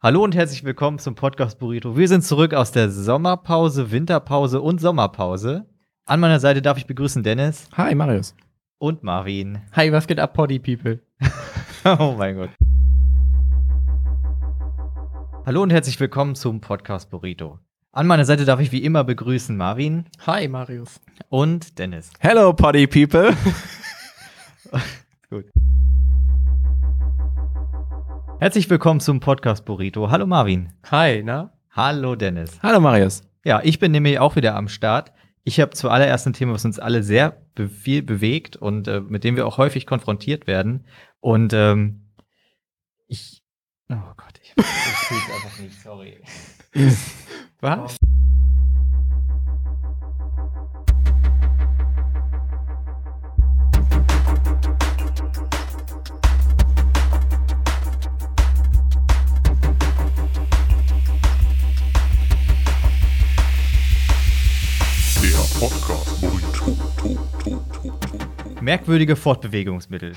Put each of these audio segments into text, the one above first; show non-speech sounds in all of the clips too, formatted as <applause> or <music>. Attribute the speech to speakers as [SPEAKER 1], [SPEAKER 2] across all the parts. [SPEAKER 1] Hallo und herzlich willkommen zum Podcast Burrito. Wir sind zurück aus der Sommerpause, Winterpause und Sommerpause. An meiner Seite darf ich begrüßen Dennis
[SPEAKER 2] Hi, Marius.
[SPEAKER 1] und Marvin. <laughs>
[SPEAKER 2] Hi, was geht ab, Poddy People?
[SPEAKER 1] Oh mein Gott. Hallo und herzlich willkommen zum Podcast Burrito. An meiner Seite darf ich wie immer begrüßen Marvin
[SPEAKER 2] Hi, Marius.
[SPEAKER 1] und Dennis.
[SPEAKER 2] Hello, Poddy People.
[SPEAKER 1] Herzlich willkommen zum Podcast Burrito. Hallo Marvin.
[SPEAKER 2] <laughs> Hi, na?
[SPEAKER 1] Hallo Dennis.
[SPEAKER 2] Hallo, Marius.
[SPEAKER 1] Ja, ich bin nämlich auch wieder am Start. Ich habe zuallererst ein Thema, was uns alle sehr be viel bewegt und äh, mit dem wir auch häufig konfrontiert werden. Und ähm, ich. Oh Gott, ich, ich fühle es einfach nicht, sorry.
[SPEAKER 2] Was?
[SPEAKER 3] Der Podcast Burrito.
[SPEAKER 1] Merkwürdige Fortbewegungsmittel.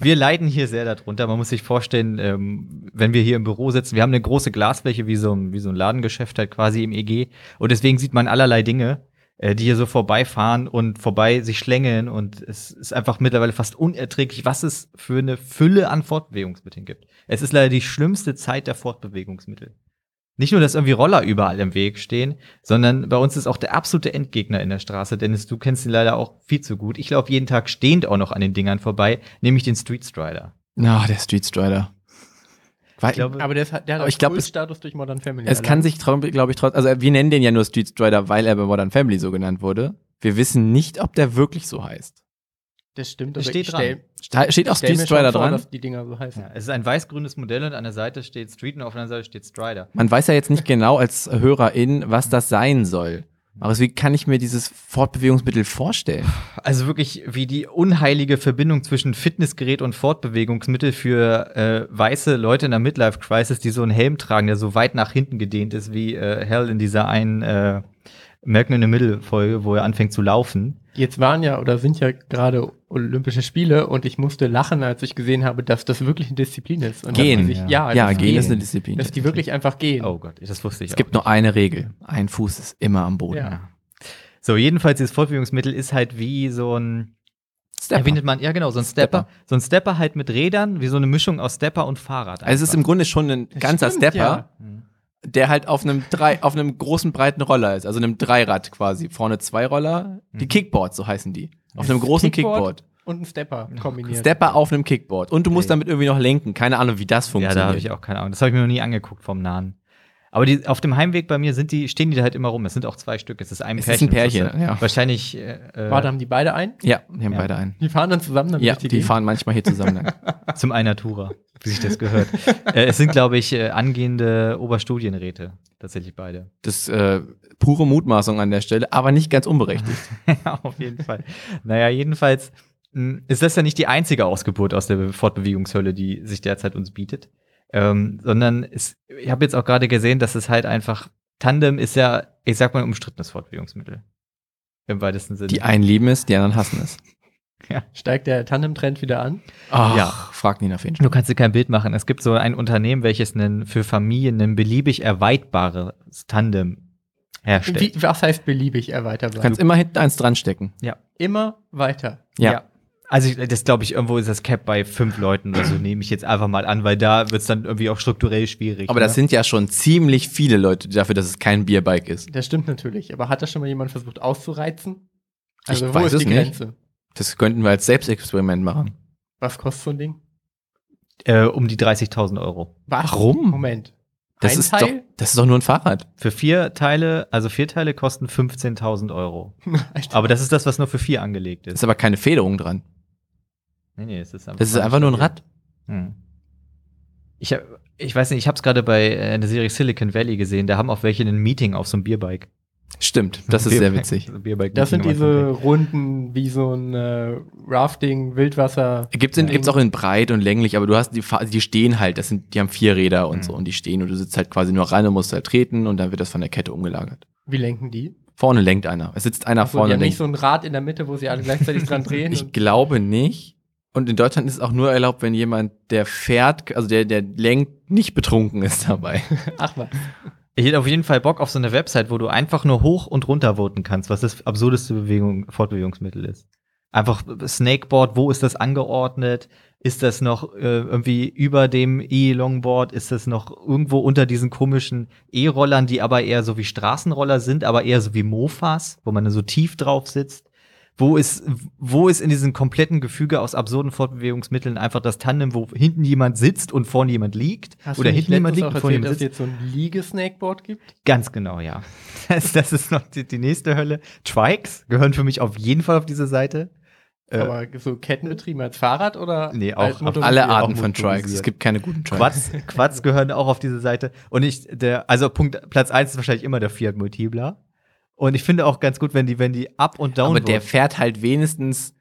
[SPEAKER 1] Wir leiden hier sehr darunter. Man muss sich vorstellen, ähm, wenn wir hier im Büro sitzen, wir haben eine große Glasfläche wie so, ein- wie so ein Ladengeschäft halt quasi im EG. Und deswegen sieht man allerlei Dinge, äh, die hier so vorbeifahren und vorbei sich schlängeln. Und es ist einfach mittlerweile fast unerträglich, was es für eine Fülle an Fortbewegungsmitteln gibt. Es ist leider die schlimmste Zeit der Fortbewegungsmittel. Nicht nur, dass irgendwie Roller überall im Weg stehen, sondern bei uns ist auch der absolute Endgegner in der Straße. Dennis, du kennst ihn leider auch viel zu gut. Ich laufe jeden Tag stehend auch noch an den Dingern vorbei, nämlich den Street Strider.
[SPEAKER 2] Na, der Street Strider. Weil, ich
[SPEAKER 1] glaube-
[SPEAKER 2] glaube,
[SPEAKER 4] Aber der, ist, halt- der hat
[SPEAKER 2] Aber ich glaub, es-
[SPEAKER 4] Status durch Modern Family.
[SPEAKER 2] es kann sich, glaube ich, trotzdem, also wir nennen den ja nur Street Strider, weil er bei Modern Family so genannt wurde. Wir wissen nicht, ob der wirklich so heißt.
[SPEAKER 4] Das stimmt.
[SPEAKER 1] Es
[SPEAKER 4] aber
[SPEAKER 1] steht
[SPEAKER 4] ich
[SPEAKER 1] dran.
[SPEAKER 4] stell-
[SPEAKER 2] Da steht auch
[SPEAKER 4] stell mir
[SPEAKER 2] Street
[SPEAKER 4] schon
[SPEAKER 2] Strider
[SPEAKER 4] vor,
[SPEAKER 2] dran.
[SPEAKER 4] dass die Dinger so heißen.
[SPEAKER 1] Ja, es ist ein weiß-grünes Modell und an der Seite steht Street und auf der anderen Seite steht Strider.
[SPEAKER 2] Man weiß ja jetzt nicht genau als Hörerin, was das sein soll. Marius, wie kann ich mir dieses Fortbewegungsmittel vorstellen?
[SPEAKER 1] Also wirklich wie die unheilige Verbindung zwischen Fitnessgerät und Fortbewegungsmittel für äh, weiße Leute in der Midlife-Crisis, die so einen Helm tragen, der so weit nach hinten gedehnt ist wie äh, Hell in dieser einen äh, Merken in der Mittelfolge, wo er anfängt zu laufen.
[SPEAKER 4] Jetzt waren ja oder sind ja gerade Olympische Spiele und ich musste lachen, als ich gesehen habe, dass das wirklich eine Disziplin ist. Und dass
[SPEAKER 2] Gehen.
[SPEAKER 4] die Sich, ja,
[SPEAKER 2] ja,
[SPEAKER 4] dass
[SPEAKER 2] gehen
[SPEAKER 4] die-
[SPEAKER 2] ist eine Disziplin.
[SPEAKER 4] Dass die wirklich einfach gehen.
[SPEAKER 1] Oh Gott, das wusste ich
[SPEAKER 2] Es
[SPEAKER 1] auch.
[SPEAKER 2] gibt nur eine Regel. Ein Fuß ist immer am Boden.
[SPEAKER 4] Ja.
[SPEAKER 1] So, jedenfalls dieses Fortbewegungsmittel ist halt wie so ein,
[SPEAKER 2] Stepper.
[SPEAKER 1] erwähnt man, ja genau, so ein Stepper. So ein Stepper halt mit Rädern, wie so eine Mischung aus Stepper und Fahrrad.
[SPEAKER 2] Also es ist im
[SPEAKER 1] einfach.
[SPEAKER 2] Grunde schon ein ganzer
[SPEAKER 4] stimmt,
[SPEAKER 2] Stepper,
[SPEAKER 4] ja.
[SPEAKER 1] Mhm.
[SPEAKER 2] der halt auf einem drei, auf einem großen breiten Roller ist, also einem Dreirad quasi. Vorne zwei Roller, die
[SPEAKER 1] Mhm.
[SPEAKER 2] Kickboards, so heißen die. Auf einem großen Kickboard.
[SPEAKER 4] Kickboard Und ein Stepper kombiniert.
[SPEAKER 2] Stepper auf einem Kickboard. Und du musst
[SPEAKER 1] Nee.
[SPEAKER 2] damit irgendwie noch lenken. Keine Ahnung, wie das
[SPEAKER 1] Ja,
[SPEAKER 2] funktioniert.
[SPEAKER 1] da habe ich auch keine Ahnung. Das habe ich mir noch nie angeguckt vom Nahen. Aber die, auf dem Heimweg bei mir sind die, stehen die da halt immer rum. Es sind auch zwei Stück. Es ist ein
[SPEAKER 2] Es ist
[SPEAKER 1] Pärchen.
[SPEAKER 2] ein Pärchen,
[SPEAKER 1] Das ist,
[SPEAKER 2] ja.
[SPEAKER 1] Wahrscheinlich. Äh,
[SPEAKER 4] Warte,
[SPEAKER 1] äh,
[SPEAKER 4] haben die beide ein?
[SPEAKER 2] Ja, wir haben
[SPEAKER 1] Ja.
[SPEAKER 2] beide einen.
[SPEAKER 4] Die fahren dann zusammen, damit
[SPEAKER 2] Ja,
[SPEAKER 4] die
[SPEAKER 2] die
[SPEAKER 4] gehen?
[SPEAKER 2] fahren manchmal hier zusammen lang.
[SPEAKER 1] zum Einatura, wie sich das
[SPEAKER 2] <laughs>
[SPEAKER 1] gehört. äh, es sind, glaube ich, äh, angehende Oberstudienräte. Tatsächlich beide.
[SPEAKER 2] Das äh, pure Mutmaßung an der Stelle, aber nicht ganz unberechtigt.
[SPEAKER 1] Ja, <laughs> auf jeden Fall. Naja, jedenfalls mh, ist das ja nicht die einzige Ausgeburt aus der Be- Fortbewegungshölle, die sich derzeit uns bietet. Ähm, sondern es, ich habe jetzt auch gerade gesehen, dass es halt einfach, Tandem ist ja, ich sag mal, ein umstrittenes Fortbewegungsmittel. Im weitesten Sinne.
[SPEAKER 2] Die einen lieben es, die anderen hassen es.
[SPEAKER 4] Steigt der Tandem-Trend wieder an?
[SPEAKER 2] Ach,
[SPEAKER 1] Ja.
[SPEAKER 2] frag Nina Finch.
[SPEAKER 1] Du kannst dir kein Bild machen. Es gibt so ein Unternehmen, welches einen, für Familien ein beliebig erweitbares Tandem herstellt.
[SPEAKER 4] Wie, was heißt beliebig erweiterbar?
[SPEAKER 2] Du kannst immer hinten eins dran stecken.
[SPEAKER 4] immer weiter.
[SPEAKER 2] Ja.
[SPEAKER 1] Also ich, das glaube ich, irgendwo ist das Cap bei fünf Leuten oder so, nehme ich jetzt einfach mal an, weil da wird es dann irgendwie auch strukturell schwierig.
[SPEAKER 2] Aber
[SPEAKER 1] ne?
[SPEAKER 2] das sind ja schon ziemlich viele Leute dafür, dass es kein Bierbike ist.
[SPEAKER 4] Das stimmt natürlich. Aber hat das schon mal jemand versucht auszureizen? Also
[SPEAKER 2] Ich
[SPEAKER 4] wo
[SPEAKER 2] weiß
[SPEAKER 4] ist
[SPEAKER 2] es
[SPEAKER 4] die
[SPEAKER 2] nicht.
[SPEAKER 4] Grenze?
[SPEAKER 2] Das könnten wir als Selbstexperiment machen.
[SPEAKER 4] Was kostet so ein Ding?
[SPEAKER 1] äh, um die 30.000 Euro.
[SPEAKER 2] Warum?
[SPEAKER 4] Moment.
[SPEAKER 2] Das
[SPEAKER 4] Ein
[SPEAKER 2] ist, doch,
[SPEAKER 4] Teil? <laughs>
[SPEAKER 2] das ist doch nur ein Fahrrad.
[SPEAKER 1] Für vier Teile, also vier Teile kosten 15.000 Euro.
[SPEAKER 4] Echt?
[SPEAKER 1] Aber das ist das, was nur für vier angelegt
[SPEAKER 2] Da
[SPEAKER 1] ist.
[SPEAKER 2] ist aber keine Federung dran.
[SPEAKER 1] Nee, nee, es ist einfach,
[SPEAKER 2] Das ist einfach nur ein Rad.
[SPEAKER 1] Hm. Ich, hab- ich weiß nicht, ich habe es gerade bei äh, der Serie Silicon Valley gesehen. Da haben auch welche ein Meeting auf so einem Bierbike.
[SPEAKER 2] Stimmt, das ist sehr
[SPEAKER 1] Bierbike-
[SPEAKER 2] witzig.
[SPEAKER 1] so ein Bierbike
[SPEAKER 4] das sind
[SPEAKER 1] Meeting auf
[SPEAKER 4] diese
[SPEAKER 1] dem
[SPEAKER 4] Runden wie so ein äh, Rafting, Wildwasser.
[SPEAKER 2] Gibt's, in, gibt's auch in breit und länglich, aber du hast die, Fa- die stehen halt, das sind, die haben vier Räder und
[SPEAKER 1] Mhm.
[SPEAKER 2] so und die stehen und du sitzt halt quasi nur rein und musst halt treten und dann wird das von der Kette umgelagert.
[SPEAKER 4] Wie lenken die?
[SPEAKER 2] Vorne lenkt einer. Es sitzt einer
[SPEAKER 4] Ach so,
[SPEAKER 2] vorne
[SPEAKER 4] die
[SPEAKER 2] und
[SPEAKER 4] haben nicht
[SPEAKER 2] lenkt.
[SPEAKER 4] so ein Rad in der Mitte, wo sie alle gleichzeitig dran drehen.
[SPEAKER 2] ich
[SPEAKER 4] und-
[SPEAKER 2] glaube nicht, Und in Deutschland ist es auch nur erlaubt, wenn jemand, der fährt, also der, der lenkt, nicht betrunken ist dabei.
[SPEAKER 4] Ach was.
[SPEAKER 1] Ich hätte auf jeden Fall Bock auf so eine Website, wo du einfach nur hoch und runter voten kannst, was das absurdeste Bewegung, Fortbewegungsmittel ist. Einfach Snakeboard, wo ist das angeordnet? Ist das noch äh, irgendwie über dem E-Longboard? Ist das noch irgendwo unter diesen komischen E-Rollern, die aber eher so wie Straßenroller sind, aber eher so wie Mofas, wo man so tief drauf sitzt? Wo ist, wo ist in diesem kompletten Gefüge aus absurden Fortbewegungsmitteln einfach das Tandem, wo hinten jemand sitzt und vorne jemand liegt? oder hinten jemand liegt und vorne
[SPEAKER 4] erzählt,
[SPEAKER 1] jemand sitzt?
[SPEAKER 4] dass es jetzt so ein Liegesnakeboard gibt?
[SPEAKER 1] Ganz genau, ja. Das, das ist noch die, die nächste Hölle. Trikes gehören für mich auf jeden Fall auf diese Seite. Äh,
[SPEAKER 4] Aber so Kettenbetrieben als Fahrrad oder
[SPEAKER 1] Nee, auch
[SPEAKER 4] als
[SPEAKER 1] auf
[SPEAKER 4] motorisiert?
[SPEAKER 2] Alle
[SPEAKER 1] auch
[SPEAKER 2] Arten von
[SPEAKER 1] motorisiert.
[SPEAKER 2] Trikes. Es gibt keine guten Trikes.
[SPEAKER 1] Quads,
[SPEAKER 4] <laughs>
[SPEAKER 1] Quads gehören auch auf diese Seite. Und ich, der, also Punkt, Platz 1 ist wahrscheinlich immer der Fiat Multipla. Und ich finde auch ganz gut, wenn die, wenn die up und down
[SPEAKER 2] Aber der fährt halt wenigstens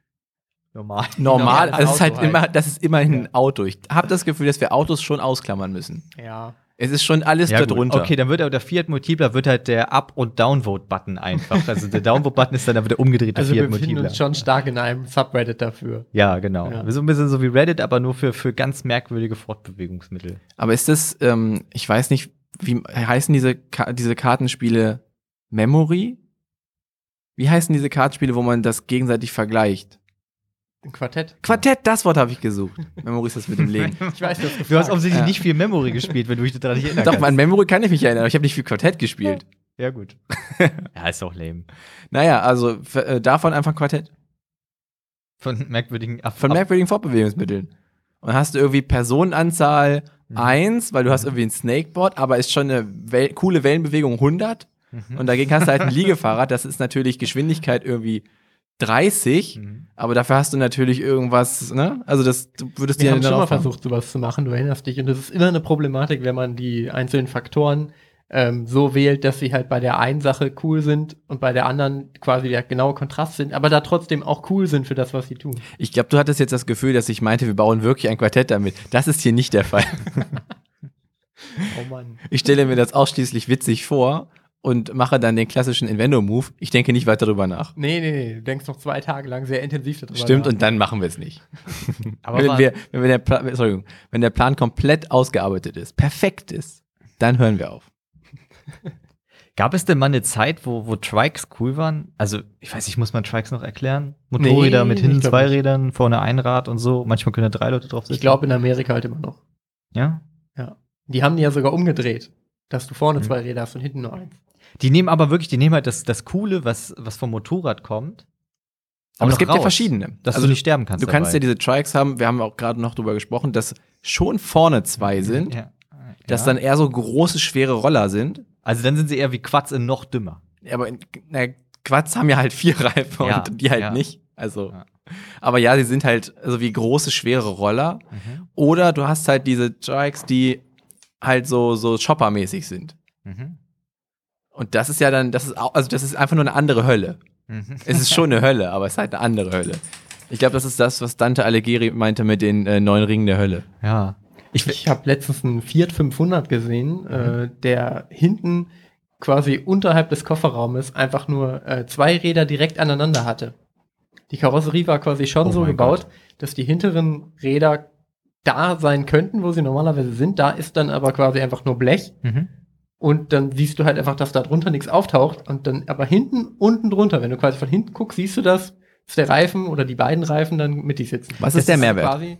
[SPEAKER 1] normal.
[SPEAKER 2] <laughs>
[SPEAKER 1] <laughs>
[SPEAKER 2] normal.
[SPEAKER 4] Normales
[SPEAKER 2] das ist halt
[SPEAKER 4] Auto halt.
[SPEAKER 2] immer, das ist immerhin ein Auto. Ich habe das Gefühl, dass wir Autos schon ausklammern müssen.
[SPEAKER 4] Ja.
[SPEAKER 2] Es ist schon alles
[SPEAKER 1] Ja,
[SPEAKER 2] da
[SPEAKER 1] gut.
[SPEAKER 2] drunter.
[SPEAKER 1] Okay, dann wird aber der Fiat Multipla wird halt der Up- und Downvote-Button einfach. Also der Downvote-Button ist dann aber der umgedrehte
[SPEAKER 4] Also wir
[SPEAKER 1] Fiat
[SPEAKER 4] befinden
[SPEAKER 1] Multipla.
[SPEAKER 4] uns schon stark in einem Subreddit dafür.
[SPEAKER 1] Ja, genau.
[SPEAKER 4] Ja.
[SPEAKER 1] So ein bisschen so wie Reddit, aber nur für, für ganz merkwürdige Fortbewegungsmittel.
[SPEAKER 2] Aber ist das, ähm, ich weiß nicht, wie heißen diese, Ka diese Kartenspiele Memory? Wie heißen diese Kartenspiele, wo man das gegenseitig vergleicht?
[SPEAKER 4] Ein Quartett.
[SPEAKER 2] Quartett, das Wort habe ich gesucht.
[SPEAKER 1] <laughs>
[SPEAKER 2] Memory ist das mit dem Leben.
[SPEAKER 4] Ich weiß das.
[SPEAKER 1] Du hast offensichtlich
[SPEAKER 2] Ja.
[SPEAKER 1] nicht viel Memory gespielt, wenn du dich daran nicht erinnern
[SPEAKER 2] Doch,
[SPEAKER 1] kannst.
[SPEAKER 2] an Memory kann ich mich erinnern, aber ich habe nicht viel Quartett gespielt.
[SPEAKER 1] Ja,
[SPEAKER 2] <laughs>
[SPEAKER 1] gut. ja, ist auch lame.
[SPEAKER 2] Naja, also f- äh, davon einfach ein Quartett.
[SPEAKER 1] Von merkwürdigen Ab
[SPEAKER 2] Von
[SPEAKER 1] Ab-
[SPEAKER 2] merkwürdigen Fortbewegungsmitteln. Und hast du irgendwie Personenanzahl
[SPEAKER 4] Mhm.
[SPEAKER 2] 1, weil du hast irgendwie ein Snakeboard, aber ist schon eine Wel coole Wellenbewegung 100.
[SPEAKER 4] Mhm.
[SPEAKER 2] Und dagegen hast du
[SPEAKER 4] <laughs>
[SPEAKER 2] halt ein Liegefahrrad, das ist natürlich Geschwindigkeit irgendwie 30,
[SPEAKER 1] Mhm.
[SPEAKER 2] aber dafür hast du natürlich irgendwas, ne? Also das du würdest
[SPEAKER 4] Wir
[SPEAKER 2] dir
[SPEAKER 4] haben
[SPEAKER 2] dann
[SPEAKER 4] schon mal
[SPEAKER 2] auffangen.
[SPEAKER 4] versucht, sowas zu machen, du erinnerst dich. Und es ist immer eine Problematik, wenn man die einzelnen Faktoren ähm, so wählt, dass sie halt bei der einen Sache cool sind und bei der anderen quasi der genaue Kontrast sind, aber da trotzdem auch cool sind für das, was sie tun.
[SPEAKER 2] Ich glaube, du hattest jetzt das Gefühl, dass ich meinte, wir bauen wirklich ein Quartett damit. Das ist hier nicht der Fall.
[SPEAKER 4] Oh Mann.
[SPEAKER 2] Ich stelle mir das ausschließlich witzig vor und mache dann den klassischen Invendo-Move. Ich denke nicht weiter darüber nach.
[SPEAKER 4] Nee, nee, nee, du denkst noch zwei Tage lang sehr intensiv darüber
[SPEAKER 2] Stimmt,
[SPEAKER 4] nach.
[SPEAKER 2] und dann machen wir es nicht.
[SPEAKER 1] Aber
[SPEAKER 2] wenn,
[SPEAKER 1] war-
[SPEAKER 2] wir, wenn, wir der Plan, Entschuldigung, wenn der Plan komplett ausgearbeitet ist, perfekt ist, dann hören wir auf.
[SPEAKER 1] Gab es denn mal eine Zeit, wo, wo Trikes cool waren? Also, ich weiß nicht, muss man Trikes noch erklären? Motorräder
[SPEAKER 4] Nee,
[SPEAKER 1] mit hinten
[SPEAKER 4] ich glaub
[SPEAKER 1] zwei
[SPEAKER 4] nicht.
[SPEAKER 1] Rädern, vorne ein Rad und so. Manchmal können da drei Leute drauf sitzen.
[SPEAKER 4] Ich glaube in Amerika halt immer noch.
[SPEAKER 1] Ja.
[SPEAKER 4] Die haben die ja sogar umgedreht, dass du vorne
[SPEAKER 1] Mhm.
[SPEAKER 4] zwei Räder hast und hinten nur eins.
[SPEAKER 1] Die nehmen aber wirklich, die nehmen halt das, das Coole, was, was vom Motorrad kommt.
[SPEAKER 2] Aber
[SPEAKER 1] auch
[SPEAKER 2] es gibt
[SPEAKER 1] raus,
[SPEAKER 2] ja verschiedene.
[SPEAKER 1] Dass
[SPEAKER 2] also
[SPEAKER 1] du
[SPEAKER 2] du,
[SPEAKER 1] nicht sterben kannst.
[SPEAKER 2] du kannst ja
[SPEAKER 1] dabei.
[SPEAKER 2] diese Trikes haben, wir haben auch gerade noch drüber gesprochen, dass schon vorne zwei sind,
[SPEAKER 1] Ja.
[SPEAKER 2] dass
[SPEAKER 1] ja.
[SPEAKER 2] dann eher so große, schwere Roller sind.
[SPEAKER 1] Also, dann sind sie eher wie Quatsch in noch dümmer.
[SPEAKER 2] Aber in, na, Quads haben ja halt vier <laughs> Reifen
[SPEAKER 1] Ja,
[SPEAKER 2] und die halt
[SPEAKER 1] ja.
[SPEAKER 2] nicht. Also,
[SPEAKER 1] Ja.
[SPEAKER 2] aber ja, sie sind halt also wie große, schwere Roller. Oder du hast halt diese Trikes, die halt so, so shoppermäßig sind.
[SPEAKER 1] Mhm.
[SPEAKER 2] Und das ist ja dann, das ist auch, also das ist einfach nur eine andere Hölle.
[SPEAKER 1] Mhm.
[SPEAKER 2] Es ist schon eine Hölle, aber es ist halt eine andere Hölle. Ich glaube, das ist das, was Dante Alighieri meinte mit den äh, neuen Ringen der Hölle.
[SPEAKER 1] Ja.
[SPEAKER 4] Ich, habe letztens einen Fiat 500 gesehen, äh,
[SPEAKER 2] Mhm.
[SPEAKER 4] der hinten quasi unterhalb des Kofferraumes einfach nur äh, zwei Räder direkt aneinander hatte. Die Karosserie war quasi schon
[SPEAKER 1] Oh
[SPEAKER 4] so
[SPEAKER 1] mein
[SPEAKER 4] gebaut, dass die hinteren Räder da sein könnten, wo sie normalerweise sind. Da ist dann aber quasi einfach nur Blech.
[SPEAKER 1] Mhm.
[SPEAKER 4] Und dann siehst du halt einfach, dass da drunter nichts auftaucht. Und dann aber hinten, unten drunter, wenn du quasi von hinten guckst, siehst du das, dass der Reifen oder die beiden Reifen dann mit dich sitzen.
[SPEAKER 2] Was ist der Mehrwert? <laughs>
[SPEAKER 4] Quasi,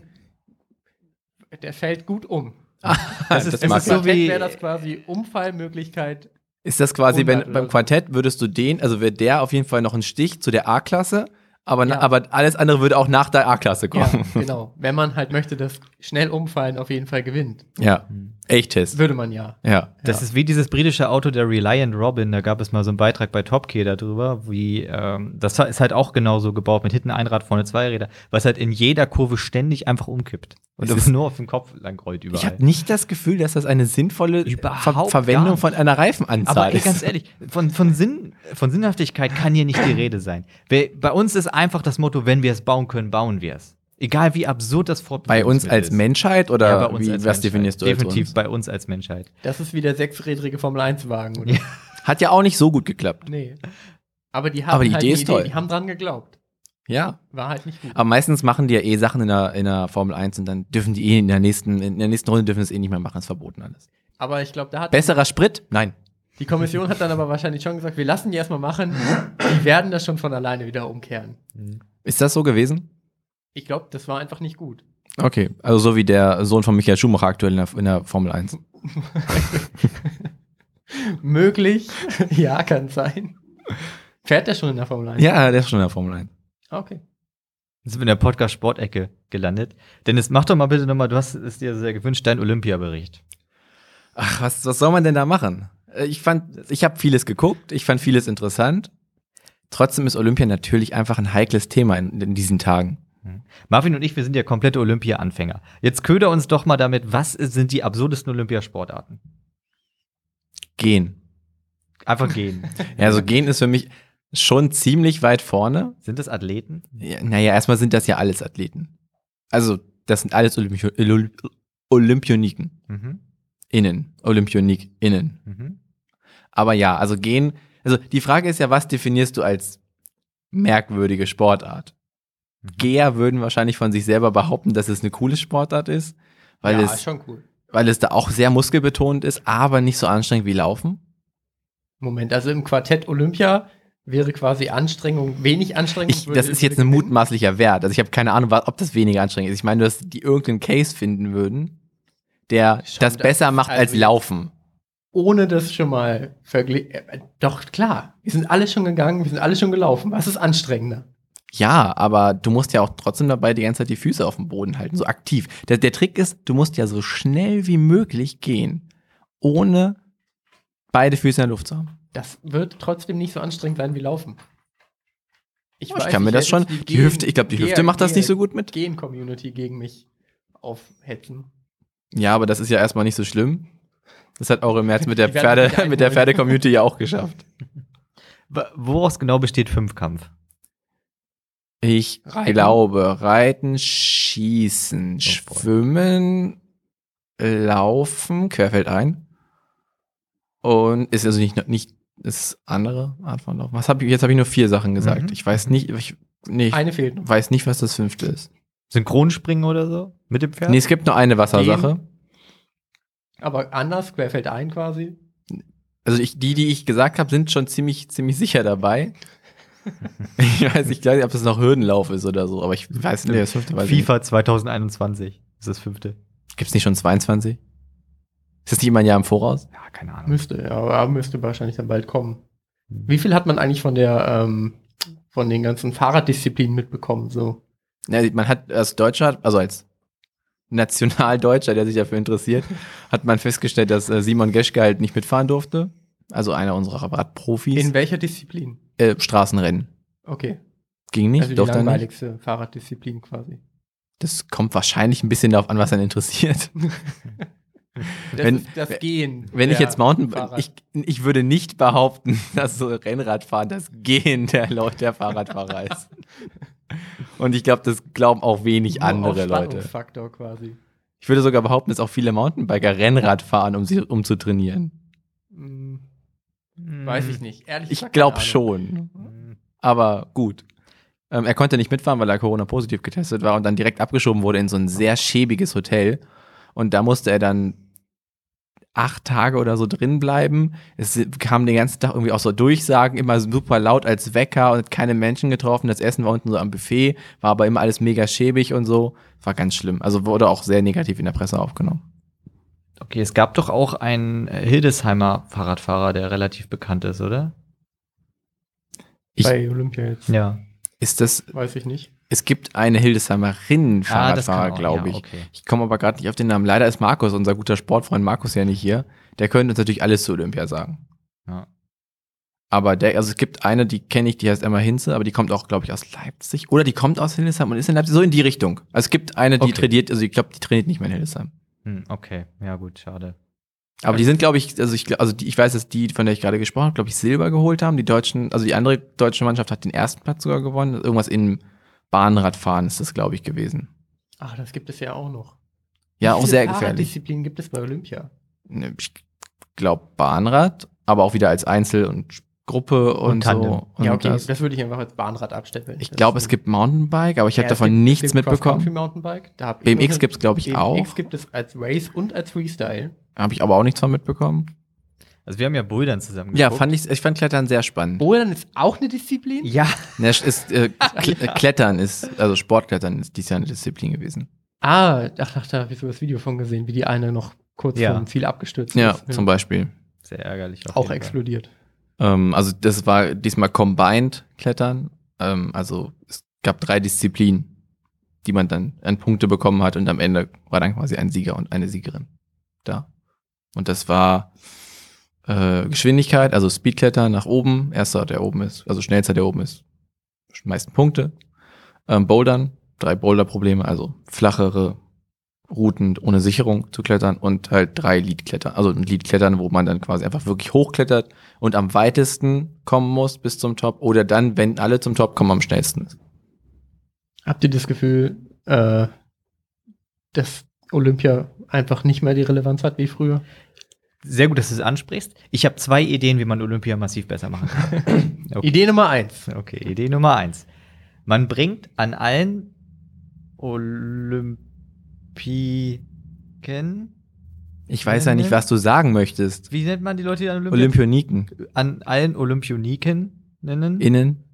[SPEAKER 4] der fällt gut um.
[SPEAKER 1] Das ist-
[SPEAKER 2] Das
[SPEAKER 1] es
[SPEAKER 2] mag
[SPEAKER 1] ist so
[SPEAKER 2] ich.
[SPEAKER 1] wie-
[SPEAKER 4] wäre das quasi Umfallmöglichkeit.
[SPEAKER 2] Ist das quasi,
[SPEAKER 4] 100
[SPEAKER 2] wenn
[SPEAKER 4] oder
[SPEAKER 2] beim
[SPEAKER 4] so.
[SPEAKER 2] Quartett würdest du den, also wäre der auf jeden Fall noch ein Stich zu der A-Klasse, aber, na-
[SPEAKER 4] Ja.
[SPEAKER 2] aber alles andere würde auch nach der A-Klasse
[SPEAKER 4] Ja,
[SPEAKER 2] kommen.
[SPEAKER 4] genau. Wenn man halt möchte, dass schnell umfallen auf jeden Fall gewinnt.
[SPEAKER 2] <laughs> Ja,
[SPEAKER 1] Mhm.
[SPEAKER 2] echt Test.
[SPEAKER 4] Würde man ja.
[SPEAKER 2] Ja.
[SPEAKER 1] Das
[SPEAKER 4] Ja.
[SPEAKER 1] ist wie dieses britische Auto der Reliant Robin. Da gab es mal so einen Beitrag bei Top Gear darüber, wie ähm, das ist halt auch genauso gebaut mit hinten ein Rad, vorne zwei Räder, was halt in jeder Kurve ständig einfach umkippt und
[SPEAKER 2] Es
[SPEAKER 1] das
[SPEAKER 2] ist-
[SPEAKER 1] nur auf den Kopf lang rollt
[SPEAKER 2] Ich
[SPEAKER 1] überall.
[SPEAKER 2] habe nicht das Gefühl, dass das eine sinnvolle
[SPEAKER 1] Überhaupt
[SPEAKER 2] Ver
[SPEAKER 1] gar
[SPEAKER 2] Verwendung
[SPEAKER 1] nicht.
[SPEAKER 2] von einer Reifenanzahl
[SPEAKER 1] aber ey,
[SPEAKER 2] ist.
[SPEAKER 1] ganz ehrlich, von, von, Sinn, von Sinnhaftigkeit kann hier nicht die Rede sein. Wer- Bei uns ist einfach das Motto, wenn wir es bauen können, bauen wir es. Egal wie absurd das
[SPEAKER 2] bei uns als
[SPEAKER 1] Menschheit.
[SPEAKER 2] Menschheit oder
[SPEAKER 1] Ja, bei uns
[SPEAKER 2] wie,
[SPEAKER 1] als
[SPEAKER 2] was
[SPEAKER 1] Menschheit.
[SPEAKER 2] definierst du
[SPEAKER 1] Definitiv
[SPEAKER 2] als uns?
[SPEAKER 1] bei uns als Menschheit.
[SPEAKER 4] Das ist wie der sechsrädrige Formel-1-Wagen, oder?
[SPEAKER 1] Ja.
[SPEAKER 2] Hat ja auch nicht so gut geklappt.
[SPEAKER 4] Nee. Aber die haben
[SPEAKER 2] Aber die Idee ist toll.
[SPEAKER 4] die haben dran geglaubt.
[SPEAKER 2] Ja.
[SPEAKER 4] War halt nicht gut.
[SPEAKER 2] Aber meistens machen die ja eh Sachen in der, in der Formel 1 und dann dürfen die eh in der nächsten, in der nächsten Runde dürfen es eh nicht mehr machen, ist verboten alles.
[SPEAKER 4] Aber ich glaube, da hat
[SPEAKER 2] Besserer Sprit? Nein.
[SPEAKER 4] die Kommission hat dann aber wahrscheinlich schon gesagt, wir lassen die erstmal machen. Die werden das schon von alleine wieder umkehren.
[SPEAKER 2] Ist das so gewesen?
[SPEAKER 4] Ich glaube, das war einfach nicht gut.
[SPEAKER 2] Okay, also so wie der Sohn von Michael Schumacher aktuell in der, in der Formel 1. <laughs>
[SPEAKER 4] Möglich. ja, kann sein. Fährt der schon in der Formel 1?
[SPEAKER 2] Ja, der ist schon in der Formel 1.
[SPEAKER 4] Okay.
[SPEAKER 1] Jetzt sind wir in der Podcast-Sportecke gelandet. Dennis, mach doch mal bitte nochmal, du hast es dir sehr gewünscht, deinen Olympiabericht.
[SPEAKER 2] Ach, was, was soll man denn da machen? Äh, Ich fand, ich habe vieles geguckt, ich fand vieles interessant. Trotzdem ist Olympia natürlich einfach ein heikles Thema in, in diesen Tagen.
[SPEAKER 1] Marvin und ich, wir sind ja komplette Olympia-Anfänger. Jetzt köder uns doch mal damit, was sind die absurdesten Olympiasportarten?
[SPEAKER 2] Gehen.
[SPEAKER 1] Einfach gehen.
[SPEAKER 2] Ja, also gehen ist für mich schon ziemlich weit vorne.
[SPEAKER 1] sind das Athleten?
[SPEAKER 2] Ja, naja, erstmal sind das ja alles Athleten. Also, das sind alles Olympi Olymp Olympioniken.
[SPEAKER 1] Mhm.
[SPEAKER 2] Innen. Olympionik innen.
[SPEAKER 1] Mhm.
[SPEAKER 2] Aber ja, also gehen. Also die Frage ist ja, was definierst du als merkwürdige Sportart?
[SPEAKER 4] Mhm.
[SPEAKER 2] Geher würden wahrscheinlich von sich selber behaupten, dass es eine coole Sportart ist, weil,
[SPEAKER 4] ja, ist
[SPEAKER 2] es,
[SPEAKER 4] schon cool.
[SPEAKER 2] weil es da auch sehr muskelbetont ist, aber nicht so anstrengend wie Laufen.
[SPEAKER 4] Moment, also im Quartett Olympia wäre quasi Anstrengung, wenig Anstrengung.
[SPEAKER 2] Ich,
[SPEAKER 4] würde-
[SPEAKER 2] das ist jetzt ein
[SPEAKER 4] würde gewinnen.
[SPEAKER 2] mutmaßlicher Wert. Also ich habe keine Ahnung, wa- ob das weniger anstrengend ist. Ich meine, dass die irgendeinen Case finden würden, der
[SPEAKER 4] Schon,
[SPEAKER 2] das halt
[SPEAKER 4] das
[SPEAKER 2] besser
[SPEAKER 4] ist
[SPEAKER 2] macht
[SPEAKER 4] also
[SPEAKER 2] als
[SPEAKER 4] jetzt-
[SPEAKER 2] Laufen.
[SPEAKER 4] Ohne das schon mal verglichen. Doch, klar. Wir sind alle schon gegangen, wir sind alle schon gelaufen. Was ist anstrengender?
[SPEAKER 2] Ja, aber du musst ja auch trotzdem dabei die ganze Zeit die Füße auf dem Boden halten, so aktiv. Der, der Trick ist, du musst ja so schnell wie möglich gehen, ohne beide Füße in der Luft zu haben.
[SPEAKER 4] Das wird trotzdem nicht so anstrengend sein wie Laufen.
[SPEAKER 2] Ich,
[SPEAKER 4] weiß
[SPEAKER 2] kann mir
[SPEAKER 4] nicht,
[SPEAKER 2] das schon.
[SPEAKER 4] wer
[SPEAKER 2] Die,
[SPEAKER 4] jetzt Gen-
[SPEAKER 2] Hüfte, ich glaube, die
[SPEAKER 4] Gen-
[SPEAKER 2] Hüfte macht das
[SPEAKER 4] Gen-
[SPEAKER 2] nicht so gut mit.
[SPEAKER 4] Gen-Community gegen mich aufhetzen.
[SPEAKER 2] Ja, aber das ist ja erstmal nicht so schlimm. Das hat Aurel <laughs> Merz mit der
[SPEAKER 4] Die werden
[SPEAKER 2] Pferde,
[SPEAKER 4] sich
[SPEAKER 2] mit der
[SPEAKER 4] einholen.
[SPEAKER 2] Pferde-Community ja auch geschafft.
[SPEAKER 1] Wa- Woraus genau besteht Fünfkampf?
[SPEAKER 2] Ich
[SPEAKER 4] Reiten.
[SPEAKER 2] glaube, Reiten,
[SPEAKER 1] Oh,
[SPEAKER 2] Schießen,
[SPEAKER 1] boy.
[SPEAKER 2] Schwimmen, Laufen, querfeld ein. Und ist also nicht, nicht ist andere Art von Laufen. Was hab ich, jetzt habe ich nur vier Sachen gesagt.
[SPEAKER 1] Mhm.
[SPEAKER 2] Ich weiß nicht, ich, nee, ich
[SPEAKER 4] Eine fehlt noch.
[SPEAKER 2] weiß nicht, was das fünfte ist.
[SPEAKER 1] Synchronspringen oder so? Mit dem Pferd?
[SPEAKER 2] Nee, es gibt nur eine Wassersache.
[SPEAKER 4] Aber anders, querfeld ein quasi.
[SPEAKER 2] Also ich, die, die ich gesagt habe, sind schon ziemlich, ziemlich sicher <laughs> dabei. ich weiß nicht, ob das noch Hürdenlauf ist oder so, aber ich weiß nicht, das fünfte weiß ich nicht.
[SPEAKER 1] FIFA 2021 ist das fünfte.
[SPEAKER 2] Gibt's nicht schon 22? Ist das nicht immer ein Jahr im Voraus?
[SPEAKER 1] Ja, keine Ahnung.
[SPEAKER 4] Müsste, ja, aber müsste wahrscheinlich dann bald kommen. Wie viel hat man eigentlich von der, ähm, von den ganzen Fahrraddisziplinen mitbekommen? So.
[SPEAKER 2] Ja, man hat als Deutscher, also als Nationaldeutscher, der sich dafür
[SPEAKER 4] <laughs>
[SPEAKER 2] interessiert, hat man festgestellt, dass äh, Simon Geschke halt nicht mitfahren durfte. Also einer unserer Radprofis.
[SPEAKER 4] In welcher Disziplin?
[SPEAKER 2] äh, Straßenrennen.
[SPEAKER 4] Okay.
[SPEAKER 2] Ging nicht,
[SPEAKER 4] also die
[SPEAKER 2] durfte er nicht.
[SPEAKER 4] langweiligste Fahrraddisziplin quasi.
[SPEAKER 2] Das kommt wahrscheinlich ein bisschen darauf an, was einen interessiert.
[SPEAKER 4] <laughs> Das
[SPEAKER 2] Wenn-
[SPEAKER 4] ist das Gehen.
[SPEAKER 2] Wenn ich
[SPEAKER 4] der
[SPEAKER 2] jetzt Mountain,
[SPEAKER 4] Fahrrad-
[SPEAKER 2] ich, ich würde nicht behaupten, <laughs> dass so Rennradfahren das Gehen der Leute, der Fahrradfahrer
[SPEAKER 4] <laughs>
[SPEAKER 2] ist. Und ich glaube, das glauben auch wenig
[SPEAKER 4] Nur auf
[SPEAKER 2] andere Leute.
[SPEAKER 4] Spannungsfaktor quasi.
[SPEAKER 2] Ich würde sogar behaupten, dass auch viele Mountainbiker Rennrad fahren, um, sie, um zu trainieren.
[SPEAKER 4] Hm, weiß ich nicht. Ehrlich
[SPEAKER 2] Ich
[SPEAKER 4] gesagt,
[SPEAKER 2] glaube
[SPEAKER 4] keine Ahnung.
[SPEAKER 2] schon. Aber gut. Ähm, er konnte nicht mitfahren, weil er Corona-positiv getestet war und dann direkt abgeschoben wurde in so ein sehr schäbiges Hotel. Und da musste er dann acht Tage oder so drin bleiben. Es kamen den ganzen Tag irgendwie auch so Durchsagen, immer super laut als Wecker und hat keine Menschen getroffen. Das Essen war unten so am Buffet, war aber immer alles mega schäbig und so. War ganz schlimm. Also wurde auch sehr negativ in der Presse aufgenommen.
[SPEAKER 1] Okay, es gab doch auch einen äh, Hildesheimer Fahrradfahrer, der relativ bekannt ist, oder?
[SPEAKER 2] Ich-
[SPEAKER 4] Bei Olympia jetzt.
[SPEAKER 1] Ja.
[SPEAKER 2] Ist das,
[SPEAKER 4] Weiß ich nicht.
[SPEAKER 2] es gibt eine
[SPEAKER 1] Ah,
[SPEAKER 2] Hildesheimerin
[SPEAKER 4] Ah,
[SPEAKER 2] Fahrradfahrer, glaube ich.
[SPEAKER 1] okay.
[SPEAKER 2] Ich komme aber gerade nicht auf den Namen. Leider ist Markus, unser guter Sportfreund Markus, ja nicht hier. Der könnte uns natürlich alles zu Olympia sagen.
[SPEAKER 1] Ja.
[SPEAKER 2] Aber der, also es gibt eine, die kenne ich, die heißt Emma Hinze, aber die kommt auch, glaube ich, aus Leipzig. Oder die kommt aus Hildesheim und ist in Leipzig. So in die Richtung. Also es gibt eine, die
[SPEAKER 1] Okay.
[SPEAKER 2] trainiert, also ich glaube, die trainiert nicht mehr in Hildesheim.
[SPEAKER 1] Hm, okay, ja gut, schade.
[SPEAKER 2] Aber die sind, glaube ich, also ich, gl- also die, ich weiß, dass die, von der ich gerade gesprochen habe, glaube ich, Silber geholt haben. Die deutschen, also die andere deutsche Mannschaft hat den ersten Platz sogar gewonnen. Irgendwas in Bahnradfahren ist das, glaube ich, gewesen.
[SPEAKER 4] Ach, Ah, das gibt es ja auch noch.
[SPEAKER 2] Ja, auch sehr gefährlich.
[SPEAKER 4] Fahrraddisziplinen gibt es bei Olympia.
[SPEAKER 2] Ne, ich glaube Bahnrad, aber auch wieder als Einzel und Gruppe und,
[SPEAKER 1] Tandem.
[SPEAKER 2] so. Und
[SPEAKER 4] Ja, okay, das,
[SPEAKER 2] das-
[SPEAKER 4] würde ich einfach als Bahnrad abstempeln.
[SPEAKER 2] Ich glaube, es gibt Mountainbike, aber ich habe davon nichts mitbekommen.
[SPEAKER 4] Mountainbike. Da hab
[SPEAKER 2] BMX
[SPEAKER 4] nur-
[SPEAKER 2] gibt's, glaub ich, auch.
[SPEAKER 4] BMX gibt es als Race und als Freestyle.
[SPEAKER 2] Habe ich aber auch nichts von mitbekommen.
[SPEAKER 1] Also wir haben ja Brüdern zusammen
[SPEAKER 2] Ja,
[SPEAKER 1] geguckt.
[SPEAKER 2] fand ich, ich fand Klettern sehr spannend.
[SPEAKER 4] Bouldern ist auch eine Disziplin?
[SPEAKER 1] Ja.
[SPEAKER 2] Ne, es ist, äh, Kle- äh, Klettern ist, also Sportklettern ist dies Jahr eine Disziplin gewesen.
[SPEAKER 4] Ah, ach, ach, da habe ich so das Video von gesehen, wie die eine noch kurz
[SPEAKER 1] Ja.
[SPEAKER 4] vom Ziel abgestürzt
[SPEAKER 2] Ja,
[SPEAKER 4] ist.
[SPEAKER 2] zum Beispiel.
[SPEAKER 1] Sehr ärgerlich. auf
[SPEAKER 4] Auch
[SPEAKER 1] jeden Fall.
[SPEAKER 4] explodiert.
[SPEAKER 2] Ähm, also das war diesmal Combined Klettern. Ähm, also es gab drei Disziplinen, die man dann an Punkte bekommen hat und am Ende war dann quasi ein Sieger und eine Siegerin da. Und das war äh, Geschwindigkeit, also Speedklettern nach oben, erster, der oben ist, also schnellster, der oben ist, meisten Punkte. Ähm, Bouldern, drei Boulder-Probleme, also flachere Routen ohne Sicherung zu klettern und halt drei Lead-Klettern, also ein Lead-Klettern, wo man dann quasi einfach wirklich hochklettert und am weitesten kommen muss bis zum Top oder dann, wenn alle zum Top kommen, am schnellsten. ist.
[SPEAKER 4] Habt ihr das Gefühl, äh, dass Olympia einfach nicht mehr die Relevanz hat wie früher?
[SPEAKER 1] Sehr gut, dass du es ansprichst. Ich habe zwei Ideen, wie man Olympia massiv besser machen
[SPEAKER 2] <laughs>
[SPEAKER 1] kann. Okay.
[SPEAKER 4] Idee Nummer eins.
[SPEAKER 1] Okay, Idee Nummer eins. Man bringt an allen Olympiken,
[SPEAKER 2] Ich weiß ja nicht,
[SPEAKER 1] Mhm.
[SPEAKER 2] was du sagen möchtest.
[SPEAKER 1] wie nennt man die Leute, die an Olympia,
[SPEAKER 2] Olympioniken.
[SPEAKER 1] an allen Olympioniken nennen,
[SPEAKER 2] Innen.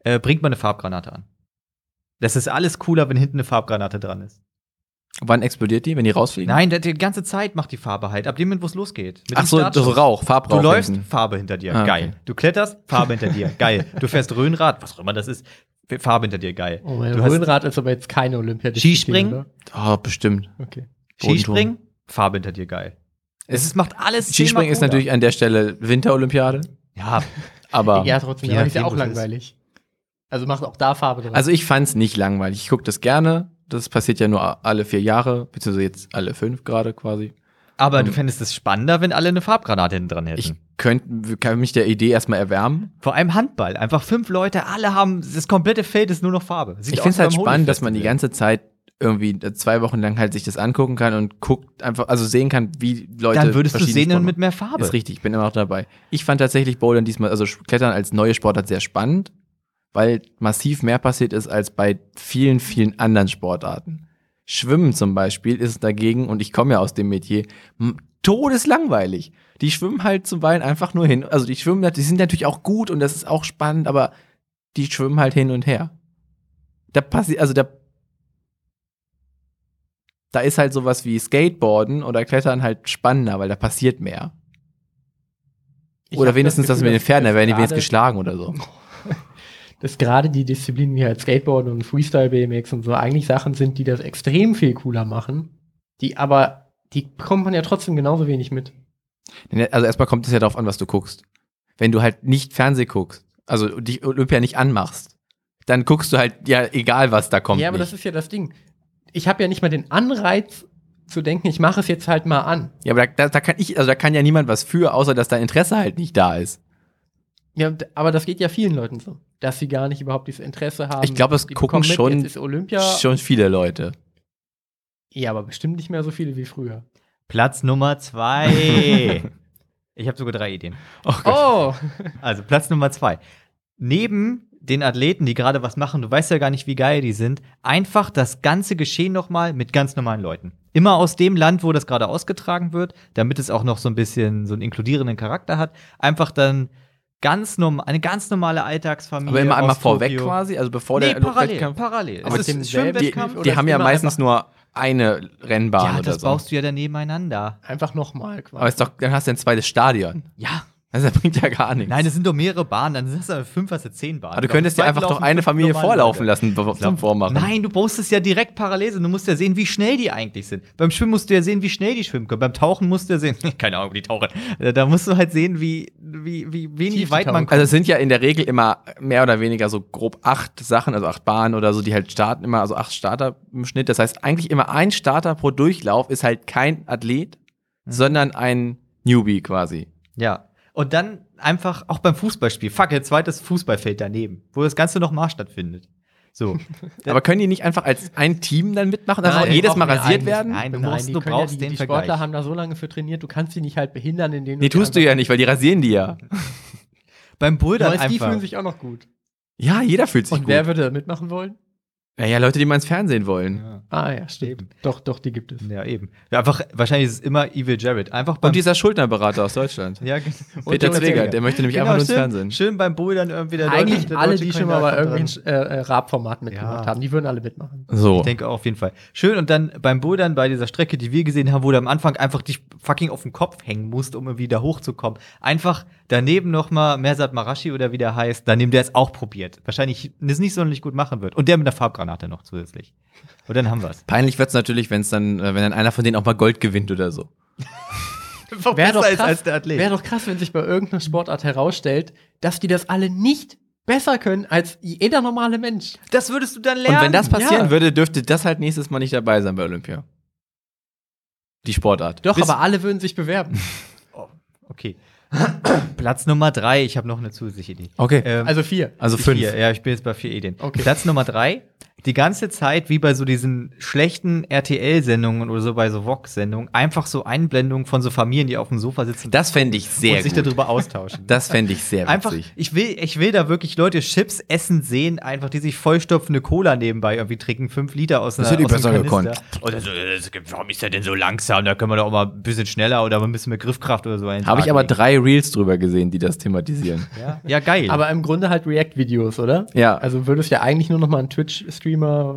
[SPEAKER 1] äh, bringt man eine Farbgranate an. Das ist alles cooler, wenn hinten eine Farbgranate dran ist.
[SPEAKER 2] Wann explodiert die, wenn die rausfliegen?
[SPEAKER 1] Nein, der- die ganze Zeit macht die Farbe halt, ab dem Moment, wo es losgeht. Mit
[SPEAKER 2] Ach
[SPEAKER 1] dem
[SPEAKER 2] so,
[SPEAKER 1] Startschuss.
[SPEAKER 2] so Rauch, Farbrauch.
[SPEAKER 1] Du läufst,
[SPEAKER 2] hinten.
[SPEAKER 1] Farbe hinter dir,
[SPEAKER 2] Ah, okay.
[SPEAKER 1] geil. Du kletterst, Farbe hinter dir, geil. Du fährst Röhnrad, was auch immer das ist, Farbe hinter dir, geil.
[SPEAKER 4] Oh, mein
[SPEAKER 1] Du hast-
[SPEAKER 4] Röhnrad ist aber jetzt keine olympia
[SPEAKER 1] Skispringen?
[SPEAKER 2] Oh, bestimmt.
[SPEAKER 4] Okay.
[SPEAKER 2] Bodenturm.
[SPEAKER 1] Skispringen, Farbe hinter dir, geil. Es ist, macht alles. zehnmal
[SPEAKER 2] Skispringen ist
[SPEAKER 1] cooler.
[SPEAKER 2] natürlich an der Stelle Winterolympiade,
[SPEAKER 1] Ja,
[SPEAKER 2] aber
[SPEAKER 4] Ja, trotzdem,
[SPEAKER 1] Je
[SPEAKER 4] aber ist ja auch
[SPEAKER 1] nachdem, wo es
[SPEAKER 4] langweilig. Also macht auch da Farbe dran.
[SPEAKER 2] also ich fand's nicht langweilig. Ich gucke das gerne. Das passiert ja nur alle vier Jahre, beziehungsweise jetzt alle fünf gerade quasi.
[SPEAKER 1] aber du
[SPEAKER 2] Ähm,
[SPEAKER 1] fändest es spannender, wenn alle eine Farbgranate hinten dran hätten.
[SPEAKER 2] Ich könnte kann mich der Idee erstmal erwärmen.
[SPEAKER 1] Vor allem Handball. Einfach fünf Leute, alle haben, das komplette Feld ist nur noch Farbe. Sieht
[SPEAKER 2] ich
[SPEAKER 1] aus
[SPEAKER 2] finde es
[SPEAKER 1] wie
[SPEAKER 2] halt
[SPEAKER 1] beim
[SPEAKER 2] spannend, dass man die
[SPEAKER 1] Holy-Festival.
[SPEAKER 2] ganze Zeit irgendwie zwei Wochen lang halt sich das angucken kann und guckt einfach, also sehen kann, wie Leute.
[SPEAKER 1] Dann würdest du
[SPEAKER 2] verschiedene
[SPEAKER 1] sehen und
[SPEAKER 2] Sportarten
[SPEAKER 1] mit mehr
[SPEAKER 2] machen.
[SPEAKER 1] Farbe.
[SPEAKER 2] Ist richtig, ich bin immer noch dabei. Ich fand tatsächlich Bouldern diesmal, also Klettern als neue Sportart sehr spannend, weil massiv mehr passiert ist als bei vielen, vielen anderen Sportarten. Schwimmen zum Beispiel ist dagegen, und ich komme ja aus dem Metier, m- todeslangweilig. Die schwimmen halt zuweilen einfach nur hin. Also die schwimmen, nat- die sind natürlich auch gut und das ist auch spannend, aber die schwimmen halt hin und her. Da passiert, also da da ist halt sowas wie Skateboarden oder Klettern halt spannender, weil da passiert mehr.
[SPEAKER 4] Ich
[SPEAKER 2] oder
[SPEAKER 4] hab
[SPEAKER 2] wenigstens das,
[SPEAKER 4] Gefühl,
[SPEAKER 2] mit den
[SPEAKER 4] dass-
[SPEAKER 2] Pferden, da
[SPEAKER 4] dass
[SPEAKER 2] werden die wenigstens
[SPEAKER 4] gerade-
[SPEAKER 2] geschlagen oder so.
[SPEAKER 4] dass gerade die Disziplinen wie halt Skateboarden und Freestyle BMX und so eigentlich Sachen sind, die das extrem viel cooler machen, die aber, die bekommt man ja trotzdem genauso wenig mit.
[SPEAKER 2] Also erstmal kommt es ja darauf an, was du guckst. Wenn du halt nicht Fernseh guckst, also dich Olympia nicht anmachst, dann guckst du halt, ja, egal was da kommt.
[SPEAKER 4] ja, aber
[SPEAKER 2] nicht.
[SPEAKER 4] das ist ja das Ding. Ich habe ja nicht mal den Anreiz zu denken, ich mache es jetzt halt mal an.
[SPEAKER 2] ja, aber da, da kann ich, also da kann ja niemand was für, außer dass dein Interesse halt nicht da ist.
[SPEAKER 4] Ja, d- aber das geht ja vielen Leuten so, dass sie gar nicht überhaupt dieses Interesse haben.
[SPEAKER 2] Ich glaube, es
[SPEAKER 4] Die
[SPEAKER 2] gucken
[SPEAKER 4] bekommen mit,
[SPEAKER 2] schon-
[SPEAKER 4] Jetzt ist Olympia.
[SPEAKER 2] Schon viele Leute.
[SPEAKER 4] Ja, aber bestimmt nicht mehr so viele wie früher.
[SPEAKER 1] Platz Nummer
[SPEAKER 2] <laughs>
[SPEAKER 1] zwei. ich habe sogar drei Ideen.
[SPEAKER 2] Oh
[SPEAKER 4] Oh!
[SPEAKER 1] Also Platz Nummer zwei. Neben den Athleten, die gerade was machen, du weißt ja gar nicht, wie geil die sind, einfach das ganze Geschehen nochmal mit ganz normalen Leuten. Immer aus dem Land, wo das gerade ausgetragen wird, damit es auch noch so ein bisschen so einen inkludierenden Charakter hat. Einfach dann ganz norm eine ganz normale Alltagsfamilie.
[SPEAKER 2] Aber immer
[SPEAKER 1] aus
[SPEAKER 2] einmal vorweg
[SPEAKER 1] Tokio.
[SPEAKER 2] quasi, also bevor
[SPEAKER 1] Nee,
[SPEAKER 2] der
[SPEAKER 1] parallel,
[SPEAKER 2] Wettkampf-
[SPEAKER 1] parallel.
[SPEAKER 2] Aber
[SPEAKER 1] es
[SPEAKER 4] dem
[SPEAKER 1] ist
[SPEAKER 4] selben-
[SPEAKER 2] die,
[SPEAKER 1] Schwimmwettkampf.
[SPEAKER 2] die
[SPEAKER 4] oder
[SPEAKER 2] haben
[SPEAKER 4] ist
[SPEAKER 2] ja
[SPEAKER 4] immer
[SPEAKER 2] meistens nur eine Rennbahn
[SPEAKER 1] ja,
[SPEAKER 2] oder
[SPEAKER 1] das
[SPEAKER 2] so.
[SPEAKER 1] baust du ja dann nebeneinander.
[SPEAKER 4] Einfach nochmal quasi.
[SPEAKER 2] Aber ist doch, dann hast du ein zweites Stadion.
[SPEAKER 1] Ja.
[SPEAKER 2] Also das bringt ja gar nichts.
[SPEAKER 1] Nein, es sind doch mehrere Bahnen, dann sind das fünf, hast du zehn Bahnen.
[SPEAKER 2] Aber Ah, du könntest dir
[SPEAKER 1] Auf
[SPEAKER 2] einfach
[SPEAKER 1] zweiten
[SPEAKER 2] doch
[SPEAKER 1] laufen
[SPEAKER 2] eine
[SPEAKER 1] fünf
[SPEAKER 2] Familie
[SPEAKER 1] normale
[SPEAKER 2] vorlaufen
[SPEAKER 1] Leute.
[SPEAKER 2] lassen, be- davor machen.
[SPEAKER 1] Nein, du brauchst es ja direkt parallel sehen. Du musst ja sehen, wie schnell die eigentlich sind. Beim Schwimmen musst du ja sehen, wie schnell die schwimmen können. Beim Tauchen musst du ja sehen, <laughs> keine Ahnung, wie die tauchen. Äh, Da musst du halt sehen, wie, wie, wie wenig
[SPEAKER 4] Tief die
[SPEAKER 1] weit man
[SPEAKER 4] tauchen.
[SPEAKER 1] kommt.
[SPEAKER 2] Also es sind ja in der Regel immer mehr oder weniger so grob acht Sachen, also acht Bahnen oder so, die halt starten immer, also acht Starter im Schnitt. Das heißt, eigentlich immer ein Starter pro Durchlauf ist halt kein Athlet,
[SPEAKER 1] Mhm.
[SPEAKER 2] sondern ein Newbie quasi.
[SPEAKER 1] Ja. Und dann einfach auch beim Fußballspiel. Fuck, jetzt zweites Fußballfeld daneben, wo das Ganze nochmal stattfindet.
[SPEAKER 2] <laughs>
[SPEAKER 1] So.
[SPEAKER 2] Aber können die nicht einfach als ein Team dann mitmachen, also
[SPEAKER 4] Nein,
[SPEAKER 2] jedes
[SPEAKER 4] auch
[SPEAKER 2] Mal
[SPEAKER 4] mehr
[SPEAKER 2] rasiert
[SPEAKER 4] eigentlich.
[SPEAKER 2] werden?
[SPEAKER 1] Nein, du,
[SPEAKER 4] Nein,
[SPEAKER 1] musst,
[SPEAKER 4] die
[SPEAKER 1] du
[SPEAKER 4] können
[SPEAKER 1] brauchst
[SPEAKER 4] ja, die,
[SPEAKER 1] den
[SPEAKER 4] die
[SPEAKER 1] Vergleich.
[SPEAKER 4] Sportler haben da so lange für trainiert, du kannst sie nicht halt behindern, indem
[SPEAKER 2] Nee, tust du
[SPEAKER 4] sie
[SPEAKER 2] ja nicht, weil die rasieren die ja.
[SPEAKER 1] Bei beim Bouldern
[SPEAKER 4] Weißt, die
[SPEAKER 1] einfach.
[SPEAKER 4] fühlen sich auch noch gut.
[SPEAKER 2] Ja, jeder fühlt sich
[SPEAKER 4] Und
[SPEAKER 2] gut.
[SPEAKER 4] wer würde da mitmachen wollen?
[SPEAKER 2] Naja, Leute, die mal ins Fernsehen wollen.
[SPEAKER 1] ja.
[SPEAKER 4] Ah ja, stimmt. Doch, doch, die gibt es.
[SPEAKER 1] ja, eben. Ja, einfach, wahrscheinlich ist es immer Evil Jared. Einfach beim
[SPEAKER 2] Und dieser Schuldnerberater aus Deutschland.
[SPEAKER 1] <laughs> ja, ge-
[SPEAKER 2] Peter
[SPEAKER 1] und-
[SPEAKER 2] Zwegert, der möchte nämlich
[SPEAKER 1] Genau,
[SPEAKER 2] einfach nur ins
[SPEAKER 1] schön,
[SPEAKER 2] Fernsehen.
[SPEAKER 1] Schön beim Bouldern irgendwie der
[SPEAKER 4] Eigentlich
[SPEAKER 1] Deutsche, der
[SPEAKER 4] alle,
[SPEAKER 1] Deutsche
[SPEAKER 4] die
[SPEAKER 1] kann
[SPEAKER 4] schon
[SPEAKER 1] da
[SPEAKER 4] mal bei
[SPEAKER 1] einfach dran.
[SPEAKER 4] irgendwelchen äh, äh, Rap-Formaten mitgemacht
[SPEAKER 1] Ja.
[SPEAKER 4] haben, die würden alle mitmachen.
[SPEAKER 2] So.
[SPEAKER 1] Ich denke auch auf jeden Fall. Schön und dann beim Bouldern bei dieser Strecke, die wir gesehen haben, wo du am Anfang einfach dich fucking auf den Kopf hängen musst, um irgendwie da hochzukommen. Einfach daneben nochmal Mersat Marashi oder wie der heißt, daneben der es auch probiert. Wahrscheinlich das nicht sonderlich gut machen wird. Und der mit der Farbgranate noch zusätzlich. Und dann haben <laughs> wir's.
[SPEAKER 2] Peinlich wird's natürlich, wenn's dann, äh, wenn dann einer von denen auch mal Gold gewinnt oder so.
[SPEAKER 4] Wäre doch,
[SPEAKER 1] Besser als-
[SPEAKER 4] krass,
[SPEAKER 1] als der Athlet.
[SPEAKER 4] wär doch krass, wenn sich bei irgendeiner Sportart herausstellt, dass die das alle nicht besser können als jeder normale Mensch.
[SPEAKER 1] Das würdest du dann
[SPEAKER 2] Und wenn das passieren
[SPEAKER 4] ja.
[SPEAKER 2] würde, dürfte das halt nächstes Mal nicht dabei sein bei Olympia. Die Sportart.
[SPEAKER 4] Doch,
[SPEAKER 2] Bis-
[SPEAKER 4] aber alle würden sich bewerben.
[SPEAKER 1] Okay. <clears throat> Platz Nummer drei. Ich habe noch eine zusätzliche Idee.
[SPEAKER 2] Okay.
[SPEAKER 1] Ähm,
[SPEAKER 4] Also vier.
[SPEAKER 2] also
[SPEAKER 1] Die
[SPEAKER 2] fünf.
[SPEAKER 1] Vier. Ja, ich bin jetzt bei vier Ideen.
[SPEAKER 4] Okay.
[SPEAKER 1] Platz Nummer drei. Die ganze Zeit, wie bei so diesen schlechten RTL-Sendungen oder so bei so Vox-Sendungen, einfach so Einblendungen von so Familien, die auf dem Sofa sitzen
[SPEAKER 2] Das fände ich sehr
[SPEAKER 1] und sich
[SPEAKER 2] gut.
[SPEAKER 1] darüber austauschen.
[SPEAKER 2] <laughs> Das fände ich sehr witzig.
[SPEAKER 1] Einfach, ich will, ich will da wirklich Leute Chips essen sehen, einfach die sich vollstopfende Cola nebenbei irgendwie trinken, fünf Liter aus einer
[SPEAKER 2] hätte ich
[SPEAKER 1] aus einem
[SPEAKER 2] besser
[SPEAKER 1] Kanister. Oder so, das gibt- warum ist der denn so langsam? Da können wir doch auch mal ein bisschen schneller oder ein bisschen mehr Griffkraft oder so ein.
[SPEAKER 2] Habe ich aber drei Reels drüber gesehen, die das thematisieren.
[SPEAKER 4] <laughs>
[SPEAKER 1] Ja, ja geil.
[SPEAKER 4] Aber im Grunde halt React-Videos, oder?
[SPEAKER 2] Ja.
[SPEAKER 4] Also würdest ja eigentlich nur noch mal einen Twitch-Streamer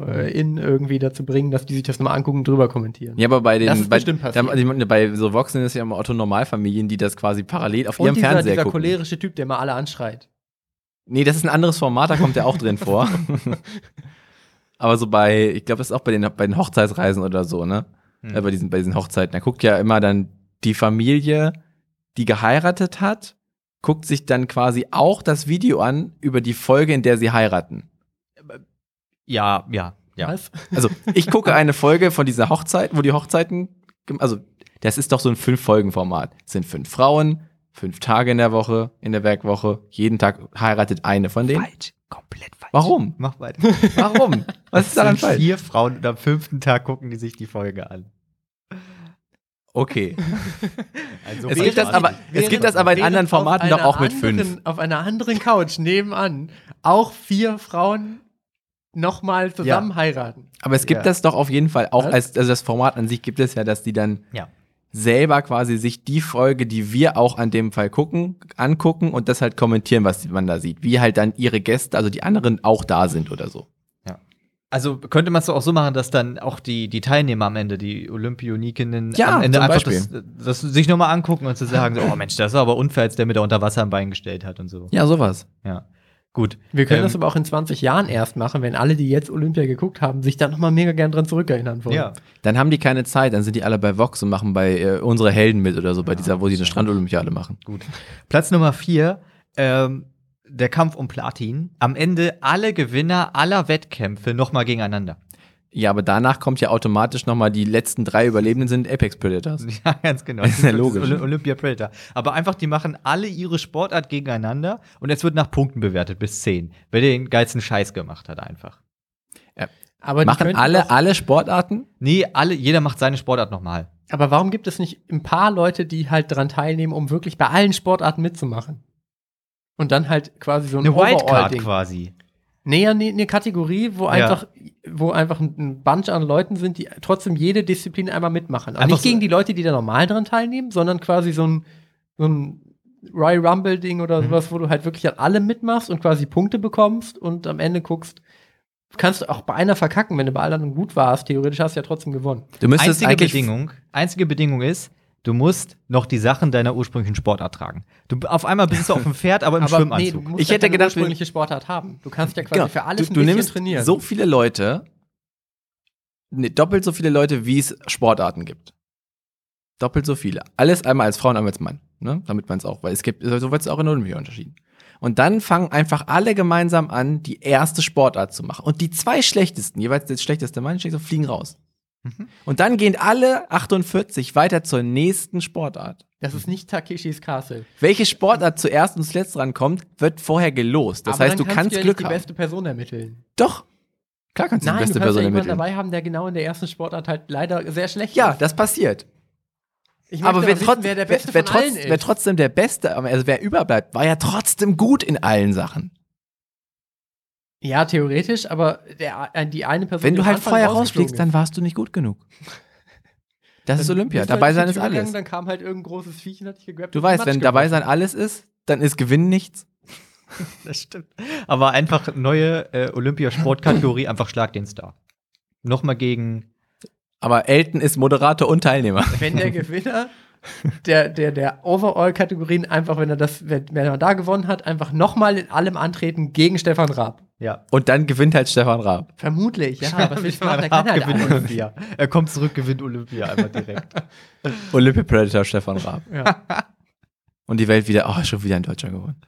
[SPEAKER 4] äh, in irgendwie dazu bringen, dass die sich das nochmal angucken und drüber kommentieren.
[SPEAKER 2] Ja, aber bei den
[SPEAKER 4] Das ist
[SPEAKER 2] bei,
[SPEAKER 4] bestimmt
[SPEAKER 2] da, also
[SPEAKER 4] passiert.
[SPEAKER 2] bei so Vox sind es ja immer Otto Normalfamilien, die das quasi parallel auf ihrem
[SPEAKER 4] Und dieser,
[SPEAKER 2] Fernseher
[SPEAKER 4] dieser
[SPEAKER 2] gucken.
[SPEAKER 4] cholerische Typ, der mal alle anschreit.
[SPEAKER 2] Nee, das ist ein anderes Format, da kommt der auch drin vor. aber so bei, ich glaube, das ist auch bei den bei den Hochzeitsreisen oder so, ne?
[SPEAKER 1] Mhm.
[SPEAKER 2] Äh,
[SPEAKER 1] Hm.
[SPEAKER 2] bei diesen bei diesen Hochzeiten, da guckt ja immer dann die Familie, die geheiratet hat, guckt sich dann quasi auch das Video an über die Folge, in der sie heiraten.
[SPEAKER 1] ja, ja, ja.
[SPEAKER 4] Was?
[SPEAKER 2] Also, ich gucke eine Folge von dieser Hochzeit, wo die Hochzeiten, gem- also, das ist doch so ein Fünf-Folgen-Format. Es sind fünf Frauen, fünf Tage in der Woche, in der Werkwoche, jeden Tag heiratet eine von denen.
[SPEAKER 1] Falsch. Komplett falsch.
[SPEAKER 2] Warum?
[SPEAKER 1] Mach weiter.
[SPEAKER 2] Warum? Was ist daran falsch?
[SPEAKER 1] Vier Frauen und am fünften Tag gucken die sich die Folge an.
[SPEAKER 2] Okay.
[SPEAKER 1] Also
[SPEAKER 2] Es gibt das aber, es gibt das aber in
[SPEAKER 4] Während
[SPEAKER 2] anderen
[SPEAKER 4] auf
[SPEAKER 2] Formaten doch
[SPEAKER 4] einer
[SPEAKER 2] auch mit fünf.
[SPEAKER 4] anderen- Auf einer anderen Couch nebenan auch vier Frauen nochmal zusammen heiraten.
[SPEAKER 2] Aber es gibt
[SPEAKER 1] Ja.
[SPEAKER 2] das doch auf jeden Fall auch
[SPEAKER 4] Was?
[SPEAKER 2] als, also das Format an sich gibt es ja, dass die dann
[SPEAKER 1] Ja.
[SPEAKER 2] selber quasi sich die Folge, die wir auch an dem Fall gucken, angucken und das halt kommentieren, was man da sieht. Wie halt dann ihre Gäste, also die anderen auch da sind oder so.
[SPEAKER 1] Also könnte man es doch auch so machen, dass dann auch die, die Teilnehmer am Ende, die Olympionikinnen
[SPEAKER 2] Ja,
[SPEAKER 1] am Ende
[SPEAKER 2] zum
[SPEAKER 1] einfach das,
[SPEAKER 2] Beispiel.
[SPEAKER 1] das sich nochmal angucken und zu sagen, so, oh Mensch, das ist aber unfair, als der mit der unter Wasser am Bein gestellt hat und so.
[SPEAKER 2] Ja, sowas.
[SPEAKER 1] Ja. Gut.
[SPEAKER 4] Wir können
[SPEAKER 1] Ähm,
[SPEAKER 4] das aber auch in 20 Jahren erst machen, wenn alle, die jetzt Olympia geguckt haben, sich da nochmal mega gern dran zurückerinnern wollen.
[SPEAKER 1] ja.
[SPEAKER 2] Dann haben die keine Zeit, dann sind die alle bei Vox und machen bei äh, unsere Helden mit oder so, bei dieser, wo sie eine Strandolympiade machen.
[SPEAKER 1] Gut. Platz Nummer vier, ähm, der Kampf um Platin. Am Ende alle Gewinner aller Wettkämpfe nochmal gegeneinander.
[SPEAKER 2] Ja, aber danach kommt ja automatisch nochmal die letzten drei Überlebenden sind Apex Predators.
[SPEAKER 1] <laughs> Ja, ganz genau.
[SPEAKER 2] Das ist ja
[SPEAKER 1] Oly-
[SPEAKER 2] logisch.
[SPEAKER 1] Olympia Predator. Aber einfach, die machen alle ihre Sportart gegeneinander und es wird nach Punkten bewertet bis 10. Wer den geilsten Scheiß gemacht hat, einfach.
[SPEAKER 4] Aber, die
[SPEAKER 2] Machen
[SPEAKER 4] könnten
[SPEAKER 2] alle,
[SPEAKER 4] doch-
[SPEAKER 2] alle Sportarten?
[SPEAKER 1] Nee, alle, jeder macht seine Sportart nochmal.
[SPEAKER 4] aber warum gibt es nicht ein paar Leute, die halt dran teilnehmen, um wirklich bei allen Sportarten mitzumachen? Und dann halt quasi so ein
[SPEAKER 1] Eine Wildcard
[SPEAKER 4] Overall-Ding.
[SPEAKER 1] quasi.
[SPEAKER 4] Nee, ja, nee, eine Kategorie, wo einfach, wo einfach ein- ein Bunch an Leuten sind, die trotzdem jede Disziplin einmal mitmachen. Aber
[SPEAKER 1] Einfach
[SPEAKER 4] nicht gegen
[SPEAKER 1] so-
[SPEAKER 4] die Leute, die da normal dran teilnehmen, sondern quasi so ein, so ein Royal Rumble-Ding
[SPEAKER 2] Mhm.
[SPEAKER 4] oder sowas, wo du halt wirklich an allem mitmachst und quasi Punkte bekommst und am Ende guckst, kannst du auch bei einer verkacken, wenn du bei anderen gut warst. Theoretisch hast du ja trotzdem gewonnen.
[SPEAKER 2] Du müsstest
[SPEAKER 1] Einzige
[SPEAKER 2] eigentlich.
[SPEAKER 1] Bedingung, einzige Bedingung ist, du musst noch die Sachen deiner ursprünglichen Sportart tragen. Du, auf einmal bist du auf dem Pferd,
[SPEAKER 2] <laughs>
[SPEAKER 1] aber im Schwimmanzug.
[SPEAKER 4] musst
[SPEAKER 2] Ich
[SPEAKER 4] ja
[SPEAKER 2] hätte
[SPEAKER 4] keine
[SPEAKER 2] gedacht, wenn-
[SPEAKER 4] ursprüngliche Sportart haben. Du kannst ja quasi
[SPEAKER 2] Genau.
[SPEAKER 4] für alles
[SPEAKER 2] du, du
[SPEAKER 4] ein bisschen
[SPEAKER 2] nimmst
[SPEAKER 4] trainieren.
[SPEAKER 2] so viele Leute, nee, doppelt so viele Leute, wie es Sportarten gibt. Doppelt so viele. Alles einmal als Frauen, einmal als Mann. Ne? Damit man es auch, weil es gibt, so wird es auch in Olympia unterschieden. Und dann fangen einfach alle gemeinsam an, die erste Sportart zu machen. Und die zwei schlechtesten, jeweils der schlechteste Mann, schlechteste, fliegen raus.
[SPEAKER 4] Mhm.
[SPEAKER 2] Und dann gehen alle 48 weiter zur nächsten Sportart.
[SPEAKER 4] das ist nicht Takeshis Castle.
[SPEAKER 2] Welche Sportart zuerst und zuletzt rankommt, wird vorher gelost. Das
[SPEAKER 4] Aber
[SPEAKER 2] heißt, du
[SPEAKER 4] dann
[SPEAKER 2] kannst,
[SPEAKER 4] du ja nicht
[SPEAKER 2] Glück
[SPEAKER 4] die
[SPEAKER 2] haben.
[SPEAKER 4] beste Person ermitteln.
[SPEAKER 2] Doch. Klar kannst du
[SPEAKER 4] Nein,
[SPEAKER 2] die beste
[SPEAKER 4] du kannst
[SPEAKER 2] Person
[SPEAKER 4] ja jemanden
[SPEAKER 2] ermitteln.
[SPEAKER 4] dabei haben, der genau in der ersten Sportart halt leider sehr schlecht
[SPEAKER 2] Ja,
[SPEAKER 4] ist.
[SPEAKER 2] das passiert.
[SPEAKER 4] Ich
[SPEAKER 2] aber
[SPEAKER 4] möchte
[SPEAKER 2] wer,
[SPEAKER 4] wissen,
[SPEAKER 2] trotz,
[SPEAKER 4] wer der
[SPEAKER 2] wer,
[SPEAKER 4] Beste
[SPEAKER 2] wer,
[SPEAKER 4] von allen
[SPEAKER 2] trotz, wer
[SPEAKER 4] ist.
[SPEAKER 2] trotzdem der Beste, also wer überbleibt, war ja trotzdem gut in allen Sachen.
[SPEAKER 4] Ja, theoretisch, aber der, äh, die eine Person.
[SPEAKER 2] Wenn
[SPEAKER 4] die
[SPEAKER 2] du
[SPEAKER 4] am
[SPEAKER 2] halt
[SPEAKER 4] Anfang
[SPEAKER 2] vorher
[SPEAKER 4] rausgeflogen
[SPEAKER 2] rausfliegst, dann warst du nicht gut genug. Das ist
[SPEAKER 4] Dann
[SPEAKER 2] Olympia.
[SPEAKER 4] bist du halt
[SPEAKER 2] Dabei
[SPEAKER 4] durch die
[SPEAKER 2] sein ist
[SPEAKER 4] Tür gegangen,
[SPEAKER 2] alles.
[SPEAKER 4] Dann kam halt irgendein großes Viech und hat dich gegrabt.
[SPEAKER 2] Du weißt, wenn dabei sein alles ist, dann ist Gewinn nichts.
[SPEAKER 1] Das stimmt. Aber einfach neue äh, Olympiasportkategorie, einfach schlag den Star. Nochmal gegen.
[SPEAKER 2] Aber Elton ist Moderator und Teilnehmer. <laughs>
[SPEAKER 4] Wenn der Gewinner der, der, der Overall-Kategorien einfach, wenn er das, wenn, wenn er da gewonnen hat, einfach nochmal in allem antreten gegen Stefan Raab.
[SPEAKER 1] Ja.
[SPEAKER 2] Und dann gewinnt halt Stefan Raab.
[SPEAKER 4] Vermutlich,
[SPEAKER 1] <laughs>
[SPEAKER 4] ja. Was will ich machen? Der kann halt
[SPEAKER 1] gewinnt
[SPEAKER 4] alles.
[SPEAKER 1] Olympia. Er kommt zurück, gewinnt Olympia einfach
[SPEAKER 4] <laughs>
[SPEAKER 1] direkt.
[SPEAKER 2] Olympia Predator Stefan Raab.
[SPEAKER 4] Ja.
[SPEAKER 2] <laughs> Und die Welt wieder, oh, schon wieder ein Deutscher gewonnen.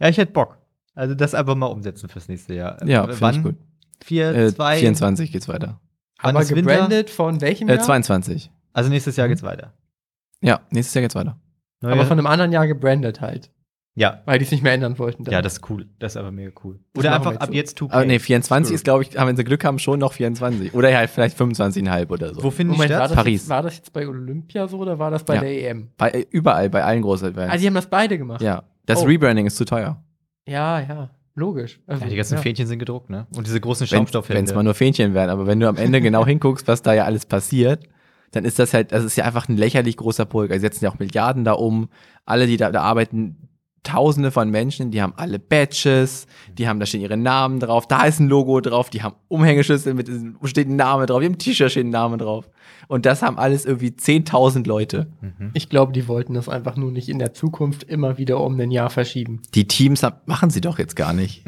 [SPEAKER 1] ja, ich hätte Bock. Also das einfach mal umsetzen fürs nächste Jahr. Äh,
[SPEAKER 2] Ja, finde
[SPEAKER 1] wann?
[SPEAKER 2] ich gut.
[SPEAKER 1] Vier,
[SPEAKER 2] Äh,
[SPEAKER 1] zwei.
[SPEAKER 2] 24 geht's weiter.
[SPEAKER 1] Wann
[SPEAKER 4] Aber
[SPEAKER 1] ist Winter?
[SPEAKER 4] gebrandet von welchem
[SPEAKER 2] Äh,
[SPEAKER 4] Jahr?
[SPEAKER 2] 22.
[SPEAKER 1] Also nächstes
[SPEAKER 2] Mhm.
[SPEAKER 1] Jahr geht's weiter.
[SPEAKER 2] Ja, nächstes Jahr geht's weiter.
[SPEAKER 1] Neue,
[SPEAKER 4] aber von einem anderen Jahr gebrandet halt.
[SPEAKER 1] ja.
[SPEAKER 4] Weil die es nicht mehr ändern wollten. dann.
[SPEAKER 1] Ja, das ist cool. Das ist aber mega cool.
[SPEAKER 4] Das
[SPEAKER 1] Oder
[SPEAKER 4] machen
[SPEAKER 1] einfach ab
[SPEAKER 4] wir jetzt so.
[SPEAKER 1] jetzt 2K.
[SPEAKER 2] Aber Ah, nee, 24 ist, glaube ich, haben, wenn sie Glück haben, schon noch 24. Oder halt vielleicht 25,5 oder so.
[SPEAKER 1] Wo finden die
[SPEAKER 4] Moment, war
[SPEAKER 1] statt?
[SPEAKER 4] das,
[SPEAKER 2] Paris.
[SPEAKER 4] Jetzt, war das jetzt bei Olympia so oder war das bei
[SPEAKER 2] Ja.
[SPEAKER 4] der EM?
[SPEAKER 2] Bei, äh, überall, bei allen großen
[SPEAKER 4] Ah, die haben das beide gemacht.
[SPEAKER 2] Ja. Das
[SPEAKER 4] Oh.
[SPEAKER 2] Rebranding ist zu teuer.
[SPEAKER 4] ja. ja, Logisch. Also,
[SPEAKER 1] Ja, die ganzen
[SPEAKER 4] ja.
[SPEAKER 1] Fähnchen sind gedruckt, ne? Und diese großen
[SPEAKER 2] Wenn es mal
[SPEAKER 1] Schaumstoffhände.
[SPEAKER 2] nur Fähnchen wären. Aber wenn du am Ende genau hinguckst, was da ja alles passiert, dann ist das halt, das ist ja einfach ein lächerlich großer Pulk. Also setzen ja auch Milliarden da um. Alle, die da, da arbeiten, tausende von Menschen, die haben alle Badges, die haben, da stehen ihre Namen drauf, da ist ein Logo drauf, die haben Umhängeschlüssel mit, diesem- steht ein Name drauf, die haben ein T-Shirt steht ein Name drauf. Und das haben alles irgendwie 10.000 Leute.
[SPEAKER 1] Mhm.
[SPEAKER 4] Ich glaube, die wollten das einfach nur nicht in der Zukunft immer wieder um ein Jahr verschieben.
[SPEAKER 2] Die Teams haben, machen sie doch jetzt gar nicht.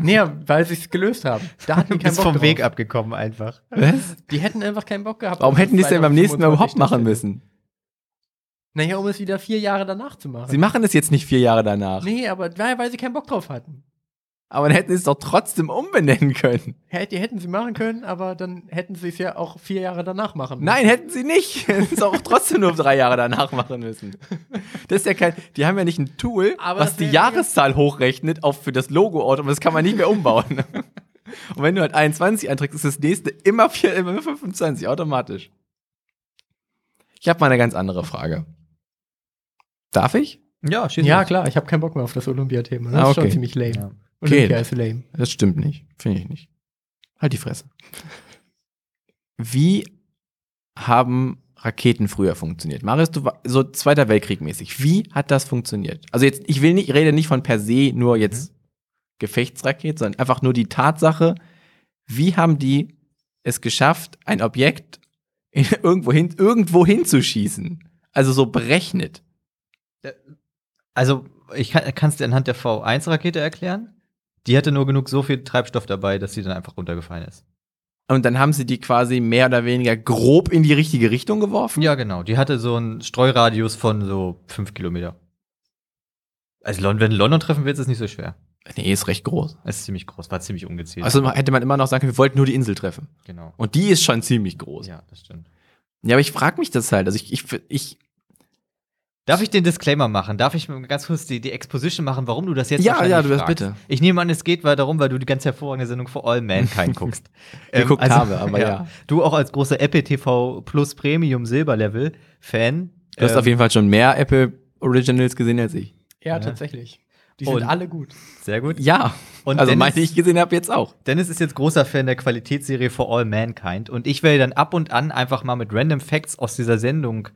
[SPEAKER 4] Naja, weil sie es gelöst haben. Da hatten
[SPEAKER 1] Du
[SPEAKER 2] <laughs>
[SPEAKER 4] die keinen
[SPEAKER 1] bist
[SPEAKER 4] Bock
[SPEAKER 1] vom
[SPEAKER 4] drauf.
[SPEAKER 1] Weg abgekommen einfach.
[SPEAKER 2] Was?
[SPEAKER 4] Die hätten einfach keinen Bock gehabt. um
[SPEAKER 2] Warum
[SPEAKER 4] dass
[SPEAKER 2] hätten die es denn beim nächsten Mal überhaupt
[SPEAKER 4] 2025
[SPEAKER 2] machen
[SPEAKER 4] stattfindet.
[SPEAKER 2] müssen?
[SPEAKER 4] Naja, um es wieder vier Jahre danach zu machen.
[SPEAKER 2] Sie machen es jetzt nicht vier Jahre danach.
[SPEAKER 4] nee, aber weil, weil sie keinen Bock drauf hatten.
[SPEAKER 2] Aber dann hätten sie es doch trotzdem umbenennen können.
[SPEAKER 4] Hätt- Die hätten sie machen können, aber dann hätten sie es ja auch vier Jahre danach machen müssen.
[SPEAKER 2] Nein, hätten sie nicht. <laughs> Es ist auch trotzdem nur drei Jahre danach machen müssen. Das ist ja kein. Die haben ja nicht ein Tool,
[SPEAKER 4] Aber
[SPEAKER 2] was
[SPEAKER 4] das
[SPEAKER 2] die
[SPEAKER 4] wäre-
[SPEAKER 2] Jahreszahl hochrechnet, auch für das logo aber das kann man nicht mehr umbauen.
[SPEAKER 4] <laughs>
[SPEAKER 2] Und wenn du halt 21 einträgst, ist das nächste immer, vier, immer 25, automatisch. Ich habe mal eine ganz andere Frage. Darf ich?
[SPEAKER 1] Ja, schieß
[SPEAKER 4] Ja,
[SPEAKER 1] los.
[SPEAKER 4] klar, ich habe keinen Bock mehr auf das Olympiathema. Das
[SPEAKER 2] Ah,
[SPEAKER 4] ist schon
[SPEAKER 2] okay.
[SPEAKER 4] ziemlich lame.
[SPEAKER 1] Ja.
[SPEAKER 4] Olympia ist lame.
[SPEAKER 2] Das stimmt nicht. Finde ich nicht. Halt die Fresse. Wie haben Raketen früher funktioniert? Marius, du war so Zweiter Weltkrieg mäßig. Wie hat das funktioniert? Also jetzt, ich will nicht, ich rede nicht von per se nur jetzt Gefechtsrakete, sondern einfach nur die Tatsache, wie haben die es geschafft, ein Objekt in, <laughs> irgendwo, hin, irgendwo hinzuschießen? Also so berechnet.
[SPEAKER 1] Also, ich kann es dir anhand der V1-Rakete erklären. Die hatte nur genug so viel Treibstoff dabei, dass sie dann einfach runtergefallen ist.
[SPEAKER 2] Und dann haben sie die quasi mehr oder weniger grob in die richtige Richtung geworfen?
[SPEAKER 1] Ja, genau. Die hatte so einen Streuradius von so fünf Kilometer. Also, Lon- wenn du London treffen willst, ist nicht so schwer.
[SPEAKER 2] Nee, ist recht groß.
[SPEAKER 1] Es ist ziemlich groß, war ziemlich ungezielt.
[SPEAKER 2] Also hätte man immer noch sagen können, wir wollten nur die Insel treffen.
[SPEAKER 1] genau.
[SPEAKER 2] Und die ist schon ziemlich groß. Ja,
[SPEAKER 1] Ja, das stimmt.
[SPEAKER 2] aber ich frage mich das halt. Also ich, ich, ich
[SPEAKER 1] Darf ich den Disclaimer machen? Darf ich mal ganz kurz die, die Exposition machen, warum du das jetzt
[SPEAKER 2] Ja,
[SPEAKER 1] wahrscheinlich
[SPEAKER 2] ja, du das
[SPEAKER 1] fragst?
[SPEAKER 2] bitte.
[SPEAKER 1] Ich nehme an, es geht weil- darum, weil du die ganz hervorragende Sendung For All
[SPEAKER 2] <laughs>
[SPEAKER 1] Mankind guckst. Ähm, also
[SPEAKER 2] Geguckt habe,
[SPEAKER 1] <laughs>
[SPEAKER 2] aber ja.
[SPEAKER 1] Du auch als großer Apple TV Plus Premium Silber Level Fan. Ähm,
[SPEAKER 2] du hast auf jeden Fall schon mehr Apple Originals gesehen als ich.
[SPEAKER 4] Ja, tatsächlich. Die
[SPEAKER 1] Und-
[SPEAKER 4] sind alle gut.
[SPEAKER 1] Sehr gut.
[SPEAKER 2] Ja.
[SPEAKER 1] Und
[SPEAKER 2] also
[SPEAKER 1] Dennis-
[SPEAKER 2] meine ich gesehen habe jetzt auch.
[SPEAKER 1] Dennis ist jetzt großer Fan der Qualitätsserie For All Mankind und ich werde dann ab und an einfach mal mit Random Facts aus dieser Sendung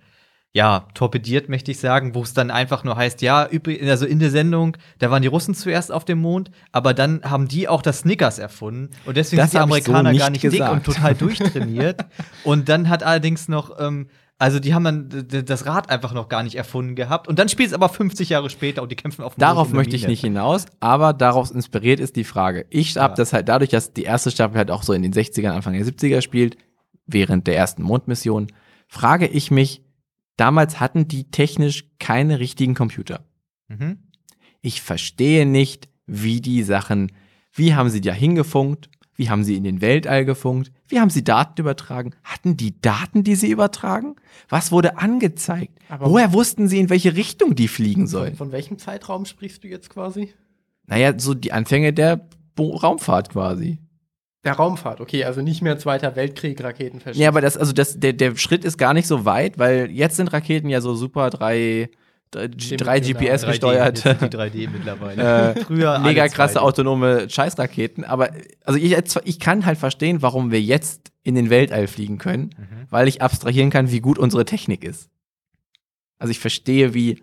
[SPEAKER 1] ja, torpediert, möchte ich sagen, wo es dann einfach nur heißt, ja, übri- also in der Sendung, da waren die Russen zuerst auf dem Mond, aber dann haben die auch das Snickers erfunden und deswegen
[SPEAKER 2] Das
[SPEAKER 1] sind die
[SPEAKER 2] hab ich so
[SPEAKER 1] Amerikaner
[SPEAKER 2] nicht
[SPEAKER 1] gar nicht dick
[SPEAKER 2] gesagt.
[SPEAKER 1] und total
[SPEAKER 2] <laughs>
[SPEAKER 1] durchtrainiert. und dann hat allerdings noch, ähm, also die haben dann d- d- das Rad einfach noch gar nicht erfunden gehabt und dann spielt es aber 50 Jahre später und die kämpfen auf dem Mond
[SPEAKER 2] Darauf
[SPEAKER 1] in der
[SPEAKER 2] möchte ich
[SPEAKER 1] Mine.
[SPEAKER 2] nicht hinaus, aber daraus inspiriert ist die Frage. Ich habe
[SPEAKER 1] Ja.
[SPEAKER 2] das halt dadurch, dass die erste Staffel halt auch so in den 60ern, Anfang der 70er spielt, während der ersten Mondmission, frage ich mich, damals hatten die technisch keine richtigen Computer.
[SPEAKER 1] Mhm.
[SPEAKER 2] Ich verstehe nicht, wie die Sachen, wie haben sie da hingefunkt? Wie haben sie in den Weltall gefunkt? Wie haben sie Daten übertragen? Hatten die Daten, die sie übertragen? Was wurde angezeigt?
[SPEAKER 4] Aber-
[SPEAKER 2] Woher wussten sie, in welche Richtung die fliegen
[SPEAKER 4] Von,
[SPEAKER 2] sollen?
[SPEAKER 4] von welchem Zeitraum sprichst du jetzt quasi?
[SPEAKER 2] Naja, so die Anfänge der Bo Raumfahrt quasi.
[SPEAKER 4] Der Raumfahrt, okay, also nicht mehr Zweiter Weltkrieg, Raketen verschieben.
[SPEAKER 2] Ja, aber das, also das, der, der Schritt ist gar nicht so weit, weil jetzt sind Raketen ja so super drei, drei, drei
[SPEAKER 4] genau,
[SPEAKER 2] GPS
[SPEAKER 1] 3D,
[SPEAKER 2] gesteuert.
[SPEAKER 1] jetzt sind die 3D mittlerweile.
[SPEAKER 2] <laughs> Äh,
[SPEAKER 1] <laughs> Früher
[SPEAKER 2] mega
[SPEAKER 1] alle
[SPEAKER 2] krasse
[SPEAKER 1] 2D.
[SPEAKER 2] autonome Scheißraketen, aber also ich, ich kann halt verstehen, warum wir jetzt in den Weltall fliegen können,
[SPEAKER 1] Mhm,
[SPEAKER 2] weil ich abstrahieren kann, wie gut unsere Technik ist. Also ich verstehe, wie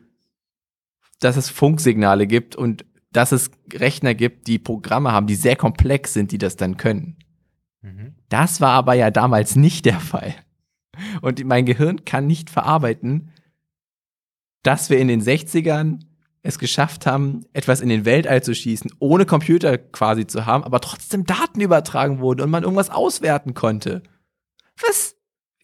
[SPEAKER 2] dass es Funksignale gibt und dass es Rechner gibt, die Programme haben, die sehr komplex sind, die das dann können.
[SPEAKER 1] Mhm.
[SPEAKER 2] Das war aber ja damals nicht der Fall. Und mein Gehirn kann nicht verarbeiten, dass wir in den 60ern es geschafft haben, etwas in den Weltall zu schießen, ohne Computer quasi zu haben, aber trotzdem Daten übertragen wurden und man irgendwas auswerten konnte. Was?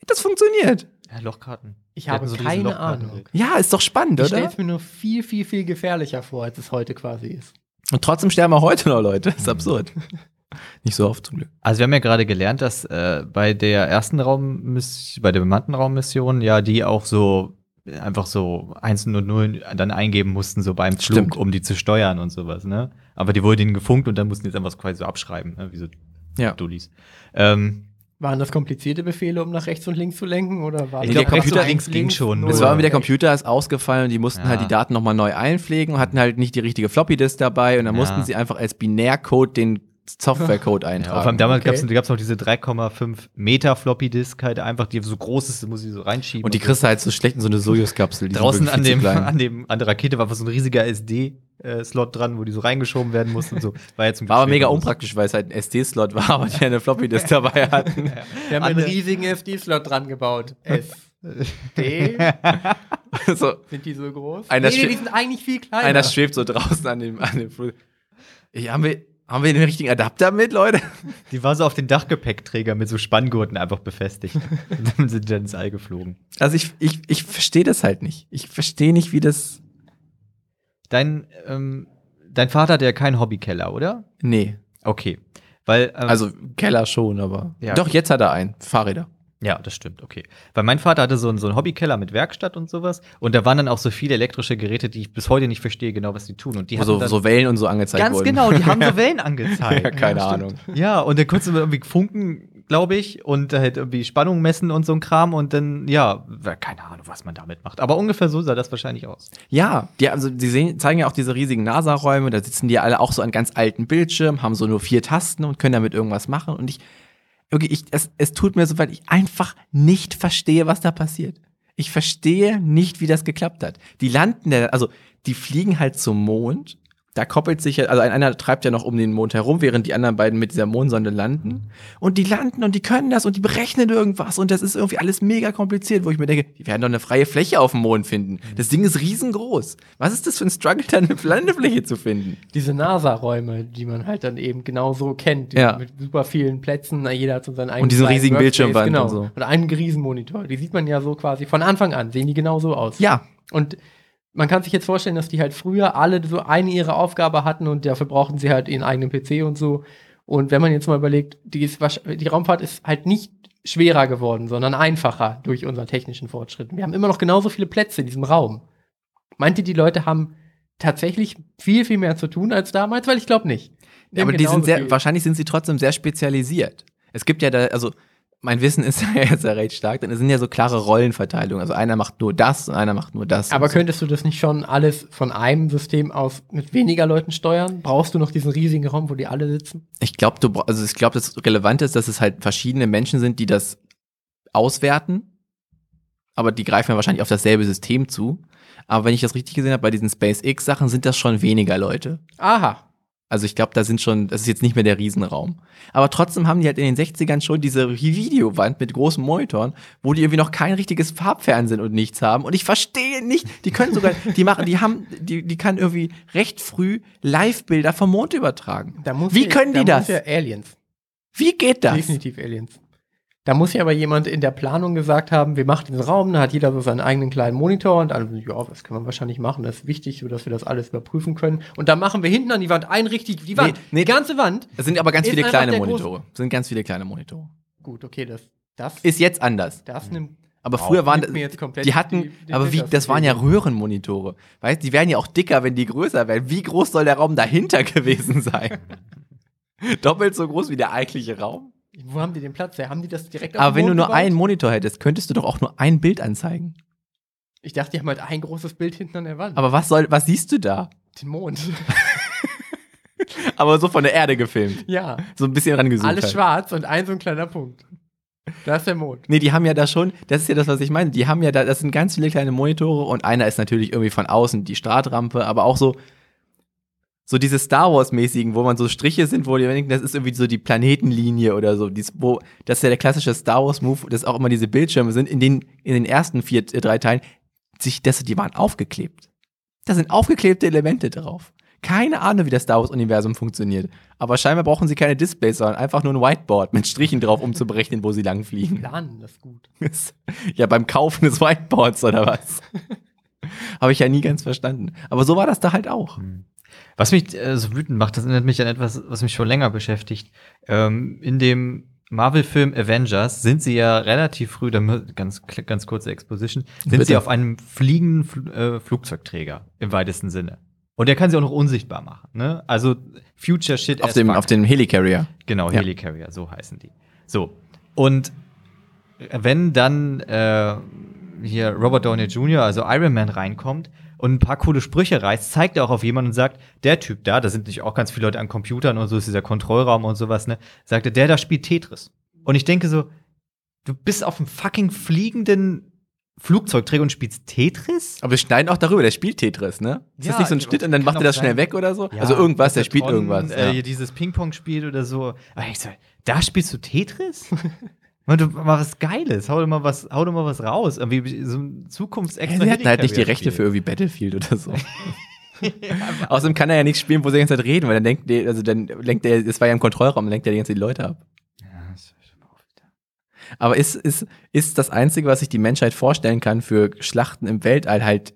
[SPEAKER 2] Das funktioniert.
[SPEAKER 1] Ja, Lochkarten.
[SPEAKER 4] ich
[SPEAKER 1] Wir
[SPEAKER 4] habe
[SPEAKER 1] hatten so diesen
[SPEAKER 4] keine
[SPEAKER 1] Lochkarten-
[SPEAKER 4] Ahnung.
[SPEAKER 2] Ja, ist doch spannend,
[SPEAKER 4] Ich stelle
[SPEAKER 2] oder?
[SPEAKER 4] es mir nur viel, viel, viel gefährlicher vor, als es heute quasi ist.
[SPEAKER 2] Und trotzdem sterben auch heute noch Leute. Das ist absurd. <laughs> Nicht so oft zum Glück.
[SPEAKER 1] Also wir haben ja gerade gelernt, dass äh, bei der ersten Raummission, bei der bemannten Raummission, ja, die auch so äh, einfach so Einsen und Nullen dann eingeben mussten, so beim Flug,
[SPEAKER 2] Stimmt.
[SPEAKER 1] um die zu steuern und sowas, ne? Aber die wurden ihnen gefunkt und dann mussten die jetzt einfach quasi so abschreiben, ne? Wie so
[SPEAKER 2] Ja.
[SPEAKER 1] Dullis. Ähm,
[SPEAKER 4] Waren das komplizierte Befehle, um nach rechts und links zu lenken? Oder war
[SPEAKER 1] Ich
[SPEAKER 4] das
[SPEAKER 2] glaub,
[SPEAKER 4] rechts
[SPEAKER 1] Computer
[SPEAKER 4] und
[SPEAKER 1] links ging schon,
[SPEAKER 4] null?
[SPEAKER 2] Es
[SPEAKER 1] Oder?
[SPEAKER 2] war irgendwie der Computer ist ausgefallen und die mussten
[SPEAKER 1] Ja.
[SPEAKER 2] halt die Daten nochmal neu einpflegen und hatten halt nicht die richtige Floppy-Disk dabei und dann
[SPEAKER 1] Ja.
[SPEAKER 2] mussten sie einfach als Binärcode den
[SPEAKER 1] <laughs>
[SPEAKER 2] Softwarecode
[SPEAKER 1] ja, auf einem
[SPEAKER 2] eintragen.
[SPEAKER 1] damals
[SPEAKER 4] okay.
[SPEAKER 1] gab's gab's noch diese 3,5 Meter Floppy Disk halt einfach, die so groß ist, die muss ich so reinschieben.
[SPEAKER 2] und die
[SPEAKER 1] so.
[SPEAKER 2] kriegst du halt so schlecht in so eine Sojus-Kapsel. die sind
[SPEAKER 1] draußen
[SPEAKER 2] wirklich
[SPEAKER 1] an
[SPEAKER 2] viel
[SPEAKER 1] dem,
[SPEAKER 2] zu klein.
[SPEAKER 1] <laughs> an dem an der Rakete war einfach so ein riesiger SD-Slot dran, wo die so reingeschoben werden mussten und so. War jetzt
[SPEAKER 2] War aber mega unpraktisch, weil es halt ein SD-Slot war, aber die
[SPEAKER 1] <laughs>
[SPEAKER 2] eine Floppy-Disk dabei hatten.
[SPEAKER 4] Wir haben einen
[SPEAKER 1] Andere-
[SPEAKER 4] riesigen SD-Slot
[SPEAKER 2] <laughs>
[SPEAKER 4] dran gebaut. S. D.
[SPEAKER 2] so,
[SPEAKER 4] Sind die so groß?
[SPEAKER 2] Einer schwe-
[SPEAKER 4] die sind eigentlich viel kleiner.
[SPEAKER 2] einer schwebt so draußen an dem, an dem Flug. Ey, haben, wir, haben wir den richtigen Adapter mit, Leute?
[SPEAKER 1] Die war so auf den Dachgepäckträger mit so Spanngurten einfach
[SPEAKER 2] <laughs>
[SPEAKER 1] befestigt. Und dann sind die dann ins All geflogen.
[SPEAKER 2] Also ich, ich, ich verstehe das halt nicht. Ich verstehe nicht, wie das.
[SPEAKER 1] Dein, ähm, dein Vater hat ja keinen Hobbykeller, oder?
[SPEAKER 2] Nee.
[SPEAKER 1] Okay. Weil, ähm,
[SPEAKER 2] Also Keller schon, aber.
[SPEAKER 1] Ja.
[SPEAKER 2] Doch, jetzt hat er einen. Fahrräder.
[SPEAKER 1] Ja, das stimmt, okay. Weil mein Vater hatte so einen, so einen Hobbykeller mit Werkstatt und sowas. Und da waren dann auch so viele elektrische Geräte, die ich bis heute nicht verstehe, genau was die tun. Und die
[SPEAKER 2] Wo so,
[SPEAKER 1] hatten dann
[SPEAKER 2] so Wellen und so angezeigt
[SPEAKER 1] Ganz
[SPEAKER 2] wurden.
[SPEAKER 1] genau, die haben so Wellen angezeigt.
[SPEAKER 2] <laughs> Ja, keine
[SPEAKER 1] stimmt.
[SPEAKER 2] Ahnung.
[SPEAKER 1] Ja, und dann konntest du irgendwie Funken, glaube ich, und halt irgendwie Spannung messen und so ein Kram und dann, ja, wa- keine Ahnung, was man damit macht. Aber ungefähr so sah das wahrscheinlich aus.
[SPEAKER 2] Ja, die, also die sehen, zeigen ja auch diese riesigen NASA-Räume, da sitzen die alle auch so an ganz alten Bildschirmen, haben so nur vier Tasten und können damit irgendwas machen. Und ich, wirklich, ich es, es tut mir so, weil ich einfach nicht verstehe, was da passiert. Ich verstehe nicht, wie das geklappt hat. Die landen ja, also die fliegen halt zum Mond. Da koppelt sich ja, also ein- einer treibt ja noch um den Mond herum, während die anderen beiden mit dieser Mondsonde landen. Und die landen und die können das und die berechnen irgendwas und das ist irgendwie alles mega kompliziert, wo ich mir denke, die werden doch eine freie Fläche auf dem Mond finden. Das Ding ist riesengroß. Was ist das für ein Struggle, da eine Landefläche zu finden?
[SPEAKER 4] Diese NASA-Räume, die man halt dann eben genau so kennt. Die
[SPEAKER 2] Ja.
[SPEAKER 4] Mit super vielen Plätzen, na, jeder hat so seinen eigenen.
[SPEAKER 2] diesen
[SPEAKER 4] kleinen
[SPEAKER 2] riesigen
[SPEAKER 4] Workspace,
[SPEAKER 2] Bildschirmwand
[SPEAKER 4] genau.
[SPEAKER 2] und so.
[SPEAKER 4] Und einen Riesenmonitor. Die sieht man ja so quasi von Anfang an, sehen die genau so aus.
[SPEAKER 2] Ja,
[SPEAKER 4] Und man kann sich jetzt vorstellen, dass die halt früher alle so eine ihre Aufgabe hatten und dafür brauchten sie halt ihren eigenen PC und so. Und wenn man jetzt mal überlegt, die, ist, wahrsch- die Raumfahrt ist halt nicht schwerer geworden, sondern einfacher durch unseren technischen Fortschritt. Wir haben immer noch genauso viele Plätze in diesem Raum. Meint ihr, die Leute haben tatsächlich viel, viel mehr zu tun als damals? Weil ich glaube nicht.
[SPEAKER 2] Ja, aber die sind sehr, wahrscheinlich sind sie trotzdem sehr spezialisiert. Es gibt ja da, also mein Wissen ist <laughs> ja jetzt ja recht stark, denn es sind ja so klare Rollenverteilungen. Also einer macht nur das und einer macht nur das.
[SPEAKER 4] Aber
[SPEAKER 2] und so.
[SPEAKER 4] könntest du das nicht schon alles von einem System aus mit weniger Leuten steuern? Brauchst du noch diesen riesigen Raum, wo die alle sitzen?
[SPEAKER 2] ich glaube, du bra- also ich glaube, das Relevante ist, dass es halt verschiedene Menschen sind, die das auswerten. Aber die greifen ja wahrscheinlich auf dasselbe System zu. Aber wenn ich das richtig gesehen habe, bei diesen SpaceX-Sachen sind das schon weniger Leute.
[SPEAKER 4] Aha.
[SPEAKER 2] Also ich glaube, da sind schon, das ist jetzt nicht mehr der Riesenraum. Aber trotzdem haben die halt in den 60ern schon diese Videowand mit großen Monitoren, wo die irgendwie noch kein richtiges Farbfernsehen und nichts haben. Und ich verstehe nicht, die können sogar, die machen, die haben, die, die kann irgendwie recht früh Live-Bilder vom Mond übertragen.
[SPEAKER 4] Da muss
[SPEAKER 2] Wie
[SPEAKER 4] ja-
[SPEAKER 2] können die
[SPEAKER 4] da
[SPEAKER 2] das?
[SPEAKER 4] Muss ja Aliens.
[SPEAKER 2] Wie geht das?
[SPEAKER 4] Definitiv Aliens. Da muss ja aber jemand in der Planung gesagt haben, wir machen diesen Raum, da hat jeder so seinen eigenen kleinen Monitor und alle, ja, das können wir wahrscheinlich machen, das ist wichtig, sodass wir das alles überprüfen können. Und dann machen wir hinten an die Wand ein richtig, die Wand,
[SPEAKER 2] nee.
[SPEAKER 4] die ganze Wand.
[SPEAKER 2] Es sind aber ganz
[SPEAKER 4] Ist
[SPEAKER 2] viele
[SPEAKER 4] einfach
[SPEAKER 2] kleine
[SPEAKER 4] der große-
[SPEAKER 2] Monitore. Es sind ganz viele kleine Monitore.
[SPEAKER 4] Gut, okay, das, das,
[SPEAKER 2] Ist jetzt anders.
[SPEAKER 4] das nimmt.
[SPEAKER 2] Aber früher waren
[SPEAKER 4] nimmt mir jetzt komplett
[SPEAKER 2] die hatten,
[SPEAKER 4] die- den
[SPEAKER 2] aber wie,
[SPEAKER 4] Filter
[SPEAKER 2] das
[SPEAKER 4] von
[SPEAKER 2] waren ja
[SPEAKER 4] dir.
[SPEAKER 2] Röhrenmonitore. <laughs> Weißt, die werden ja auch dicker, wenn die größer werden. Wie groß soll der Raum dahinter gewesen sein? Doppelt so groß wie der eigentliche Raum.
[SPEAKER 4] Wo haben die den Platz her? Haben die das direkt auf
[SPEAKER 2] Aber
[SPEAKER 4] dem
[SPEAKER 2] wenn du
[SPEAKER 4] Boden
[SPEAKER 2] nur
[SPEAKER 4] gebaut?
[SPEAKER 2] einen Monitor hättest, könntest du doch auch nur ein Bild anzeigen.
[SPEAKER 4] Ich dachte, die haben halt ein großes Bild hinten an der Wand.
[SPEAKER 2] Aber was soll, was siehst du da?
[SPEAKER 4] den Mond. <laughs>
[SPEAKER 2] Aber so von der Erde gefilmt.
[SPEAKER 4] ja.
[SPEAKER 2] So ein bisschen rangesucht.
[SPEAKER 4] Alles
[SPEAKER 2] halt.
[SPEAKER 4] schwarz und ein so ein kleiner Punkt. Da ist der Mond.
[SPEAKER 2] Nee, die haben ja da schon, das ist ja das, was ich meine. Die haben ja da, das sind ganz viele kleine Monitore und einer ist natürlich irgendwie von außen die Startrampe, aber auch so, so diese Star Wars-mäßigen, wo man so Striche sind, wo die denken, das ist irgendwie so die Planetenlinie oder so. Dies, wo, das ist ja der klassische Star Wars-Move, dass auch immer diese Bildschirme sind, in den, in den ersten vier, äh, drei Teilen, sich, das, die waren aufgeklebt. Da sind aufgeklebte Elemente drauf. Keine Ahnung, wie das Star Wars-Universum funktioniert. Aber scheinbar brauchen sie keine Displays, sondern einfach nur ein Whiteboard mit Strichen drauf, um zu berechnen, wo sie langfliegen.
[SPEAKER 4] Planen das gut.
[SPEAKER 2] Ist- Ja, beim Kaufen des Whiteboards oder was? Habe ich ja nie ganz verstanden. Aber so war das da halt auch.
[SPEAKER 1] Mhm. Was mich äh, so wütend macht, das erinnert mich an etwas, was mich schon länger beschäftigt. Ähm, in dem Marvel-Film Avengers sind sie ja relativ früh, da mü- ganz, kl- ganz kurze Exposition, sind
[SPEAKER 2] Bitte.
[SPEAKER 1] sie auf einem fliegenden Fl äh, Flugzeugträger im weitesten Sinne. Und der kann sie auch noch unsichtbar machen. Ne? Also Future Shit
[SPEAKER 2] Auf
[SPEAKER 1] as
[SPEAKER 2] dem,
[SPEAKER 1] fuck.
[SPEAKER 2] auf dem Helicarrier.
[SPEAKER 1] Genau,
[SPEAKER 2] Ja.
[SPEAKER 1] Helicarrier, so heißen die. So. Und wenn dann äh, hier Robert Downey Jr., also Iron Man, reinkommt und ein paar coole Sprüche reißt, zeigt er auch auf jemanden und sagt, der Typ da, da sind natürlich auch ganz viele Leute an Computern und so ist dieser Kontrollraum und sowas, ne? Sagt er, der da spielt Tetris. Und ich denke so, du bist auf einem fucking fliegenden Flugzeugträger und spielst Tetris?
[SPEAKER 2] Aber wir schneiden auch darüber, der spielt Tetris, ne? Ist
[SPEAKER 1] Ja,
[SPEAKER 2] das nicht so ein
[SPEAKER 1] aber
[SPEAKER 2] Schnitt und dann
[SPEAKER 1] kann
[SPEAKER 2] macht er
[SPEAKER 1] auch
[SPEAKER 2] das
[SPEAKER 1] sein.
[SPEAKER 2] schnell weg oder so?
[SPEAKER 1] Ja,
[SPEAKER 2] also irgendwas,
[SPEAKER 1] dass
[SPEAKER 2] der spielt
[SPEAKER 1] Tron,
[SPEAKER 2] irgendwas.
[SPEAKER 1] Äh, hier
[SPEAKER 2] ja.
[SPEAKER 1] Dieses Ping-Pong spielt oder so. Aber ich so, da spielst du Tetris? <laughs> Mann, du, mal was Geiles, hau dir mal was, hau dir mal was raus. Irgendwie so ein
[SPEAKER 2] Hä,
[SPEAKER 1] Zukunftsextra.
[SPEAKER 2] Sie hatten halt nicht die Rechte für irgendwie Battlefield
[SPEAKER 1] <laughs>
[SPEAKER 2] oder so. Außerdem kann er ja nichts spielen, wo sie die ganze Zeit reden, weil dann denkt, der- also dann lenkt der, das war ja im Kontrollraum, dann lenkt er die ganze Zeit die Leute ab. Aber ist, ist, ist das Einzige, was sich die Menschheit vorstellen kann für Schlachten im Weltall, halt,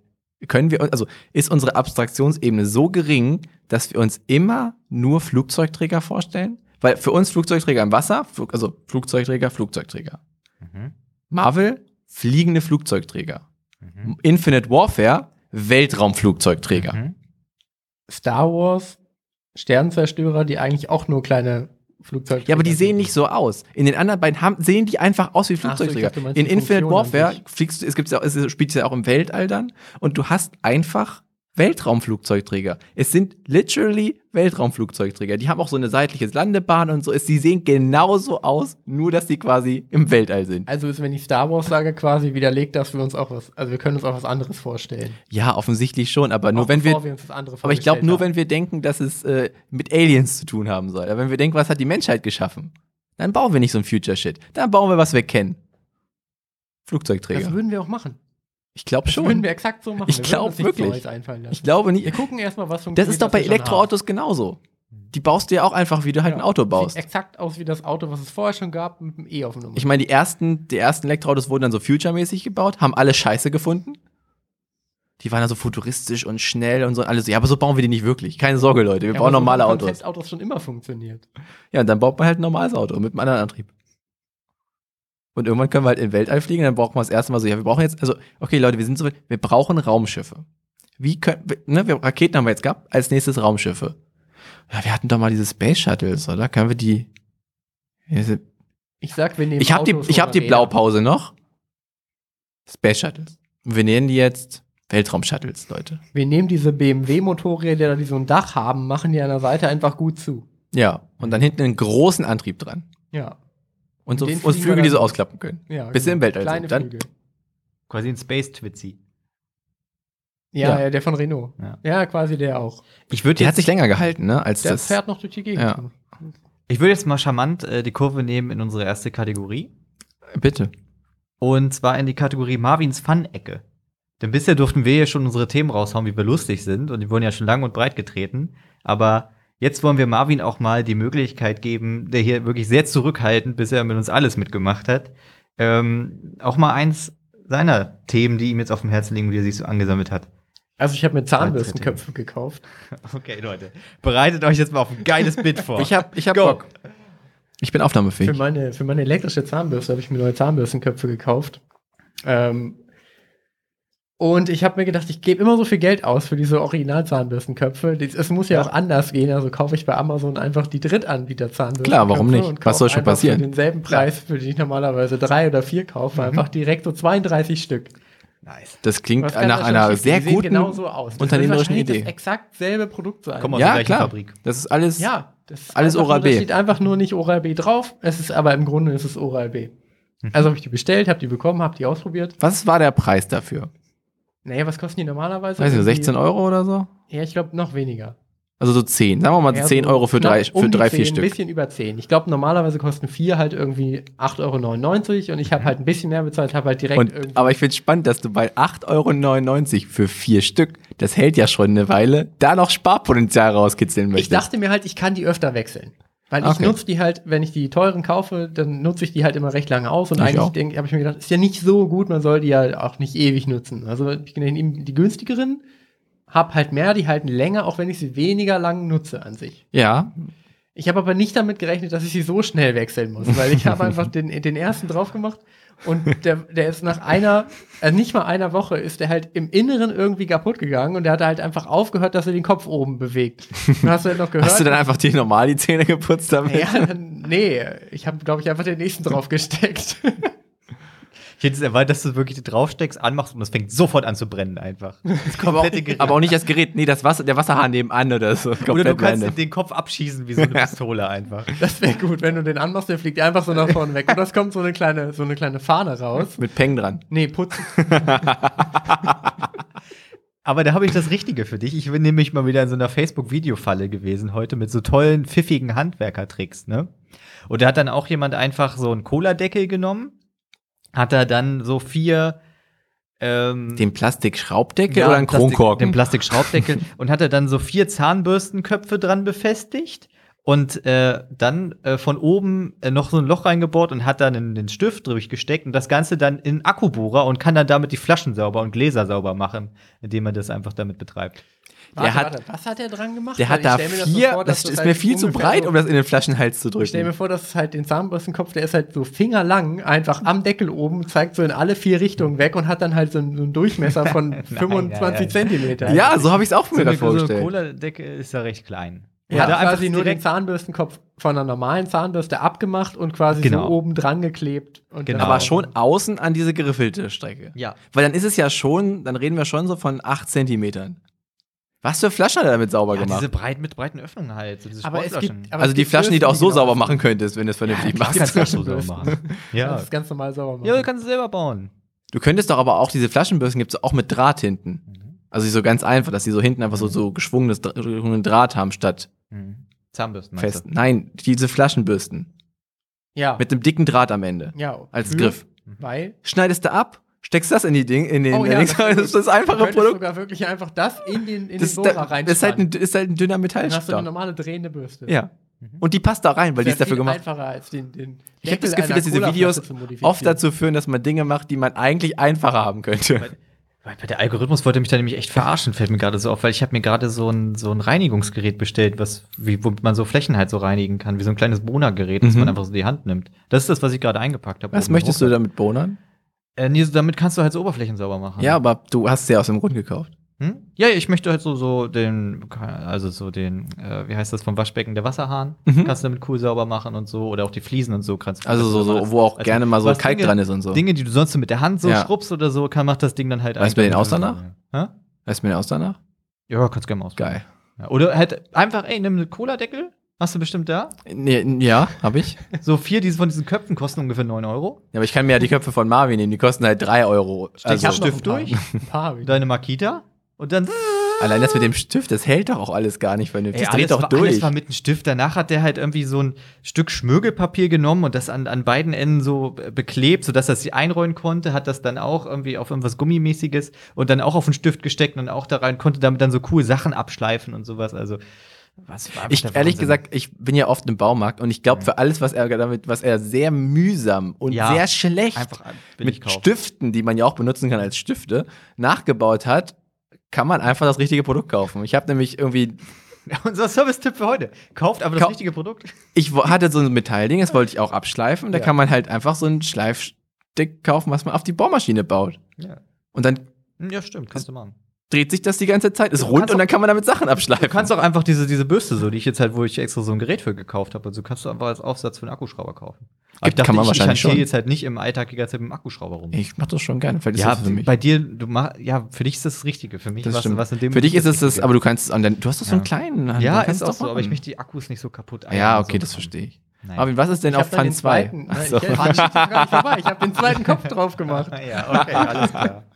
[SPEAKER 2] können wir, also ist unsere Abstraktionsebene so gering, dass wir uns immer nur Flugzeugträger vorstellen? Weil für uns Flugzeugträger im Wasser, Flug, also Flugzeugträger, Flugzeugträger.
[SPEAKER 1] Mhm.
[SPEAKER 2] Marvel, fliegende Flugzeugträger.
[SPEAKER 1] Mhm.
[SPEAKER 2] Infinite Warfare, Weltraumflugzeugträger.
[SPEAKER 1] Mhm.
[SPEAKER 4] Star Wars, Sternenzerstörer, die eigentlich auch nur kleine Flugzeuge.
[SPEAKER 2] Ja, aber die sehen nicht so aus. In den anderen beiden haben, sehen die einfach aus wie
[SPEAKER 4] so, ich
[SPEAKER 2] Flugzeugträger.
[SPEAKER 4] dachte, du meinst
[SPEAKER 2] in
[SPEAKER 4] die
[SPEAKER 2] Infinite
[SPEAKER 4] Funktion an
[SPEAKER 2] Warfare
[SPEAKER 4] sich.
[SPEAKER 2] fliegst du, es gibt's ja, auch- es spielt ja auch im Weltall dann und du hast einfach Weltraumflugzeugträger. Es sind literally Weltraumflugzeugträger. Die haben auch so eine seitliche Landebahn und so. Es, die sehen genauso aus, nur dass die quasi im Weltall sind.
[SPEAKER 4] Also ist, wenn die Star Wars Saga quasi widerlegt, dass wir uns auch was, also wir können uns auch was anderes vorstellen.
[SPEAKER 2] Ja, offensichtlich schon, aber
[SPEAKER 4] Auch
[SPEAKER 2] nur wenn
[SPEAKER 4] bevor
[SPEAKER 2] wir,
[SPEAKER 4] uns das andere
[SPEAKER 2] aber ich glaube nur,
[SPEAKER 4] vorgestellt
[SPEAKER 2] wenn wir denken, dass es äh, mit Aliens zu tun haben soll. Aber wenn wir denken, was hat die Menschheit geschaffen, dann bauen wir nicht so ein Future Shit. Dann bauen wir, was wir kennen.
[SPEAKER 4] haben.
[SPEAKER 2] Flugzeugträger.
[SPEAKER 4] Das würden wir auch machen.
[SPEAKER 2] Ich glaube
[SPEAKER 4] Das würden
[SPEAKER 2] schon.
[SPEAKER 4] wir exakt so machen.
[SPEAKER 2] Ich
[SPEAKER 4] Wir würden
[SPEAKER 2] glaub
[SPEAKER 4] uns nichts
[SPEAKER 2] wirklich.
[SPEAKER 4] Neues einfallen lassen.
[SPEAKER 2] Ich glaube
[SPEAKER 4] wir
[SPEAKER 2] nicht.
[SPEAKER 4] gucken erstmal, was funktioniert.
[SPEAKER 2] Das ist doch
[SPEAKER 4] was
[SPEAKER 2] bei
[SPEAKER 4] wir schon
[SPEAKER 2] Elektroautos genauso. Die baust du ja auch einfach, wie du halt
[SPEAKER 4] haben.
[SPEAKER 2] ein Auto
[SPEAKER 4] Sieht
[SPEAKER 2] baust.
[SPEAKER 4] exakt aus Genau. wie das Auto, was es vorher schon gab, mit dem E auf dem Nummer.
[SPEAKER 2] Ich meine, die ersten, die ersten Elektroautos wurden dann so futuremäßig gebaut, haben alle Scheiße gefunden. Die waren dann so futuristisch und schnell und so und alles. Ja, aber so bauen wir die nicht wirklich. Keine Sorge, Leute. Wir
[SPEAKER 4] Ja,
[SPEAKER 2] bauen
[SPEAKER 4] aber so
[SPEAKER 2] normale
[SPEAKER 4] haben
[SPEAKER 2] Autos.
[SPEAKER 4] Konzeptautos schon immer funktioniert.
[SPEAKER 2] Ja, und dann baut man halt ein normales Auto mit einem anderen Antrieb. Und irgendwann können wir halt in den Weltall fliegen, dann brauchen wir das erste Mal so, ja, wir brauchen jetzt, also, okay, Leute, wir sind so, wir brauchen Raumschiffe. Wie können, wir- ne, wir, Raketen haben wir jetzt gehabt, als nächstes Raumschiffe. Ja, wir hatten doch mal diese Space Shuttles, oder? Können wir die, diese-
[SPEAKER 4] Ich sag, wir nehmen
[SPEAKER 2] ich habe die,
[SPEAKER 4] Autos
[SPEAKER 2] ich hab
[SPEAKER 4] ohne
[SPEAKER 2] die
[SPEAKER 4] Räder.
[SPEAKER 2] Blaupause noch. Space Shuttles. Und wir nennen die jetzt Weltraum Shuttles, Leute.
[SPEAKER 4] Wir nehmen diese BMW-Motorräder, die so ein Dach haben, machen die an der Seite einfach gut zu.
[SPEAKER 2] Ja, und dann hinten einen großen Antrieb dran.
[SPEAKER 4] Ja.
[SPEAKER 2] Und so,
[SPEAKER 4] Den
[SPEAKER 2] und
[SPEAKER 4] fliegen wir
[SPEAKER 2] Flügel, die
[SPEAKER 4] dann-
[SPEAKER 2] so ausklappen können.
[SPEAKER 4] ja genau.
[SPEAKER 2] Bis sie im Weltall
[SPEAKER 4] Kleine
[SPEAKER 2] sind, dann-
[SPEAKER 4] Flügel.
[SPEAKER 1] Quasi ein Space Twitzy.
[SPEAKER 4] Ja,
[SPEAKER 2] Ja.
[SPEAKER 4] ja, der von Renault.
[SPEAKER 1] Ja.
[SPEAKER 4] Ja, quasi der auch.
[SPEAKER 1] Ich würde
[SPEAKER 2] Die hat
[SPEAKER 1] jetzt,
[SPEAKER 2] sich länger gehalten, ne, als
[SPEAKER 4] Der
[SPEAKER 2] das.
[SPEAKER 4] fährt noch durch die Gegend.
[SPEAKER 2] Ja.
[SPEAKER 1] ich würde jetzt mal charmant äh, die Kurve nehmen in unsere erste Kategorie.
[SPEAKER 2] Bitte.
[SPEAKER 1] Und zwar in die Kategorie Marvins Fun-Ecke. Denn bisher durften wir ja schon unsere Themen raushauen, wie wir lustig sind. Und die wurden ja schon lang und breit getreten. Aber jetzt wollen wir Marvin auch mal die Möglichkeit geben, der hier wirklich sehr zurückhaltend bisher mit uns alles mitgemacht hat, ähm, auch mal eins seiner Themen, die ihm jetzt auf dem Herzen liegen, die er sich so angesammelt hat.
[SPEAKER 4] Also ich habe mir Zahnbürstenköpfe gekauft.
[SPEAKER 1] Okay, Leute. Bereitet euch jetzt mal auf ein geiles <laughs> Bit vor.
[SPEAKER 2] Ich hab, ich hab
[SPEAKER 1] Go.
[SPEAKER 2] Bock. Ich bin aufnahmefähig.
[SPEAKER 4] Für meine, für meine elektrische Zahnbürste habe ich mir neue Zahnbürstenköpfe gekauft. Ähm, Und ich habe mir gedacht, ich gebe immer so viel Geld aus für diese Original-Zahnbürstenköpfe. Dies- Es muss ja, auch anders gehen, also kaufe ich bei Amazon einfach die Drittanbieter-Zahnbürsten.
[SPEAKER 2] Klar, warum nicht? Was soll schon passieren? Mhm.
[SPEAKER 4] Für denselben Preis, für den ich normalerweise drei oder vier kaufe, einfach direkt so 32 Stück.
[SPEAKER 1] Nice.
[SPEAKER 2] Das klingt
[SPEAKER 4] Was kann
[SPEAKER 2] nach
[SPEAKER 4] da schon
[SPEAKER 2] einer
[SPEAKER 4] schief gehen?
[SPEAKER 2] sehr
[SPEAKER 4] Die sehen
[SPEAKER 2] guten
[SPEAKER 4] genauso aus. Das wird
[SPEAKER 2] unternehmerischen
[SPEAKER 4] wahrscheinlich
[SPEAKER 2] Idee.
[SPEAKER 4] Das exakt selbe Produkt sein.
[SPEAKER 1] Komm aus der
[SPEAKER 2] Ja,
[SPEAKER 1] gleichen
[SPEAKER 2] klar.
[SPEAKER 1] Fabrik.
[SPEAKER 2] Das ist alles.
[SPEAKER 4] Ja, das ist
[SPEAKER 2] Alles
[SPEAKER 4] einfach nur-
[SPEAKER 2] Oral-B.
[SPEAKER 4] Das steht einfach nur nicht Oral B drauf. Es ist aber im Grunde ist es Oral B. Also habe ich die bestellt, habe die bekommen, habe die ausprobiert.
[SPEAKER 2] Was war der Preis dafür?
[SPEAKER 4] Naja, was kosten die normalerweise?
[SPEAKER 2] Weiß nicht,
[SPEAKER 4] Irgendwie-
[SPEAKER 2] 16 Euro oder so?
[SPEAKER 4] Ja, ich glaube noch weniger.
[SPEAKER 2] Also so 10. Sagen wir mal
[SPEAKER 4] Ja,
[SPEAKER 2] 10
[SPEAKER 4] so
[SPEAKER 2] Euro für
[SPEAKER 4] knapp
[SPEAKER 2] drei, für
[SPEAKER 4] um die
[SPEAKER 2] drei vier
[SPEAKER 4] 10, Ein
[SPEAKER 2] Stück.
[SPEAKER 4] bisschen über 10. Ich glaube, normalerweise kosten vier halt irgendwie 8,99 Euro und ich habe halt ein bisschen mehr bezahlt, habe halt direkt
[SPEAKER 2] Mhm. Und,
[SPEAKER 4] irgendwie.
[SPEAKER 2] aber ich finde es spannend, dass du bei 8,99 Euro für vier Stück, das hält ja schon eine Weile, da noch Sparpotenzial rauskitzeln
[SPEAKER 4] Ich
[SPEAKER 2] möchtest.
[SPEAKER 4] dachte mir halt, ich kann die öfter wechseln. Weil ich
[SPEAKER 2] Okay.
[SPEAKER 4] nutze die halt, wenn ich die teuren kaufe, dann nutze ich die halt immer recht lange aus. Und
[SPEAKER 2] Ich auch.
[SPEAKER 4] eigentlich habe ich mir gedacht, ist ja nicht so gut, man soll die ja auch nicht ewig nutzen. Also ich nehme die günstigeren, hab halt mehr, die halten länger, auch wenn ich sie weniger lang nutze an sich.
[SPEAKER 2] ja,
[SPEAKER 4] Ich habe aber nicht damit gerechnet, dass ich sie so schnell wechseln muss,
[SPEAKER 2] <laughs>
[SPEAKER 4] weil ich habe einfach den, den ersten drauf gemacht und der, der ist nach einer, also nicht mal einer Woche, ist der halt im Inneren irgendwie kaputt gegangen und der hat halt einfach aufgehört, dass er den Kopf oben bewegt. Und hast du halt noch gehört?
[SPEAKER 2] hast du dann einfach dir normal die Zähne geputzt damit?
[SPEAKER 4] ja, dann, nee, ich habe, glaube ich, einfach den nächsten drauf gesteckt. <laughs>
[SPEAKER 1] Ich hätte es erwartet, dass du wirklich draufsteckst, anmachst und es fängt sofort an zu brennen einfach. Das komplette Gerät.
[SPEAKER 2] Aber auch nicht das Gerät, nee, das Wasser, der Wasserhahn nebenan oder so.
[SPEAKER 1] Oder du
[SPEAKER 2] Komplett
[SPEAKER 1] kannst
[SPEAKER 2] random.
[SPEAKER 1] den Kopf abschießen wie so eine Pistole einfach.
[SPEAKER 4] Das wäre gut, wenn du den anmachst, der fliegt einfach so nach vorne weg. Und das kommt so eine kleine, so eine kleine Fahne raus.
[SPEAKER 2] mit Peng dran.
[SPEAKER 4] Nee, putzen.
[SPEAKER 1] Aber da habe ich das Richtige für dich. Ich bin nämlich mal wieder in so einer Facebook-Videofalle gewesen heute mit so tollen, pfiffigen Handwerkertricks, ne? Und da hat dann auch jemand einfach so einen Cola-Deckel genommen, hat da dann so vier ähm,
[SPEAKER 2] Den Plastikschraubdeckel
[SPEAKER 1] Ja,
[SPEAKER 2] oder einen
[SPEAKER 1] Plastik- Den
[SPEAKER 2] Kronkorken? <laughs>
[SPEAKER 1] Plastikschraubdeckel und hatte dann so vier Zahnbürstenköpfe dran befestigt und äh, dann äh, von oben äh, noch so ein Loch reingebohrt und hat dann in den Stift durchgesteckt und das Ganze dann in einen Akkubohrer und kann dann damit die Flaschen sauber und Gläser sauber machen, indem er das einfach damit betreibt.
[SPEAKER 2] Der hat-
[SPEAKER 4] was hat er dran gemacht?
[SPEAKER 2] der
[SPEAKER 4] Weil
[SPEAKER 2] hat
[SPEAKER 4] ich
[SPEAKER 2] da
[SPEAKER 4] stell mir so
[SPEAKER 2] vier,
[SPEAKER 4] vor,
[SPEAKER 2] das,
[SPEAKER 4] dass das
[SPEAKER 2] ist
[SPEAKER 4] halt
[SPEAKER 2] mir viel zu
[SPEAKER 4] ungefähr
[SPEAKER 2] breit,
[SPEAKER 4] so-
[SPEAKER 2] um das in den Flaschenhals zu
[SPEAKER 4] Ich stelle mir
[SPEAKER 2] drücken.
[SPEAKER 4] vor, dass es halt den Zahnbürstenkopf, der ist halt so fingerlang, einfach am Deckel oben, zeigt so in alle vier Richtungen weg und hat dann halt so einen, so einen
[SPEAKER 2] <laughs>
[SPEAKER 4] Durchmesser von 25
[SPEAKER 1] nein.
[SPEAKER 4] Zentimetern.
[SPEAKER 2] Ja, so habe ich es auch mir da vorgestellt.
[SPEAKER 1] Cola-Decke ist ja recht klein.
[SPEAKER 4] Er hat
[SPEAKER 1] da
[SPEAKER 4] quasi nur den Zahnbürstenkopf von einer normalen Zahnbürste abgemacht und quasi
[SPEAKER 1] Genau.
[SPEAKER 4] so oben dran geklebt. Und
[SPEAKER 1] Genau.
[SPEAKER 4] dann-
[SPEAKER 2] Aber schon außen an diese geriffelte Strecke.
[SPEAKER 1] Ja.
[SPEAKER 2] Weil dann ist es ja schon, dann reden wir schon so von 8 Zentimetern. Was für Flaschen hat er damit sauber
[SPEAKER 1] ja,
[SPEAKER 2] gemacht?
[SPEAKER 1] diese breit, mit breiten Öffnungen halt. So diese
[SPEAKER 4] Aber es
[SPEAKER 1] Sportflaschen.
[SPEAKER 4] gibt- aber
[SPEAKER 2] also
[SPEAKER 4] es
[SPEAKER 2] die
[SPEAKER 4] gibt
[SPEAKER 2] Flaschen, die du auch so
[SPEAKER 4] Bürsten, die genau
[SPEAKER 2] sauber
[SPEAKER 4] genauso-
[SPEAKER 2] machen könntest, wenn du es vernünftig
[SPEAKER 1] Du kannst
[SPEAKER 2] machst.
[SPEAKER 1] das so sauber <laughs> machen.
[SPEAKER 4] Das
[SPEAKER 1] Ja.
[SPEAKER 4] ist ganz normal sauber machen.
[SPEAKER 1] ja, du kannst es selber bauen.
[SPEAKER 2] Du könntest doch aber auch diese Flaschenbürsten gibt's auch mit Draht
[SPEAKER 1] Mhm.
[SPEAKER 2] hinten. Also die so ganz einfach, dass die so hinten einfach so, so geschwungenes Dra- geschwungenen Draht haben statt
[SPEAKER 1] Mhm. Zahnbürsten meinst du?
[SPEAKER 2] fest. Nein, diese Flaschenbürsten.
[SPEAKER 4] ja.
[SPEAKER 2] Mit einem dicken Draht am Ende.
[SPEAKER 4] ja.
[SPEAKER 2] Als
[SPEAKER 4] Für-
[SPEAKER 2] Griff.
[SPEAKER 4] Weil.
[SPEAKER 2] Schneidest du ab, steckst das in die Ding, in den
[SPEAKER 4] Oh ja,
[SPEAKER 2] das, ist das
[SPEAKER 4] Du
[SPEAKER 2] einfache
[SPEAKER 4] könntest
[SPEAKER 2] Produkt.
[SPEAKER 4] sogar wirklich einfach das in den,
[SPEAKER 2] Das,
[SPEAKER 4] in den
[SPEAKER 2] ist
[SPEAKER 4] Bohrer
[SPEAKER 2] da,
[SPEAKER 4] reinspannen.
[SPEAKER 2] das ist, halt ein, ist halt ein dünner
[SPEAKER 4] dann hast du eine
[SPEAKER 2] Metallstab.
[SPEAKER 4] normale drehende Bürste.
[SPEAKER 2] Ja. Und die passt da rein, weil die
[SPEAKER 4] Mhm. Sehr
[SPEAKER 2] ist dafür
[SPEAKER 4] viel
[SPEAKER 2] gemacht.
[SPEAKER 4] einfacher als den, den
[SPEAKER 2] Ich habe das Gefühl,
[SPEAKER 4] Deckel einer
[SPEAKER 2] dass diese
[SPEAKER 4] Colaflasche
[SPEAKER 2] Videos
[SPEAKER 4] zu modifizieren.
[SPEAKER 2] oft dazu führen, dass man Dinge macht, die man eigentlich einfacher haben könnte.
[SPEAKER 1] Weil der Algorithmus wollte mich da nämlich echt verarschen, fällt mir gerade so auf, weil ich habe mir gerade so ein, so ein Reinigungsgerät bestellt, was, wie, womit man so Flächen halt so reinigen kann, wie so ein kleines Bohnergerät, das
[SPEAKER 2] Mhm.
[SPEAKER 1] man einfach so in die Hand nimmt. Das ist das, was ich gerade eingepackt habe.
[SPEAKER 2] Was möchtest du damit bonern?
[SPEAKER 1] Äh, nee, so damit kannst du halt so Oberflächen sauber machen.
[SPEAKER 2] Ja, aber du hast es ja aus dem Grund gekauft.
[SPEAKER 1] Hm? Ja, ich möchte halt so, so den, also so den, äh, wie heißt das vom Waschbecken, der Wasserhahn,
[SPEAKER 2] Mhm.
[SPEAKER 1] kannst du damit cool sauber machen und so, oder auch die Fliesen und so kannst du.
[SPEAKER 2] Also so, so, wo auch gerne mal so
[SPEAKER 1] was
[SPEAKER 2] Kalk
[SPEAKER 1] Dinge-
[SPEAKER 2] dran ist und so.
[SPEAKER 1] Dinge, die du sonst so mit der Hand so
[SPEAKER 2] Ja.
[SPEAKER 1] schrubbst oder so, kann, macht das Ding dann halt
[SPEAKER 2] Weißt du mir den
[SPEAKER 1] eigentlich-
[SPEAKER 2] Aus danach?
[SPEAKER 1] Hä?
[SPEAKER 2] Weißt du mir den aus danach?
[SPEAKER 1] Ja, kannst gerne mal ausprobieren.
[SPEAKER 2] Geil.
[SPEAKER 1] Ja, oder halt einfach, ey, nimm einen Cola-Deckel. Hast du bestimmt da?
[SPEAKER 2] Nee, n- ja, habe ich. Ja,
[SPEAKER 1] So vier diese von diesen Köpfen kosten ungefähr 9 Euro.
[SPEAKER 2] aber ich kann mir ja die Köpfe von Marvin nehmen, die kosten halt 3 Euro. Also
[SPEAKER 4] ich hab noch
[SPEAKER 1] Stift
[SPEAKER 4] ein paar.
[SPEAKER 1] durch.
[SPEAKER 4] Ein paar hab ich.
[SPEAKER 1] Deine Makita. Und
[SPEAKER 2] Hm,
[SPEAKER 1] dann.
[SPEAKER 2] allein das mit dem Stift, das hält doch auch alles gar nicht vernünftig.
[SPEAKER 1] Ey,
[SPEAKER 2] das dreht
[SPEAKER 1] alles,
[SPEAKER 2] doch
[SPEAKER 1] war,
[SPEAKER 2] durch.
[SPEAKER 1] alles war mit einem Stift. Danach hat der halt irgendwie so ein Stück Schmögelpapier genommen und das an, an beiden Enden so be- beklebt, sodass er sie einrollen konnte. Hat das dann auch irgendwie auf irgendwas Gummimäßiges und dann auch auf einen Stift gesteckt und auch da rein konnte damit dann so cool Sachen abschleifen und sowas. Also, was war
[SPEAKER 2] Ich,
[SPEAKER 1] der
[SPEAKER 2] ehrlich
[SPEAKER 1] Wahnsinn.
[SPEAKER 2] gesagt, ich bin ja oft im Baumarkt und ich glaube, für alles, was er damit, was er sehr mühsam und
[SPEAKER 1] Ja,
[SPEAKER 2] sehr schlecht
[SPEAKER 1] einfach billig
[SPEAKER 2] mit
[SPEAKER 1] kaufen.
[SPEAKER 2] Stiften, die man ja auch benutzen kann als Stifte, nachgebaut hat, kann man einfach das richtige Produkt kaufen. Ich habe nämlich irgendwie,
[SPEAKER 1] <laughs> Unser Service-Tipp für heute. Kauft aber das
[SPEAKER 2] Kau-
[SPEAKER 1] richtige Produkt.
[SPEAKER 2] ich wo- hatte so ein Metallding, das wollte ich auch abschleifen. Da
[SPEAKER 1] Ja.
[SPEAKER 2] kann man halt einfach so ein Schleifstück kaufen, was man auf die Bohrmaschine baut.
[SPEAKER 1] Ja.
[SPEAKER 2] Und dann
[SPEAKER 1] Ja, stimmt, kannst du machen.
[SPEAKER 2] Dreht sich das die ganze Zeit, ist rund
[SPEAKER 1] kannst
[SPEAKER 2] und dann kann man damit Sachen abschleifen.
[SPEAKER 1] Du kannst auch einfach diese, diese Bürste so, die ich jetzt halt, wo ich extra so ein Gerät für gekauft habe, also kannst du einfach als Aufsatz für einen Akkuschrauber kaufen. Aber ich
[SPEAKER 2] Gibt-
[SPEAKER 1] dachte,
[SPEAKER 2] kann man
[SPEAKER 1] ich, ich
[SPEAKER 2] wahrscheinlich
[SPEAKER 1] hantiere
[SPEAKER 2] schon.
[SPEAKER 1] jetzt halt nicht im Alltag die ganze Zeit mit dem Akkuschrauber rum.
[SPEAKER 2] ich mach das schon gerne, vielleicht
[SPEAKER 1] ja,
[SPEAKER 2] das für mich.
[SPEAKER 1] bei dir, du mach, ja, für dich ist das das Richtige. Für mich
[SPEAKER 2] Das
[SPEAKER 1] was,
[SPEAKER 2] stimmt.
[SPEAKER 1] was in dem
[SPEAKER 2] Für dich ist es das,
[SPEAKER 1] Richtige.
[SPEAKER 2] aber du kannst es an dein, Du hast doch so einen
[SPEAKER 1] Ja.
[SPEAKER 2] kleinen. Hand,
[SPEAKER 1] ja,
[SPEAKER 2] man kann's
[SPEAKER 1] ist auch
[SPEAKER 2] doch
[SPEAKER 1] so, aber ich
[SPEAKER 2] machen.
[SPEAKER 1] möchte die Akkus nicht so kaputt
[SPEAKER 2] Ah Ja, okay, das verstehe ich.
[SPEAKER 1] Nein. <laughs>
[SPEAKER 2] Aber was ist denn
[SPEAKER 4] Ich
[SPEAKER 2] auf
[SPEAKER 4] hab dann
[SPEAKER 2] Fan
[SPEAKER 4] den
[SPEAKER 2] 2?
[SPEAKER 4] zweiten. Nein,
[SPEAKER 2] Achso.
[SPEAKER 4] Ich, ich, ich, gar nicht vorbei. ich habe den zweiten Kopf drauf gemacht.
[SPEAKER 1] Ah, ja, okay, alles klar.
[SPEAKER 2] <laughs>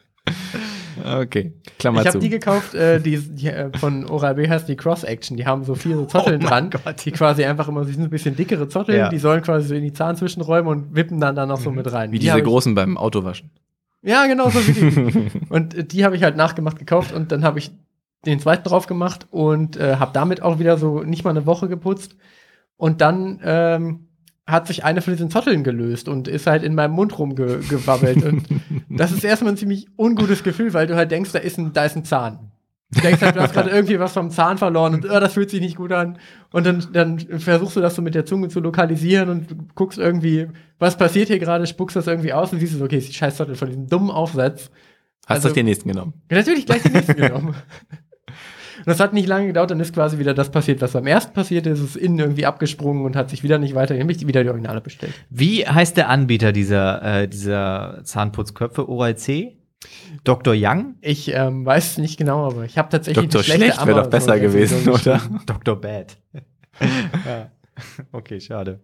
[SPEAKER 2] Okay, Klammer
[SPEAKER 4] Ich
[SPEAKER 2] zu.
[SPEAKER 4] habe die gekauft, äh, die, die äh, von Oral-B heißt die Cross-Action. Die haben so vier
[SPEAKER 2] <laughs>
[SPEAKER 4] so
[SPEAKER 2] Oh
[SPEAKER 4] Zotteln dran, die quasi einfach immer, die sind ein bisschen dickere Zotteln,
[SPEAKER 1] Ja.
[SPEAKER 4] die sollen quasi so in die Zahnzwischenräume und wippen dann da noch so mit rein.
[SPEAKER 2] Mhm. Wie
[SPEAKER 4] Die hab
[SPEAKER 2] diese
[SPEAKER 4] ich-
[SPEAKER 2] großen beim Autowaschen.
[SPEAKER 4] Ja, genau so wie
[SPEAKER 2] <laughs>
[SPEAKER 4] die. und äh, die habe ich halt nachgemacht gekauft und dann habe ich den zweiten drauf gemacht und äh, habe damit auch wieder so nicht mal eine Woche geputzt. Und dann ähm, hat sich eine von diesen Zotteln gelöst und ist halt in meinem Mund rumgewabbelt.
[SPEAKER 2] <laughs>
[SPEAKER 4] und das ist erstmal ein ziemlich ungutes Gefühl, weil du halt denkst, da ist ein, da ist ein Zahn. Du denkst halt, du hast gerade irgendwie was vom Zahn verloren und oh, das fühlt sich nicht gut an. Und dann, dann versuchst du das so mit der Zunge zu lokalisieren und du guckst irgendwie, was passiert hier gerade, spuckst das irgendwie aus und siehst es, okay, ist die Scheißzottel von diesem dummen Aufsatz.
[SPEAKER 2] Hast
[SPEAKER 4] Also-
[SPEAKER 2] du den nächsten genommen?
[SPEAKER 4] Ja, natürlich gleich
[SPEAKER 2] <laughs>
[SPEAKER 4] den nächsten genommen. Und das hat nicht lange gedauert, dann ist quasi wieder das passiert, was am ersten passiert ist, ist innen irgendwie abgesprungen und hat sich wieder nicht weiter, dann hab ich wieder die Originale bestellt.
[SPEAKER 1] Wie heißt der Anbieter dieser, äh, dieser Zahnputzköpfe? Oral-C? Dr. Young?
[SPEAKER 4] Ich ähm, weiß nicht genau, aber ich habe tatsächlich
[SPEAKER 2] Dr. Schlecht wäre doch besser gewesen,
[SPEAKER 4] <laughs>
[SPEAKER 2] oder?
[SPEAKER 1] Dr. Bad. ja. Okay,
[SPEAKER 2] <laughs>
[SPEAKER 1] schade.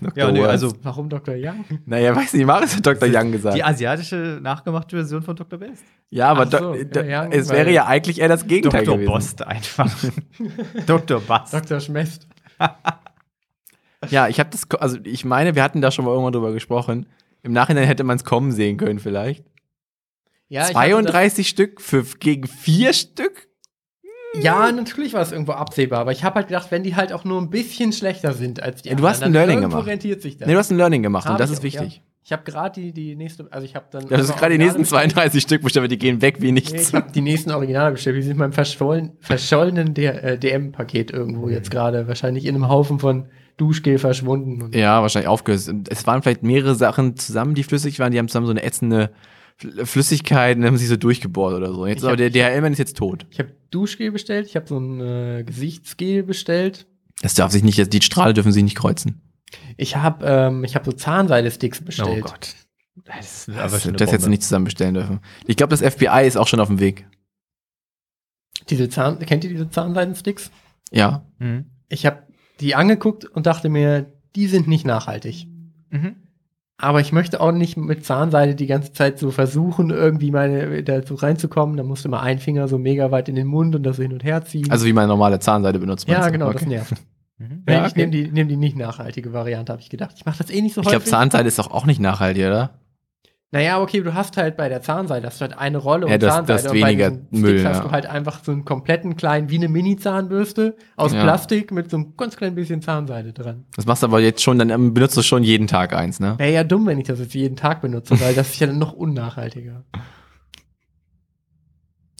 [SPEAKER 2] Dr.
[SPEAKER 1] nee,
[SPEAKER 2] Worst.
[SPEAKER 1] also
[SPEAKER 4] Warum Dr. Young?
[SPEAKER 2] Naja, weiß nicht, Marius hat Dr. Young gesagt.
[SPEAKER 1] die asiatische nachgemachte Version von Dr. Best.
[SPEAKER 2] ja, aber
[SPEAKER 4] Ach so,
[SPEAKER 2] Do- Do-
[SPEAKER 4] Dr. Young,
[SPEAKER 2] es
[SPEAKER 4] weil-
[SPEAKER 2] wäre ja eigentlich eher das Gegenteil
[SPEAKER 1] Dr.
[SPEAKER 2] gewesen.
[SPEAKER 1] Bost einfach. <laughs> Dr. Bast.
[SPEAKER 4] Dr. Schmest.
[SPEAKER 2] Ja, ich habe das, ko- also ich meine, wir hatten da schon mal irgendwann drüber gesprochen. Im Nachhinein hätte man es kommen sehen können vielleicht.
[SPEAKER 4] Ja, ich hatte das-
[SPEAKER 2] 32 Stück für, gegen 4 Stück?
[SPEAKER 4] Ja, natürlich war es irgendwo absehbar, aber ich habe halt gedacht, wenn die halt auch nur ein bisschen schlechter sind als die
[SPEAKER 2] Ja, du hast ein
[SPEAKER 4] dann
[SPEAKER 2] Learning
[SPEAKER 4] irgendwo
[SPEAKER 2] gemacht.
[SPEAKER 4] rentiert sich das.
[SPEAKER 2] Nee, du hast ein Learning gemacht
[SPEAKER 4] Hab
[SPEAKER 2] und das
[SPEAKER 4] ich
[SPEAKER 2] ist
[SPEAKER 4] auch,
[SPEAKER 2] wichtig.
[SPEAKER 4] Ja. Ich habe gerade die, die nächste, also ich habe dann.
[SPEAKER 2] Ja, das ist gerade die nächsten
[SPEAKER 4] Originale
[SPEAKER 2] 32 Stück bestimmt, aber die gehen weg wie
[SPEAKER 4] bestellt. Nee,
[SPEAKER 2] nichts.
[SPEAKER 4] ich habe die nächsten Originale bestellt. Die sind in meinem verschollen, verschollenen der, äh, DM-Paket irgendwo jetzt
[SPEAKER 2] Mhm.
[SPEAKER 4] gerade. Wahrscheinlich in einem Haufen von Duschgel verschwunden. Und
[SPEAKER 2] Ja, wahrscheinlich aufgelöst. Und Es waren vielleicht mehrere Sachen zusammen, die flüssig waren, die haben zusammen so eine ätzende Fl- Flüssigkeit und haben sich so durchgebohrt oder so. Jetzt
[SPEAKER 4] Ich
[SPEAKER 2] aber
[SPEAKER 4] hab-
[SPEAKER 2] der DHL-Mann ist jetzt tot.
[SPEAKER 4] Ich habe Duschgel bestellt, ich habe so ein äh, Gesichtsgel bestellt.
[SPEAKER 2] Das darf sich nicht, die Strahle dürfen sich nicht kreuzen.
[SPEAKER 4] Ich habe ähm, ich hab so
[SPEAKER 2] Oh
[SPEAKER 4] Zahnseide-Sticks bestellt.
[SPEAKER 1] Oh Gott. Das, ist
[SPEAKER 2] Das,
[SPEAKER 1] aber schon eine
[SPEAKER 2] das hättest du
[SPEAKER 1] Bombe.
[SPEAKER 2] nicht zusammen bestellen dürfen. Ich glaube, das FBI ist auch schon auf dem Weg.
[SPEAKER 4] Diese Zahn, kennt ihr diese Zahnseiden-Sticks?
[SPEAKER 2] Ja.
[SPEAKER 1] Mhm.
[SPEAKER 4] Ich habe die angeguckt und dachte mir, die sind nicht nachhaltig.
[SPEAKER 1] Mhm.
[SPEAKER 4] Aber ich möchte auch nicht mit Zahnseide die ganze Zeit so versuchen, irgendwie meine dazu reinzukommen. Da musst du mal einen Finger so mega weit in den Mund und das so hin und her ziehen.
[SPEAKER 2] Also wie man normale Zahnseide benutzt. meinst
[SPEAKER 4] ja,
[SPEAKER 2] du?
[SPEAKER 4] genau, das
[SPEAKER 2] Okay.
[SPEAKER 4] nervt.
[SPEAKER 1] Mhm.
[SPEAKER 2] Ja,
[SPEAKER 4] Nee,
[SPEAKER 2] okay.
[SPEAKER 4] Ich nehme die, nehm die nicht nachhaltige Variante, habe ich gedacht. Ich mache das eh nicht so
[SPEAKER 2] Ich glaube, Zahnseide ist doch auch nicht nachhaltig, oder?
[SPEAKER 4] Naja, okay, du hast halt bei der Zahnseide, hast du halt eine Rolle
[SPEAKER 2] Ja, das-
[SPEAKER 4] Zahnseide
[SPEAKER 2] das
[SPEAKER 4] und bei
[SPEAKER 2] weniger
[SPEAKER 4] diesen
[SPEAKER 2] Müll,
[SPEAKER 4] Sticks
[SPEAKER 2] ja.
[SPEAKER 4] hast du halt einfach so einen kompletten kleinen, wie eine Mini-Zahnbürste aus
[SPEAKER 2] Ja.
[SPEAKER 4] Plastik mit so einem ganz kleinen bisschen Zahnseide dran.
[SPEAKER 2] Das machst du aber jetzt schon, dann ähm, benutzt du schon jeden Tag eins, ne?
[SPEAKER 4] Wäre ja dumm, wenn ich das jetzt jeden Tag benutze, weil das ist ja dann noch unnachhaltiger.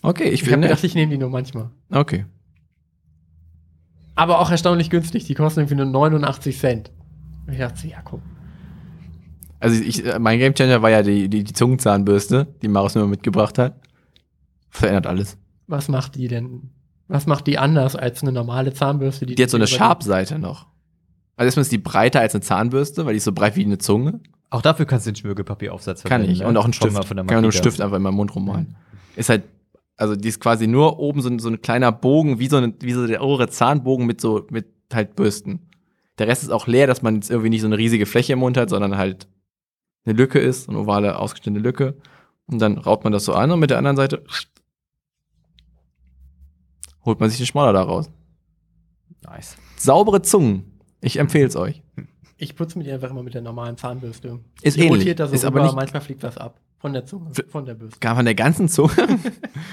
[SPEAKER 2] Okay, ich
[SPEAKER 4] Ich habe
[SPEAKER 2] finde.
[SPEAKER 4] gedacht, ich nehme die nur manchmal.
[SPEAKER 2] okay.
[SPEAKER 4] Aber auch erstaunlich günstig. Die kosten irgendwie nur 89 Cent. Und ich dachte, so, ja, guck.
[SPEAKER 2] Also ich, äh, mein Gamechanger war ja die, die, die Zungenzahnbürste, die Marius mir mitgebracht hat. Verändert alles.
[SPEAKER 4] Was macht die denn? Was macht die anders als eine normale Zahnbürste?
[SPEAKER 2] Die hat so eine
[SPEAKER 4] über-
[SPEAKER 2] Sharp-Seite noch. Also erstmal ist die breiter als eine Zahnbürste, weil die ist so breit wie eine Zunge.
[SPEAKER 1] Auch dafür kannst du den Schmirgelpapieraufsatz
[SPEAKER 2] Kann ich.
[SPEAKER 1] ne?
[SPEAKER 2] Und auch
[SPEAKER 1] Kommen
[SPEAKER 2] einen Stift.
[SPEAKER 1] wir
[SPEAKER 2] Kann
[SPEAKER 1] Von der
[SPEAKER 2] man mit einem
[SPEAKER 1] Makita.
[SPEAKER 2] Stift einfach in meinem Mund rummalen. Ist halt, also die ist quasi nur oben so, ein- so ein kleiner Bogen, wie so, eine, wie so der obere Zahnbogen mit so, mit halt Bürsten. Der Rest ist auch leer, dass man jetzt irgendwie nicht so eine riesige Fläche im Mund hat, sondern halt eine Lücke ist, eine ovale, ausgeschnittene Lücke. Und dann raut man das so an und mit der anderen Seite holt man sich den Schmaler da raus.
[SPEAKER 1] Nice.
[SPEAKER 2] Saubere Zungen. Ich empfehle es euch.
[SPEAKER 4] Ich putze mir die einfach immer mit der normalen Zahnbürste.
[SPEAKER 2] Ist
[SPEAKER 4] die
[SPEAKER 2] ähnlich.
[SPEAKER 4] rotiert da so
[SPEAKER 2] Ist
[SPEAKER 4] ist
[SPEAKER 2] aber
[SPEAKER 4] rüber,
[SPEAKER 2] nicht-
[SPEAKER 4] manchmal fliegt das ab. Von der Zunge, von der Bürste.
[SPEAKER 2] Kann von der ganzen <laughs> Zunge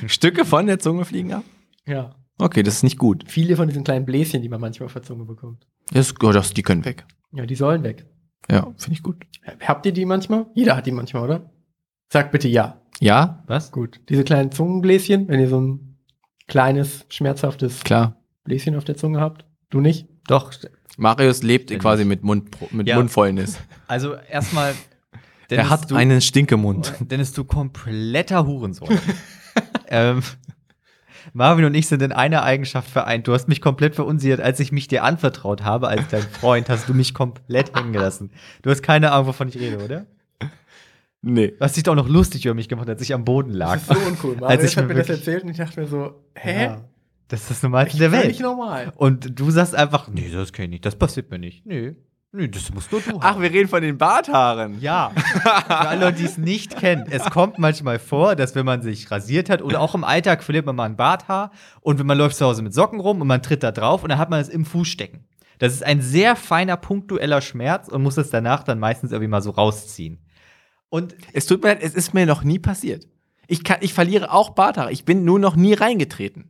[SPEAKER 2] Stücke von der Zunge fliegen ab?
[SPEAKER 4] Ja.
[SPEAKER 2] Okay, das ist nicht gut.
[SPEAKER 4] Viele von diesen kleinen Bläschen, die man manchmal auf der Zunge bekommt.
[SPEAKER 2] Das, ja, das, die können weg.
[SPEAKER 4] Ja, die sollen weg.
[SPEAKER 2] Ja, finde ich gut.
[SPEAKER 4] Habt ihr die manchmal? Jeder hat die manchmal, oder? Sagt bitte ja.
[SPEAKER 2] Ja,
[SPEAKER 1] Was?
[SPEAKER 4] Gut. Diese kleinen Zungenbläschen, wenn ihr so ein kleines, schmerzhaftes
[SPEAKER 2] klar.
[SPEAKER 4] Bläschen auf der Zunge habt. Du nicht?
[SPEAKER 1] Doch.
[SPEAKER 2] Marius lebt
[SPEAKER 1] Ständig.
[SPEAKER 2] quasi mit, Mund, mit
[SPEAKER 1] Ja.
[SPEAKER 2] Mundfäulnis.
[SPEAKER 1] Also erstmal
[SPEAKER 2] er hat
[SPEAKER 1] du,
[SPEAKER 2] einen <laughs> Stinkemund.
[SPEAKER 1] <laughs> Dennis, du kompletter Hurensohn. <laughs> ähm, Marvin und ich sind in einer Eigenschaft vereint. Du hast mich komplett verunsichert, als ich mich dir anvertraut habe, als dein Freund, hast du mich komplett hängen gelassen. Du hast keine Ahnung, wovon ich rede, oder?
[SPEAKER 2] Nee.
[SPEAKER 1] Du hast dich doch noch lustig über mich gemacht, als ich am Boden lag.
[SPEAKER 4] Das ist so uncool. Mario
[SPEAKER 1] Als ich
[SPEAKER 4] hat
[SPEAKER 1] mir
[SPEAKER 4] mir das
[SPEAKER 1] wirklich-
[SPEAKER 4] erzählt und ich dachte mir so, hä?
[SPEAKER 1] Ja, <laughs> das ist das Normalste der
[SPEAKER 4] Völlig
[SPEAKER 1] Welt.
[SPEAKER 4] normal.
[SPEAKER 1] Und du sagst einfach, nee, das kenne ich nicht, das passiert mir nicht. Nee, nee, das musst nur du
[SPEAKER 2] Ach, wir reden von den Barthaaren.
[SPEAKER 1] Ja, für alle, Leute, die es nicht kennen, es kommt manchmal vor, dass wenn man sich rasiert hat oder auch im Alltag verliert man mal ein Barthaar und wenn man läuft zu Hause mit Socken rum und man tritt da drauf und dann hat man es im Fuß stecken. Das ist ein sehr feiner punktueller Schmerz und muss es danach dann meistens irgendwie mal so rausziehen. Und
[SPEAKER 2] Es tut mir leid, es ist mir noch nie passiert. Ich, kann, ich verliere auch Barthaare. Ich bin nur noch nie reingetreten.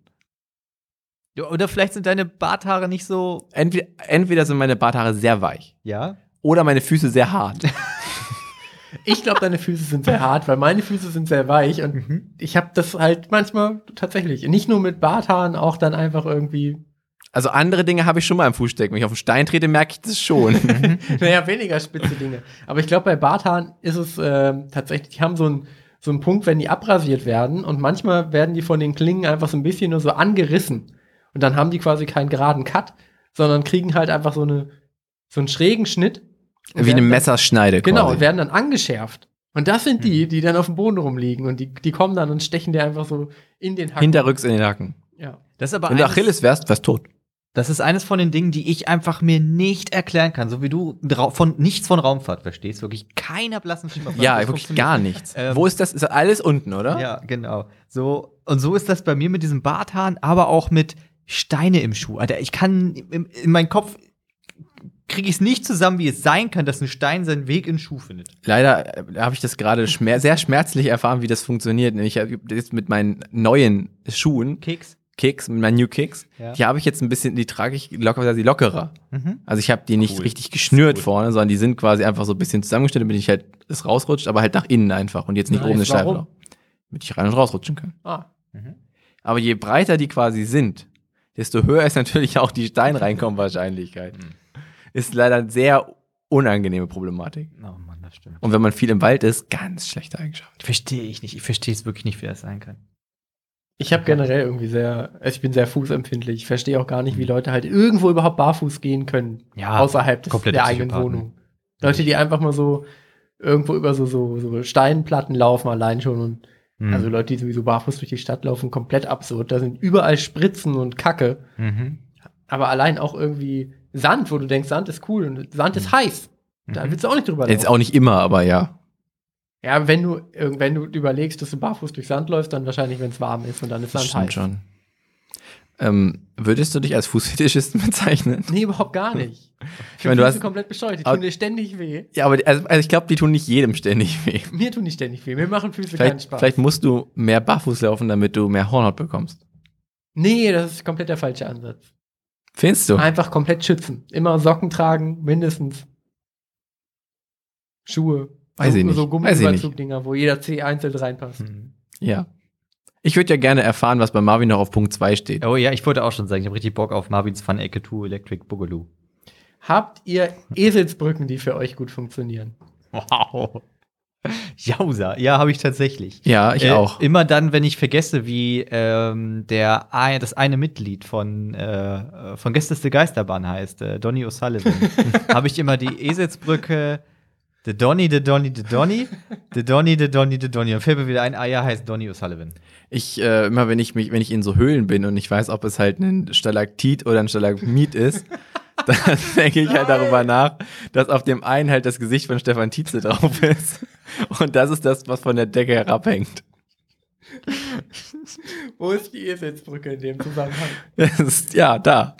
[SPEAKER 1] oder vielleicht sind deine Barthaare nicht so,
[SPEAKER 2] Entweder, entweder sind meine Barthaare sehr weich
[SPEAKER 1] ja?
[SPEAKER 2] oder meine Füße sehr <laughs> hart.
[SPEAKER 4] Ich glaube, deine Füße sind sehr hart, weil meine Füße sind sehr weich und
[SPEAKER 1] Mhm.
[SPEAKER 4] ich habe das halt manchmal tatsächlich, nicht nur mit Barthaaren, auch dann einfach irgendwie,
[SPEAKER 2] Also andere Dinge habe ich schon mal im Fuß stecken. Wenn ich auf den Stein trete, merke ich das schon.
[SPEAKER 4] naja, weniger spitze Dinge. Aber ich glaube, bei Barthaaren ist es ähm, tatsächlich, die haben so einen so einen Punkt, wenn die abrasiert werden und manchmal werden die von den Klingen einfach so ein bisschen nur so angerissen und dann haben die quasi keinen geraden Cut, sondern kriegen halt einfach so, eine, so einen schrägen Schnitt. und
[SPEAKER 2] Wie eine
[SPEAKER 4] werden dann-
[SPEAKER 2] Messerschneide.
[SPEAKER 4] Genau, und
[SPEAKER 2] quasi. Hm.
[SPEAKER 4] werden dann angeschärft. Und das sind die, die dann auf dem Boden rumliegen und die, die kommen dann und stechen dir einfach so in den Hacken.
[SPEAKER 2] Hinterrücks in den Nacken.
[SPEAKER 4] Ja.
[SPEAKER 1] Das ist aber
[SPEAKER 2] Wenn du
[SPEAKER 1] eines-
[SPEAKER 2] Achilles wärst, wärst tot.
[SPEAKER 1] Das ist eines von den Dingen, die ich einfach mir nicht erklären kann. So wie du drau- von, nichts von Raumfahrt verstehst, wirklich keiner blassen Schimmer.
[SPEAKER 2] Ja, wirklich gar nichts.
[SPEAKER 1] Ähm,
[SPEAKER 2] Wo ist das? Ist das alles unten, oder?
[SPEAKER 1] Ja, genau. So, und so ist das bei mir mit diesem Barthaaren, aber auch mit Steine im Schuh. Alter, ich kann, in, in meinem Kopf kriege ich es nicht zusammen, wie es sein kann, dass ein Stein seinen Weg in den Schuh findet.
[SPEAKER 2] Leider äh, habe ich das gerade schmer sehr schmerzlich erfahren, wie das funktioniert. Nämlich äh, jetzt mit meinen neuen Schuhen,
[SPEAKER 1] Keks.
[SPEAKER 2] Kicks, mit meinen New Kicks,
[SPEAKER 1] Ja.
[SPEAKER 2] die habe ich jetzt ein bisschen, die trage ich locker, die lockerer.
[SPEAKER 1] Mhm.
[SPEAKER 2] Also ich habe die nicht
[SPEAKER 3] Cool.
[SPEAKER 2] richtig geschnürt
[SPEAKER 3] Cool.
[SPEAKER 2] vorne, sondern die sind quasi einfach so ein bisschen zusammengeschnitten, damit ich halt es rausrutscht, aber halt nach innen einfach und jetzt nicht
[SPEAKER 4] Nice.
[SPEAKER 2] oben eine Scheibe.
[SPEAKER 4] Warum?
[SPEAKER 2] noch. Damit ich rein und rausrutschen kann.
[SPEAKER 4] Ah.
[SPEAKER 1] Mhm.
[SPEAKER 2] Aber je breiter die quasi sind, desto höher ist natürlich auch die Steinreinkommen-Wahrscheinlichkeit. Ist leider eine sehr unangenehme Problematik.
[SPEAKER 1] Oh Mann, das stimmt.
[SPEAKER 2] Und wenn man viel im Wald ist, ganz schlechte Eigenschaft.
[SPEAKER 1] Verstehe ich nicht. Ich verstehe es wirklich nicht, wie das sein kann.
[SPEAKER 4] Ich habe generell irgendwie sehr, also ich bin sehr fußempfindlich. Ich verstehe auch gar
[SPEAKER 2] Hm.
[SPEAKER 4] nicht, wie Leute halt irgendwo überhaupt barfuß gehen können,
[SPEAKER 2] Ah,
[SPEAKER 1] Ja,
[SPEAKER 4] außerhalb des,
[SPEAKER 1] komplette
[SPEAKER 4] der eigenen
[SPEAKER 2] ne?
[SPEAKER 1] Psychopathen.
[SPEAKER 4] Wohnung. Leute, die einfach mal so irgendwo über so, so, so Steinplatten laufen, allein schon. Und
[SPEAKER 1] Mhm.
[SPEAKER 4] Also Leute, die sowieso barfuß durch die Stadt laufen, komplett absurd. Da sind überall Spritzen und Kacke.
[SPEAKER 1] Mhm.
[SPEAKER 4] Aber allein auch irgendwie Sand, wo du denkst, Sand ist cool und Sand ist heiß.
[SPEAKER 1] Mhm.
[SPEAKER 4] Da willst du auch nicht drüber
[SPEAKER 2] Mhm. Jetzt auch nicht immer, aber ja.
[SPEAKER 4] Ja, wenn du, irg- wenn du überlegst, dass du barfuß durch Sand läufst, dann wahrscheinlich, wenn es warm ist und dann ist
[SPEAKER 2] Das
[SPEAKER 4] Sand
[SPEAKER 2] stimmt
[SPEAKER 4] heiß.
[SPEAKER 2] schon. Ähm, würdest du dich als Fußfetischisten <laughs> bezeichnen?
[SPEAKER 4] Nee, überhaupt
[SPEAKER 2] <laughs>
[SPEAKER 4] gar nicht. Ich
[SPEAKER 2] meine, du hast-
[SPEAKER 4] komplett bescheuert. Die
[SPEAKER 2] Aber-
[SPEAKER 4] tun dir ständig weh.
[SPEAKER 2] Ja, aber die- also, also ich glaube, die tun nicht jedem ständig weh.
[SPEAKER 4] Mir tun die ständig weh. Mir machen Füße keinen
[SPEAKER 2] Vielleicht,
[SPEAKER 4] Spaß.
[SPEAKER 2] vielleicht musst du mehr barfuß laufen, damit du mehr Hornhaut bekommst.
[SPEAKER 4] Nee, das ist komplett der falsche Ansatz.
[SPEAKER 2] Findest du?
[SPEAKER 4] Einfach komplett schützen. Immer Socken tragen, mindestens. Schuhe.
[SPEAKER 2] Weiß
[SPEAKER 4] so,
[SPEAKER 2] ich nicht. Hm.
[SPEAKER 4] So
[SPEAKER 2] Weiß ich nicht.
[SPEAKER 4] Gummiüberzugdinger, wo jeder Zeh einzeln reinpasst.
[SPEAKER 1] Mhm.
[SPEAKER 2] Ja. Ich würde ja gerne erfahren, was bei Marvin noch auf Punkt 2 steht.
[SPEAKER 1] Oh ja, ich wollte auch schon sagen, ich habe richtig Bock auf Marvins Fun-Ecke 2 Electric Boogaloo.
[SPEAKER 4] Habt ihr Eselsbrücken, die für euch gut funktionieren?
[SPEAKER 1] Wow. <laughs> Jausa, ja, habe ich tatsächlich.
[SPEAKER 2] Ja, ich
[SPEAKER 1] äh,
[SPEAKER 2] auch.
[SPEAKER 1] Immer dann, wenn ich vergesse, wie ähm, der ein, das eine Mitglied von, äh, von Gästeste Geisterbahn heißt, äh, Donny <laughs> O'Sullivan, habe ich immer die Eselsbrücke. The Donny, the Donny, the Donny, the Donny, the Donny, the Donny. Und fällt mir wieder ein, ah ja, heißt Donny O'Sullivan.
[SPEAKER 2] Ich, äh, immer wenn ich mich, wenn ich in so Höhlen bin und ich weiß, ob es halt ein Stalaktit oder ein Stalagmit ist, <laughs> dann denke ich halt darüber nach, dass auf dem einen halt das Gesicht von Stefan Tietze drauf <laughs> ist. Und das ist das, was von der Decke herabhängt.
[SPEAKER 4] Wo ist die Eselsbrücke in dem Zusammenhang?
[SPEAKER 2] Das ist, ja, da.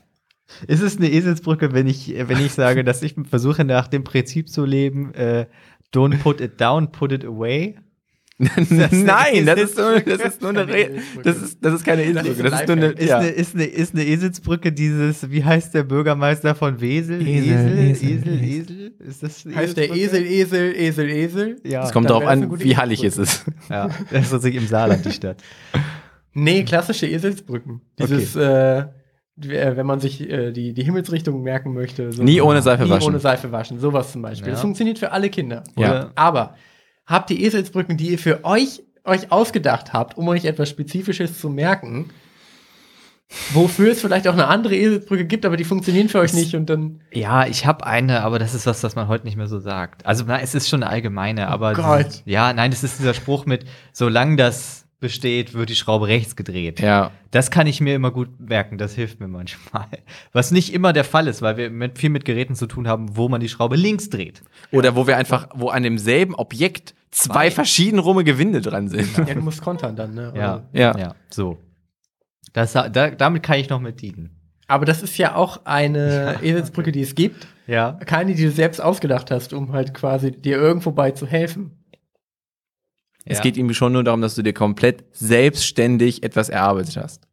[SPEAKER 1] Ist es eine Eselsbrücke, wenn ich, äh, wenn ich sage, dass ich versuche, nach dem Prinzip zu leben, äh, don't put it down, put it away?
[SPEAKER 2] Nein, das ist, nur, das ist nur eine
[SPEAKER 4] Keine
[SPEAKER 2] Re
[SPEAKER 4] Eselsbrücke.
[SPEAKER 2] das ist, das ist keine Eselsbrücke. Das ist nur eine,
[SPEAKER 1] Ist,
[SPEAKER 2] ja.
[SPEAKER 1] eine, ist, eine, ist eine Eselsbrücke dieses, wie heißt der Bürgermeister von Wesel?
[SPEAKER 2] Esel, Esel,
[SPEAKER 1] Esel, Esel. Esel? Ist das eine
[SPEAKER 4] Heißt der
[SPEAKER 1] Eselsbrücke?
[SPEAKER 4] Esel, Esel, Esel, Esel?
[SPEAKER 1] Ja,
[SPEAKER 2] Es kommt
[SPEAKER 4] dann
[SPEAKER 2] darauf
[SPEAKER 4] wäre das eine
[SPEAKER 2] an,
[SPEAKER 4] gute
[SPEAKER 2] wie hallig es
[SPEAKER 4] Eselsbrücke.
[SPEAKER 2] ist.
[SPEAKER 1] ja, das ist tatsächlich im Saarland die Stadt.
[SPEAKER 4] Nee, klassische Eselsbrücken. Dieses, äh, w- äh, wenn man sich äh, die, die Himmelsrichtung merken möchte. So
[SPEAKER 2] Nie ohne Seife
[SPEAKER 4] nie
[SPEAKER 2] waschen.
[SPEAKER 4] ohne Seife waschen, sowas zum Beispiel.
[SPEAKER 1] Ja.
[SPEAKER 4] Das funktioniert für alle Kinder.
[SPEAKER 1] <laughs>
[SPEAKER 2] Ja.
[SPEAKER 1] Oder-
[SPEAKER 4] Aber habt ihr Eselsbrücken, die ihr für euch, euch ausgedacht habt, um euch etwas Spezifisches zu merken, wofür es vielleicht auch eine andere Eselsbrücke gibt, aber die funktionieren für euch nicht und dann.
[SPEAKER 1] Ja, ich habe eine, aber das ist was, das man heute nicht mehr so sagt. Also na, es ist schon eine allgemeine, aber
[SPEAKER 4] Gott.
[SPEAKER 1] ja, nein, das ist dieser Spruch mit, solange das besteht, wird die Schraube rechts gedreht.
[SPEAKER 2] Ja.
[SPEAKER 1] Das kann ich mir immer gut merken, das hilft mir manchmal. Was nicht immer der Fall ist, weil wir mit, viel mit Geräten zu tun haben, wo man die Schraube links dreht.
[SPEAKER 2] Oder wo wir einfach, wo an demselben Objekt zwei verschieden rumme Gewinde dran sind.
[SPEAKER 4] Ja, du musst kontern dann, ne?
[SPEAKER 1] Ja,
[SPEAKER 2] Ja.
[SPEAKER 1] ja so. Das, da, damit kann ich noch mit dienen.
[SPEAKER 4] Aber das ist ja auch eine Eselsbrücke, die es gibt.
[SPEAKER 1] Ja.
[SPEAKER 4] Keine, die du selbst ausgedacht hast, um halt quasi dir irgendwo bei zu helfen.
[SPEAKER 2] Es
[SPEAKER 1] ja.
[SPEAKER 2] geht ihm schon nur darum, dass du dir komplett selbstständig etwas erarbeitet hast.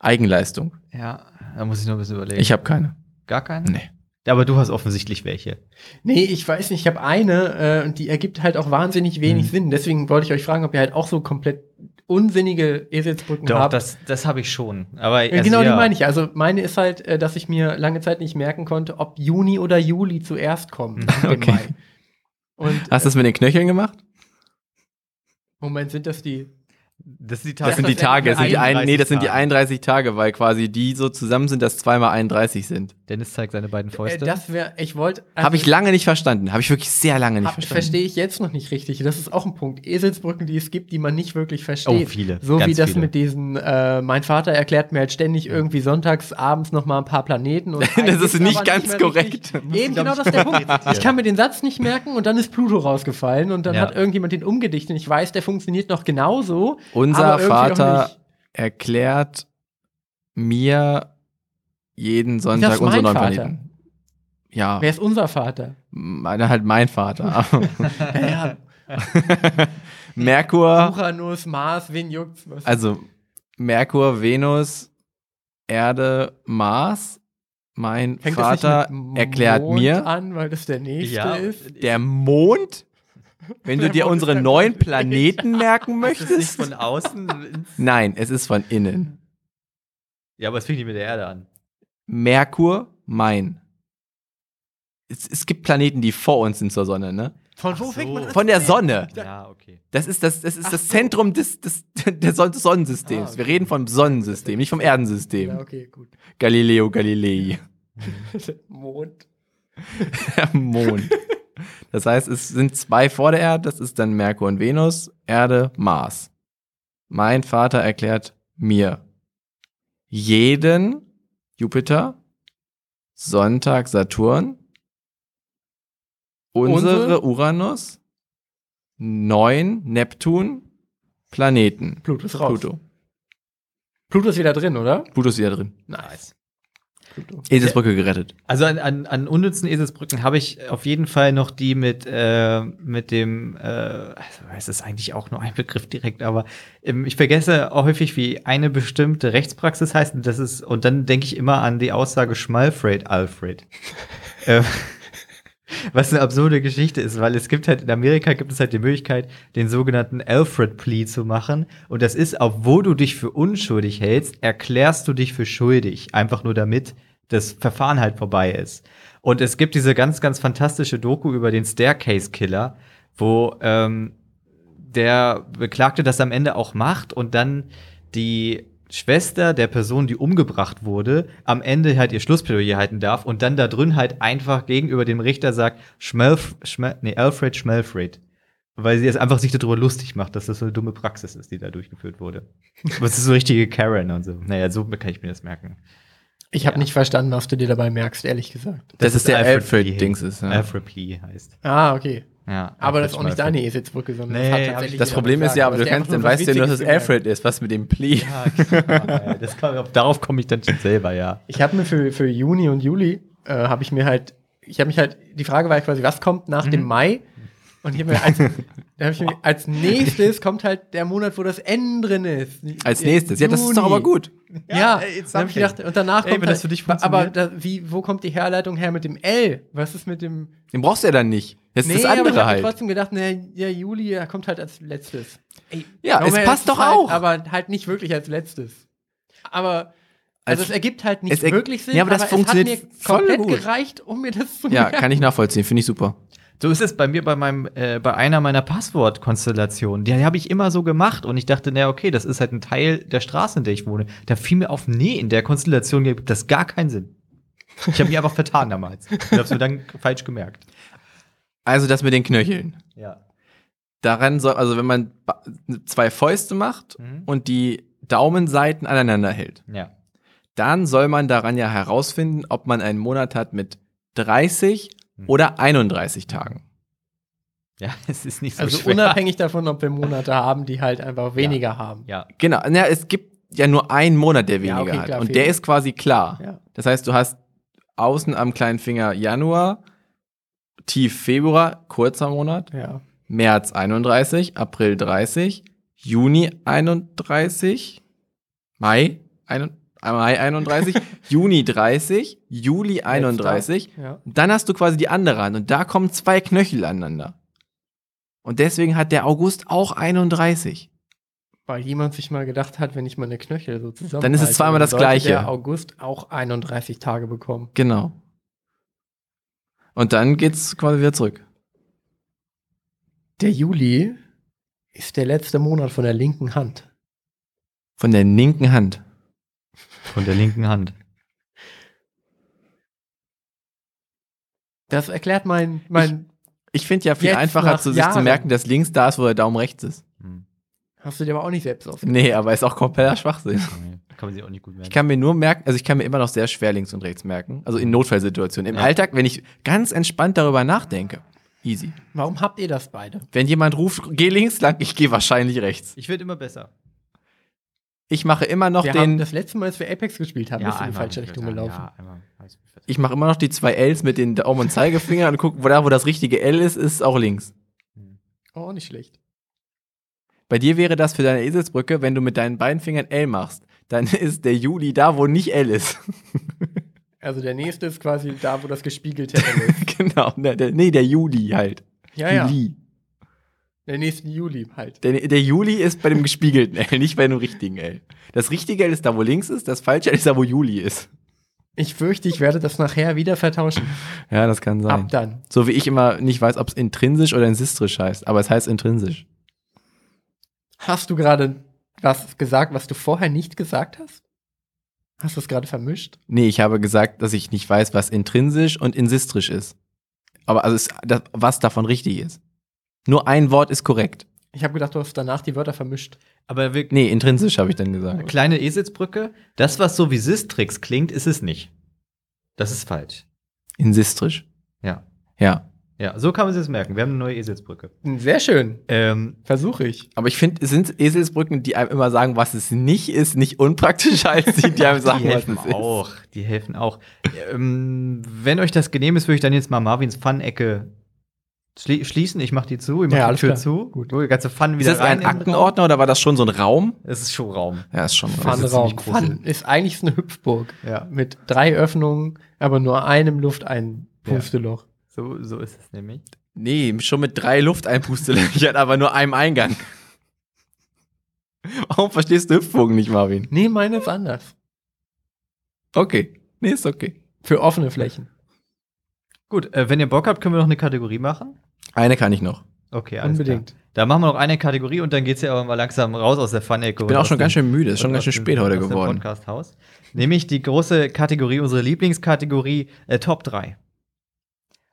[SPEAKER 2] Eigenleistung.
[SPEAKER 1] Ja, da muss ich noch ein bisschen überlegen.
[SPEAKER 2] Ich habe keine.
[SPEAKER 1] gar keinen.
[SPEAKER 2] Nee.
[SPEAKER 1] Aber du hast offensichtlich welche.
[SPEAKER 4] Nee, ich weiß nicht, ich habe eine äh, und die ergibt halt auch wahnsinnig wenig
[SPEAKER 1] Hm.
[SPEAKER 4] Sinn. Deswegen wollte ich euch fragen, ob ihr halt auch so komplett unsinnige Eselsbrücken
[SPEAKER 1] Doch,
[SPEAKER 4] habt.
[SPEAKER 1] das, das habe ich schon. Aber
[SPEAKER 4] Äh, genau, die meine ich. Also meine ist halt, äh, dass ich mir lange Zeit nicht merken konnte, ob Juni oder Juli zuerst kommen. nach
[SPEAKER 2] <laughs>
[SPEAKER 4] dem
[SPEAKER 2] Okay. Ah.
[SPEAKER 4] Mai. Und
[SPEAKER 2] Hast du das mit den Knöcheln gemacht?
[SPEAKER 4] Moment, sind das die?
[SPEAKER 1] Das sind die Tage.
[SPEAKER 2] Das
[SPEAKER 4] <laughs>
[SPEAKER 2] sind die
[SPEAKER 4] das sind die
[SPEAKER 2] Tage. Das sind die ein, nee, das sind die
[SPEAKER 1] 31
[SPEAKER 2] 31 Tage, weil quasi die so zusammen sind, dass zweimal 31 sind.
[SPEAKER 1] Dennis zeigt seine beiden
[SPEAKER 4] Äh,
[SPEAKER 1] Fäuste.
[SPEAKER 4] das wäre, ich wollte.
[SPEAKER 2] Hab habe ich lange nicht verstanden. Habe ich wirklich sehr lange nicht verstanden.
[SPEAKER 4] Verstehe ich jetzt noch nicht richtig. Das ist auch ein Punkt. Eselsbrücken, die es gibt, die man nicht wirklich
[SPEAKER 1] oh,
[SPEAKER 4] versteht.
[SPEAKER 1] viele.
[SPEAKER 4] So
[SPEAKER 1] ganz
[SPEAKER 4] wie das
[SPEAKER 1] viele.
[SPEAKER 4] mit diesen, äh, mein Vater erklärt mir halt ständig irgendwie sonntags abends nochmal ein paar
[SPEAKER 2] <laughs>
[SPEAKER 4] Planeten. Und einen
[SPEAKER 2] das ist
[SPEAKER 4] gibt's
[SPEAKER 2] nicht
[SPEAKER 4] aber
[SPEAKER 2] ganz
[SPEAKER 4] mehr
[SPEAKER 2] korrekt.
[SPEAKER 4] Richtig. Eben genau das ist der Punkt. Ich kann mir den Satz nicht merken und dann ist Pluto rausgefallen und dann
[SPEAKER 1] Ja.
[SPEAKER 4] hat irgendjemand den umgedichtet und ich weiß, der funktioniert noch genauso.
[SPEAKER 2] Unser
[SPEAKER 4] aber irgendwie auch
[SPEAKER 2] Vater
[SPEAKER 4] nicht.
[SPEAKER 2] erklärt mir jeden Sonntag
[SPEAKER 4] ist
[SPEAKER 2] unsere
[SPEAKER 4] mein
[SPEAKER 2] neuen
[SPEAKER 4] Vater.
[SPEAKER 2] Planeten. Ja,
[SPEAKER 4] Wer ist unser
[SPEAKER 2] <laughs>
[SPEAKER 4] Vater?
[SPEAKER 2] meiner halt mein
[SPEAKER 4] <laughs>
[SPEAKER 2] Vater. <laughs>
[SPEAKER 4] Ja,
[SPEAKER 2] Merkur,
[SPEAKER 4] Uranus, Mars, wen juckt's? Was?
[SPEAKER 2] also Merkur, Venus, Erde, Mars. Mein
[SPEAKER 4] Fängt das nicht
[SPEAKER 2] Vater
[SPEAKER 4] mit Mond
[SPEAKER 2] erklärt mir,
[SPEAKER 4] an, weil das der nächste
[SPEAKER 1] Ja.
[SPEAKER 4] ist.
[SPEAKER 2] der Mond, wenn du
[SPEAKER 4] Der
[SPEAKER 2] dir
[SPEAKER 4] Mond ist
[SPEAKER 2] unsere
[SPEAKER 4] der
[SPEAKER 2] neuen
[SPEAKER 4] Mond.
[SPEAKER 2] Planeten merken
[SPEAKER 1] Das ist nicht
[SPEAKER 2] möchtest.
[SPEAKER 1] von <laughs> außen.
[SPEAKER 2] Nein, es ist von innen.
[SPEAKER 1] ja, aber es fängt nicht mit der Erde an.
[SPEAKER 2] Merkur, mein. Es, es gibt Planeten, die vor uns sind zur Sonne, ne?
[SPEAKER 4] Von
[SPEAKER 1] Ach so.
[SPEAKER 2] Von der Sonne.
[SPEAKER 1] Ja, okay.
[SPEAKER 2] Das ist das, das, ist das Zentrum des, des, des Son- des Sonnensystems.
[SPEAKER 4] Ah, okay.
[SPEAKER 2] Wir reden vom Sonnensystem, nicht vom Erdensystem.
[SPEAKER 4] Ja, okay, gut. <laughs>
[SPEAKER 2] Galileo Galilei.
[SPEAKER 4] Mond.
[SPEAKER 2] <laughs> Der Mond. Das heißt, es sind zwei vor der Erde, das ist dann Merkur und Venus, Erde, Mars. Mein Vater erklärt mir jeden Jupiter, Sonntag Saturn, unsere Uranus, neun Neptun, Planeten.
[SPEAKER 4] Pluto ist raus.
[SPEAKER 2] Pluto.
[SPEAKER 4] Pluto ist wieder drin, oder?
[SPEAKER 2] Pluto ist wieder drin.
[SPEAKER 1] Nice.
[SPEAKER 4] Pluto.
[SPEAKER 2] Eselsbrücke gerettet.
[SPEAKER 1] Also an, an, an unnützen Eselsbrücken habe ich auf jeden Fall noch die mit, äh, mit dem, äh, also es ist eigentlich auch nur ein Begriff direkt, aber ähm, ich vergesse auch häufig, wie eine bestimmte Rechtspraxis heißt. Und, das ist, und dann denke ich immer an die Aussage Schmalfred Alfred. Ähm, Was eine absurde Geschichte ist, weil es gibt halt in Amerika gibt es halt die Möglichkeit, den sogenannten Alfred Plea zu machen. Und das ist, obwohl du dich für unschuldig hältst, erklärst du dich für schuldig. Einfach nur damit das Verfahren halt vorbei ist. Und es gibt diese ganz, ganz fantastische Doku über den Staircase Killer, wo ähm, der Beklagte das am Ende auch macht und dann die Schwester der Person, die umgebracht wurde, am Ende halt ihr Schlussplädoyer halten darf und dann da drin halt einfach gegenüber dem Richter sagt, Schmelf, Schmel, nee, Alfred Schmelfred. Weil sie es einfach sich darüber lustig macht, dass das so eine dumme Praxis ist, die da durchgeführt wurde. Aber es ist so richtige Karen und so. Naja, so kann ich mir das merken.
[SPEAKER 4] Ich habe nicht verstanden, was du dir dabei merkst, ehrlich gesagt.
[SPEAKER 2] Das, ist der
[SPEAKER 1] Alfred
[SPEAKER 2] Alfred-Dings. ist, ja.
[SPEAKER 1] Alfred Plea heißt.
[SPEAKER 4] Ah, okay.
[SPEAKER 1] Ja,
[SPEAKER 4] Aber
[SPEAKER 1] Alfred
[SPEAKER 4] das ist auch nicht
[SPEAKER 1] Schmelfred.
[SPEAKER 4] deine Eselsbrücke, sondern
[SPEAKER 1] Nee,
[SPEAKER 4] das hat
[SPEAKER 1] hab
[SPEAKER 4] tatsächlich
[SPEAKER 2] Das
[SPEAKER 4] jeder
[SPEAKER 2] Problem ist
[SPEAKER 4] gesagt.
[SPEAKER 2] ja, aber du
[SPEAKER 4] dass die
[SPEAKER 2] kannst,
[SPEAKER 4] einfach
[SPEAKER 2] dann
[SPEAKER 4] nur was
[SPEAKER 2] weißt du ja nur, dass
[SPEAKER 4] Witziges ne?
[SPEAKER 2] es
[SPEAKER 4] gemerkt.
[SPEAKER 2] Alfred ist, was mit dem Plea.
[SPEAKER 1] Ja, klar, das kann, darauf komme ich dann schon selber, ja.
[SPEAKER 4] Ich habe mir für, für Juni und Juli, äh, habe ich mir halt, ich habe mich halt, die Frage war quasi, was kommt nach
[SPEAKER 2] Mhm.
[SPEAKER 4] dem Mai? Und ich habe
[SPEAKER 2] <laughs>
[SPEAKER 4] mir als, da hab ich mir, als nächstes kommt halt der Monat, wo das N drin ist.
[SPEAKER 2] Als
[SPEAKER 4] Der
[SPEAKER 2] nächstes. Ja, das ist doch
[SPEAKER 4] Juni.
[SPEAKER 2] aber gut.
[SPEAKER 1] Ja,
[SPEAKER 4] Ja,
[SPEAKER 1] ey, it's
[SPEAKER 4] dann hab ich gedacht, und danach
[SPEAKER 1] Ey,
[SPEAKER 4] kommt halt
[SPEAKER 1] wenn das für dich funktioniert.
[SPEAKER 4] Aber da, wie, wo kommt die Herleitung her mit dem L? Was ist mit dem
[SPEAKER 2] Den brauchst du ja dann nicht. Das ist das
[SPEAKER 4] aber ich
[SPEAKER 2] andere
[SPEAKER 4] hab mir
[SPEAKER 2] halt.
[SPEAKER 4] trotzdem gedacht, ne, ja, Juli er kommt halt als letztes.
[SPEAKER 2] Ja,
[SPEAKER 4] Junge,
[SPEAKER 2] es passt
[SPEAKER 4] ist
[SPEAKER 2] doch
[SPEAKER 4] halt,
[SPEAKER 2] auch.
[SPEAKER 4] Aber halt nicht wirklich als letztes. Aber also
[SPEAKER 2] Als-
[SPEAKER 4] es ergibt halt nicht
[SPEAKER 2] es erg-
[SPEAKER 4] wirklich Sinn,
[SPEAKER 2] Ja, aber das funktioniert
[SPEAKER 4] es hat mir
[SPEAKER 2] voll
[SPEAKER 4] komplett
[SPEAKER 2] gut.
[SPEAKER 4] gereicht, um mir das zu
[SPEAKER 2] ja,
[SPEAKER 4] <laughs> merken.
[SPEAKER 2] kann ich nachvollziehen. Finde ich super.
[SPEAKER 1] So ist es bei mir bei meinem, äh, bei einer meiner Passwortkonstellationen. Die habe ich immer so gemacht und ich dachte, na okay, das ist halt ein Teil der Straße, in der ich wohne. Da fiel mir auf, nee, in der Konstellation gibt das gar keinen Sinn. Ich habe mich einfach vertan damals. Ich habe es mir dann falsch gemerkt.
[SPEAKER 2] Also das mit den Knöcheln.
[SPEAKER 1] Ja.
[SPEAKER 2] Daran soll, also wenn man ba- zwei Fäuste macht
[SPEAKER 1] Mhm.
[SPEAKER 2] und die Daumenseiten aneinander hält,
[SPEAKER 1] Ja.
[SPEAKER 2] dann soll man daran ja herausfinden, ob man einen Monat hat mit 30
[SPEAKER 4] Mhm.
[SPEAKER 2] oder 31 Tagen.
[SPEAKER 1] Ja, <laughs> es ist nicht so
[SPEAKER 4] Also
[SPEAKER 1] schwer.
[SPEAKER 4] unabhängig davon, ob wir Monate haben, die halt einfach weniger haben.
[SPEAKER 1] Ja.
[SPEAKER 2] Genau, na, es gibt ja nur einen Monat, der
[SPEAKER 4] Ja,
[SPEAKER 2] weniger
[SPEAKER 4] okay,
[SPEAKER 2] hat.
[SPEAKER 4] klar,
[SPEAKER 2] und
[SPEAKER 4] viel.
[SPEAKER 2] der ist quasi klar.
[SPEAKER 4] Ja.
[SPEAKER 2] Das heißt, du hast außen am kleinen Finger Januar, tief Februar, kurzer Monat,
[SPEAKER 4] ja.
[SPEAKER 2] März 31, April 30, Juni 31, Mai, ein, Mai
[SPEAKER 4] <laughs>
[SPEAKER 2] 31, Juni 30, Juli 31.
[SPEAKER 4] Ja.
[SPEAKER 2] Und Dann hast du quasi die andere Hand und da kommen zwei Knöchel aneinander. Und deswegen hat der August auch 31.
[SPEAKER 4] Weil jemand sich mal gedacht hat, wenn ich meine Knöchel so zusammen.
[SPEAKER 2] Dann ist es zweimal das Gleiche.
[SPEAKER 4] Der August auch 31 Tage bekommen.
[SPEAKER 2] Genau. Und dann geht's quasi wieder zurück.
[SPEAKER 4] Der Juli ist der letzte Monat von der linken Hand.
[SPEAKER 2] Von der linken Hand.
[SPEAKER 1] Von der linken Hand.
[SPEAKER 4] Das erklärt mein, mein
[SPEAKER 2] Ich finde ja viel
[SPEAKER 4] Jetzt
[SPEAKER 2] einfacher
[SPEAKER 4] nach
[SPEAKER 2] zu, sich zu
[SPEAKER 4] Jahren.
[SPEAKER 2] merken, dass links da ist, wo der Daumen rechts ist.
[SPEAKER 1] Hm.
[SPEAKER 4] hast du dir aber auch nicht selbst aus.
[SPEAKER 2] Nee, aber ist auch kompletter Schwachsinn.
[SPEAKER 1] Nee, Kann man sich auch nicht gut merken.
[SPEAKER 2] Ich kann mir nur merken, also ich kann mir immer noch sehr schwer links und rechts merken. Also in Notfallsituationen. Im
[SPEAKER 1] Ja.
[SPEAKER 2] Alltag, wenn ich ganz entspannt darüber nachdenke. Easy.
[SPEAKER 4] Warum habt ihr das beide?
[SPEAKER 2] Wenn jemand ruft, geh links lang, <laughs> ich gehe wahrscheinlich rechts.
[SPEAKER 1] ich werde immer besser.
[SPEAKER 2] Ich mache immer noch
[SPEAKER 4] wir haben
[SPEAKER 2] den,
[SPEAKER 4] das letzte Mal, als wir Apex gespielt haben, bist du in die
[SPEAKER 1] einmal
[SPEAKER 4] falsche
[SPEAKER 1] hab ich
[SPEAKER 4] Richtung
[SPEAKER 1] getan.
[SPEAKER 4] gelaufen.
[SPEAKER 1] Ja, einmal hab ich's vertan.
[SPEAKER 2] ich mache immer noch die zwei Ls mit den Daumen und Zeigefinger und guck, wo da, wo das richtige L ist, ist auch links.
[SPEAKER 4] Oh, nicht schlecht.
[SPEAKER 2] Bei dir wäre das für deine Eselsbrücke, wenn du mit deinen beiden Fingern L machst. Dann <laughs> ist der Juli da, wo nicht L ist. <laughs>
[SPEAKER 4] Also der nächste ist quasi da, wo das gespiegelte L
[SPEAKER 1] <laughs>
[SPEAKER 4] ist.
[SPEAKER 2] genau. Ne, der, nee, der Juli halt.
[SPEAKER 4] Ja, ja.
[SPEAKER 2] Juli.
[SPEAKER 4] Der nächste Juli halt.
[SPEAKER 2] Der, der Juli ist bei dem gespiegelten L, nicht bei dem richtigen L. Das richtige L ist da, wo links ist, das falsche L ist da, wo Juli ist.
[SPEAKER 4] Ich fürchte, ich werde das nachher wieder vertauschen.
[SPEAKER 2] Ja, das kann
[SPEAKER 4] Ab dann.
[SPEAKER 2] So wie ich immer nicht weiß, ob es intrinsisch oder insistrisch heißt, aber es heißt intrinsisch.
[SPEAKER 4] Hast du gerade was gesagt, was du vorher nicht gesagt hast? Hast du es gerade vermischt?
[SPEAKER 2] Nee, ich habe gesagt, dass ich nicht weiß, was intrinsisch und insistrisch ist. Aber also es, das, was davon richtig ist. Nur ein Wort ist korrekt.
[SPEAKER 4] Ich habe gedacht, du hast danach die Wörter vermischt.
[SPEAKER 1] Aber wir,
[SPEAKER 2] Nee, intrinsisch habe ich dann gesagt.
[SPEAKER 1] kleine Eselsbrücke, das, was so wie Sistrix klingt, ist es nicht. Das ist falsch.
[SPEAKER 2] Insistrisch.
[SPEAKER 1] Ja.
[SPEAKER 2] Ja.
[SPEAKER 1] Ja, so kann man sich das merken. Wir haben eine neue Eselsbrücke.
[SPEAKER 4] Hm, Sehr schön.
[SPEAKER 1] Ähm,
[SPEAKER 4] Versuche ich.
[SPEAKER 2] Aber ich finde, sind Eselsbrücken, die einem immer sagen, was es nicht ist, nicht unpraktischer als
[SPEAKER 1] <laughs>
[SPEAKER 2] die, die einem sagen,
[SPEAKER 1] die
[SPEAKER 2] was
[SPEAKER 1] helfen
[SPEAKER 2] es ist.
[SPEAKER 1] auch. Die helfen auch. Ähm, wenn euch das genehm ist, würde ich dann jetzt mal Marvins Fun-Ecke schli schließen. Ich mache die zu, ich mache
[SPEAKER 4] Ja,
[SPEAKER 1] die
[SPEAKER 4] alles
[SPEAKER 1] Tür
[SPEAKER 4] klar.
[SPEAKER 1] zu.
[SPEAKER 4] Gut.
[SPEAKER 1] Oh, die ganze Fun
[SPEAKER 2] Ist
[SPEAKER 1] wieder
[SPEAKER 2] das
[SPEAKER 1] rein.
[SPEAKER 2] ein
[SPEAKER 1] in den Raum.
[SPEAKER 2] Aktenordner oder war das schon so ein Raum?
[SPEAKER 1] Es ist Showraum.
[SPEAKER 2] Ja, ist schon ein Raum.
[SPEAKER 1] Fun-
[SPEAKER 4] Funraum.
[SPEAKER 1] ziemlich groß.
[SPEAKER 4] Fun ist eigentlich eine Hüpfburg.
[SPEAKER 1] Ja.
[SPEAKER 4] Mit drei Öffnungen, aber nur einem Lufteinpusteloch.
[SPEAKER 1] So, so ist es nämlich.
[SPEAKER 2] Nee, schon mit drei Lufteinpustelöchern, <laughs> aber nur einem Eingang. Warum verstehst du Hüpfbogen nicht, Marvin?
[SPEAKER 4] Nee, meine ist anders.
[SPEAKER 2] Okay. Nee, ist okay.
[SPEAKER 4] Für offene Flächen.
[SPEAKER 1] Gut, äh, wenn ihr Bock habt, können wir noch eine Kategorie machen.
[SPEAKER 2] Eine kann ich noch.
[SPEAKER 1] Okay,
[SPEAKER 4] Unbedingt.
[SPEAKER 1] Klar. Da machen wir noch eine Kategorie und dann geht's ja aber mal langsam raus aus der Fun-Ecke.
[SPEAKER 2] Ich bin auch schon ganz schön müde, Oh, ist schon ganz schön spät heute geworden.
[SPEAKER 1] Podcasthaus. Nämlich die große Kategorie, unsere Lieblingskategorie äh, Top 3.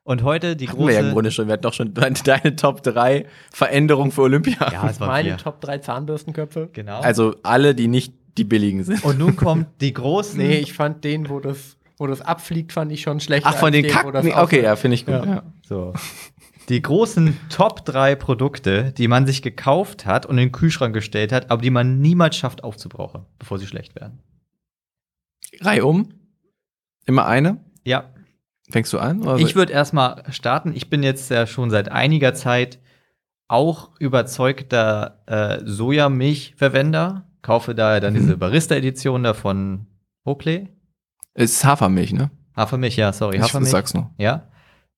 [SPEAKER 1] Und heute die
[SPEAKER 2] Hatten
[SPEAKER 1] große.
[SPEAKER 2] wir ja im Grunde schon. Wir hatten doch schon deine <laughs> Top 3 Veränderungen für Olympia.
[SPEAKER 1] Ja, es war
[SPEAKER 4] Meine
[SPEAKER 1] vier.
[SPEAKER 4] Top 3 Zahnbürstenköpfe.
[SPEAKER 1] Genau.
[SPEAKER 2] Also alle, die nicht die billigen sind.
[SPEAKER 1] und nun kommt die großen.
[SPEAKER 4] Nee, ich fand den, wo das, wo das abfliegt, fand ich schon schlechter.
[SPEAKER 2] Ach, von
[SPEAKER 4] als
[SPEAKER 2] den
[SPEAKER 4] den, wo
[SPEAKER 2] Kacken.
[SPEAKER 4] das
[SPEAKER 2] Nee,
[SPEAKER 4] aufhört.
[SPEAKER 2] Okay, ja, finde ich gut.
[SPEAKER 4] Ja.
[SPEAKER 2] Ja.
[SPEAKER 1] so. Die großen Top 3 Produkte, die man sich gekauft hat und in den Kühlschrank gestellt hat, aber die man niemals schafft aufzubrauchen, bevor sie schlecht werden.
[SPEAKER 2] Reihe um. Immer eine.
[SPEAKER 1] Ja,
[SPEAKER 2] Fängst du an? Also Oder
[SPEAKER 1] ich würde erstmal starten. Ich bin jetzt ja schon seit einiger Zeit auch überzeugter äh, Sojamilchverwender. Kaufe daher dann
[SPEAKER 2] Mhm.
[SPEAKER 1] diese Barista-Edition davon Oakley.
[SPEAKER 2] es ist Hafermilch, ne?
[SPEAKER 1] Hafermilch, ja, sorry.
[SPEAKER 2] Ich
[SPEAKER 1] Hafermilch.
[SPEAKER 2] sag's nur.
[SPEAKER 1] Ja.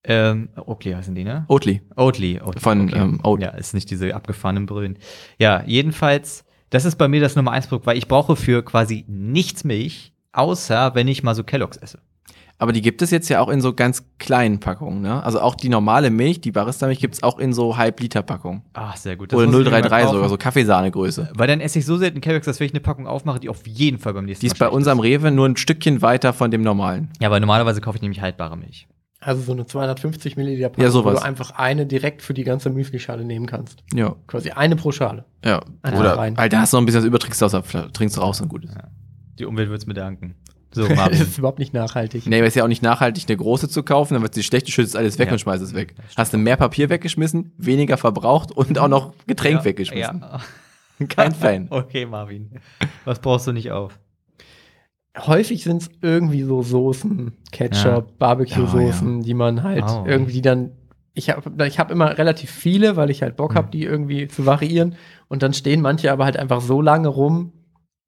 [SPEAKER 1] Ähm, Oakley heißen die, ne?
[SPEAKER 2] Oatly.
[SPEAKER 1] Oatly. Oatly
[SPEAKER 2] Von, ähm, Oat-
[SPEAKER 1] Ja, ist nicht diese abgefahrenen Brillen. Ja, jedenfalls, das ist bei mir das Nummer eins Produkt, weil ich brauche für quasi nichts Milch, außer wenn ich mal so Kelloggs esse.
[SPEAKER 2] Aber die gibt es jetzt ja auch in so ganz kleinen Packungen, ne? Also auch die normale Milch, die Barista-Milch gibt's auch in so Halb-Liter-Packungen.
[SPEAKER 1] Ach, Ah, sehr gut. Das
[SPEAKER 2] Oder
[SPEAKER 1] muss ich mir mal
[SPEAKER 2] 033 so,
[SPEAKER 1] kaufen.
[SPEAKER 2] oder so Kaffeesahnegröße.
[SPEAKER 1] Weil dann esse ich so selten Carex, dass wenn ich eine Packung aufmache, die auf jeden Fall beim nächsten
[SPEAKER 2] Die ist bei
[SPEAKER 1] schlecht
[SPEAKER 2] unserem Rewe nur ein Stückchen weiter von dem normalen.
[SPEAKER 1] Ja, weil normalerweise kaufe ich nämlich haltbare Milch.
[SPEAKER 4] Also so eine 250 Milliliter
[SPEAKER 2] Ja,
[SPEAKER 4] wo
[SPEAKER 2] sowas.
[SPEAKER 4] du einfach eine direkt für die ganze Müslischale nehmen kannst.
[SPEAKER 2] Ja.
[SPEAKER 4] Quasi eine pro Schale.
[SPEAKER 2] Ja.
[SPEAKER 4] Einfach
[SPEAKER 2] Oder,
[SPEAKER 4] rein.
[SPEAKER 2] weil da hast du noch ein bisschen was über, trinkst du, aus, der- trinkst du raus und gut ist.
[SPEAKER 1] Die Umwelt wird es bedanken.
[SPEAKER 2] <laughs>
[SPEAKER 1] So,
[SPEAKER 4] das
[SPEAKER 1] Marvin.
[SPEAKER 4] ist überhaupt nicht nachhaltig.
[SPEAKER 2] Nee, aber ist ja auch nicht nachhaltig, eine große zu kaufen, dann wird die schlechte, schützt alles weg
[SPEAKER 1] Ja.
[SPEAKER 2] und schmeißt es weg. Hast du mehr Papier weggeschmissen, weniger verbraucht und auch noch Getränk
[SPEAKER 1] Ja,
[SPEAKER 2] weggeschmissen.
[SPEAKER 1] Ja. <laughs>
[SPEAKER 2] Kein Fan.
[SPEAKER 1] Okay, Marvin. Was brauchst du nicht auf?
[SPEAKER 4] Häufig sind es irgendwie so Soßen, Ketchup, Barbecue-Soßen, die man halt
[SPEAKER 1] Au.
[SPEAKER 4] irgendwie dann. Ich habe ich hab immer relativ viele, weil ich halt Bock habe, die irgendwie zu variieren. Und dann stehen manche aber halt einfach so lange rum,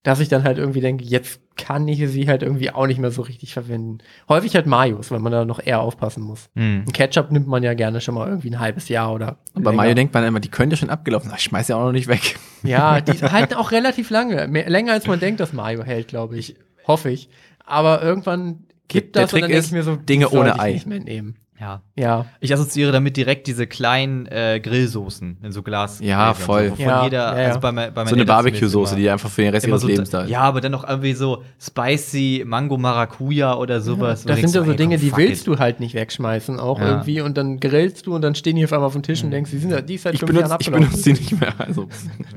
[SPEAKER 4] dass ich dann halt irgendwie denke, jetzt kann ich sie halt irgendwie auch nicht mehr so richtig verwenden. Häufig halt Mayos, weil man da noch eher aufpassen muss.
[SPEAKER 1] Hm.
[SPEAKER 4] Ein Ketchup nimmt man ja gerne schon mal irgendwie ein halbes Jahr oder.
[SPEAKER 2] Und bei
[SPEAKER 4] länger.
[SPEAKER 2] Mayo denkt man immer, die könnte schon abgelaufen sein. Ich schmeiß ja auch noch nicht weg.
[SPEAKER 4] Ja, die halten auch relativ lange. Mehr, länger als man denkt, dass Mario hält, glaube ich. Hoffe ich. Aber irgendwann kippt
[SPEAKER 2] Der
[SPEAKER 4] das
[SPEAKER 2] Trick
[SPEAKER 4] und dann denk
[SPEAKER 2] ist,
[SPEAKER 4] ich mir so,
[SPEAKER 2] Dinge
[SPEAKER 4] das soll
[SPEAKER 2] ohne
[SPEAKER 4] ich
[SPEAKER 2] Ei.
[SPEAKER 4] nicht mehr nehmen.
[SPEAKER 1] Ja.
[SPEAKER 4] Ja.
[SPEAKER 1] Ich assoziiere damit direkt diese kleinen äh, Grillsoßen in so Glas.
[SPEAKER 2] Ja, voll.
[SPEAKER 1] Von
[SPEAKER 4] Ja,
[SPEAKER 1] jeder,
[SPEAKER 4] ja, ja.
[SPEAKER 1] also bei, mein- bei
[SPEAKER 2] So eine Barbecue-Soße, die einfach für den Rest
[SPEAKER 1] immer
[SPEAKER 2] ihres
[SPEAKER 1] so,
[SPEAKER 2] Lebens da ist.
[SPEAKER 1] Ja, aber dann noch irgendwie so spicy Mango Maracuja oder sowas.
[SPEAKER 4] Das sind ja so Dinge, die willst
[SPEAKER 1] du.
[SPEAKER 4] du halt nicht wegschmeißen, auch
[SPEAKER 1] Ja.
[SPEAKER 4] irgendwie. Und dann grillst du und dann stehen die auf einmal auf dem Tisch und denkst, die sind ja, die ist halt seit
[SPEAKER 2] Mhm. Ich
[SPEAKER 4] fünf Jahren
[SPEAKER 2] benutze, ich
[SPEAKER 4] abgelaufen.
[SPEAKER 2] benutze die nicht mehr. Also,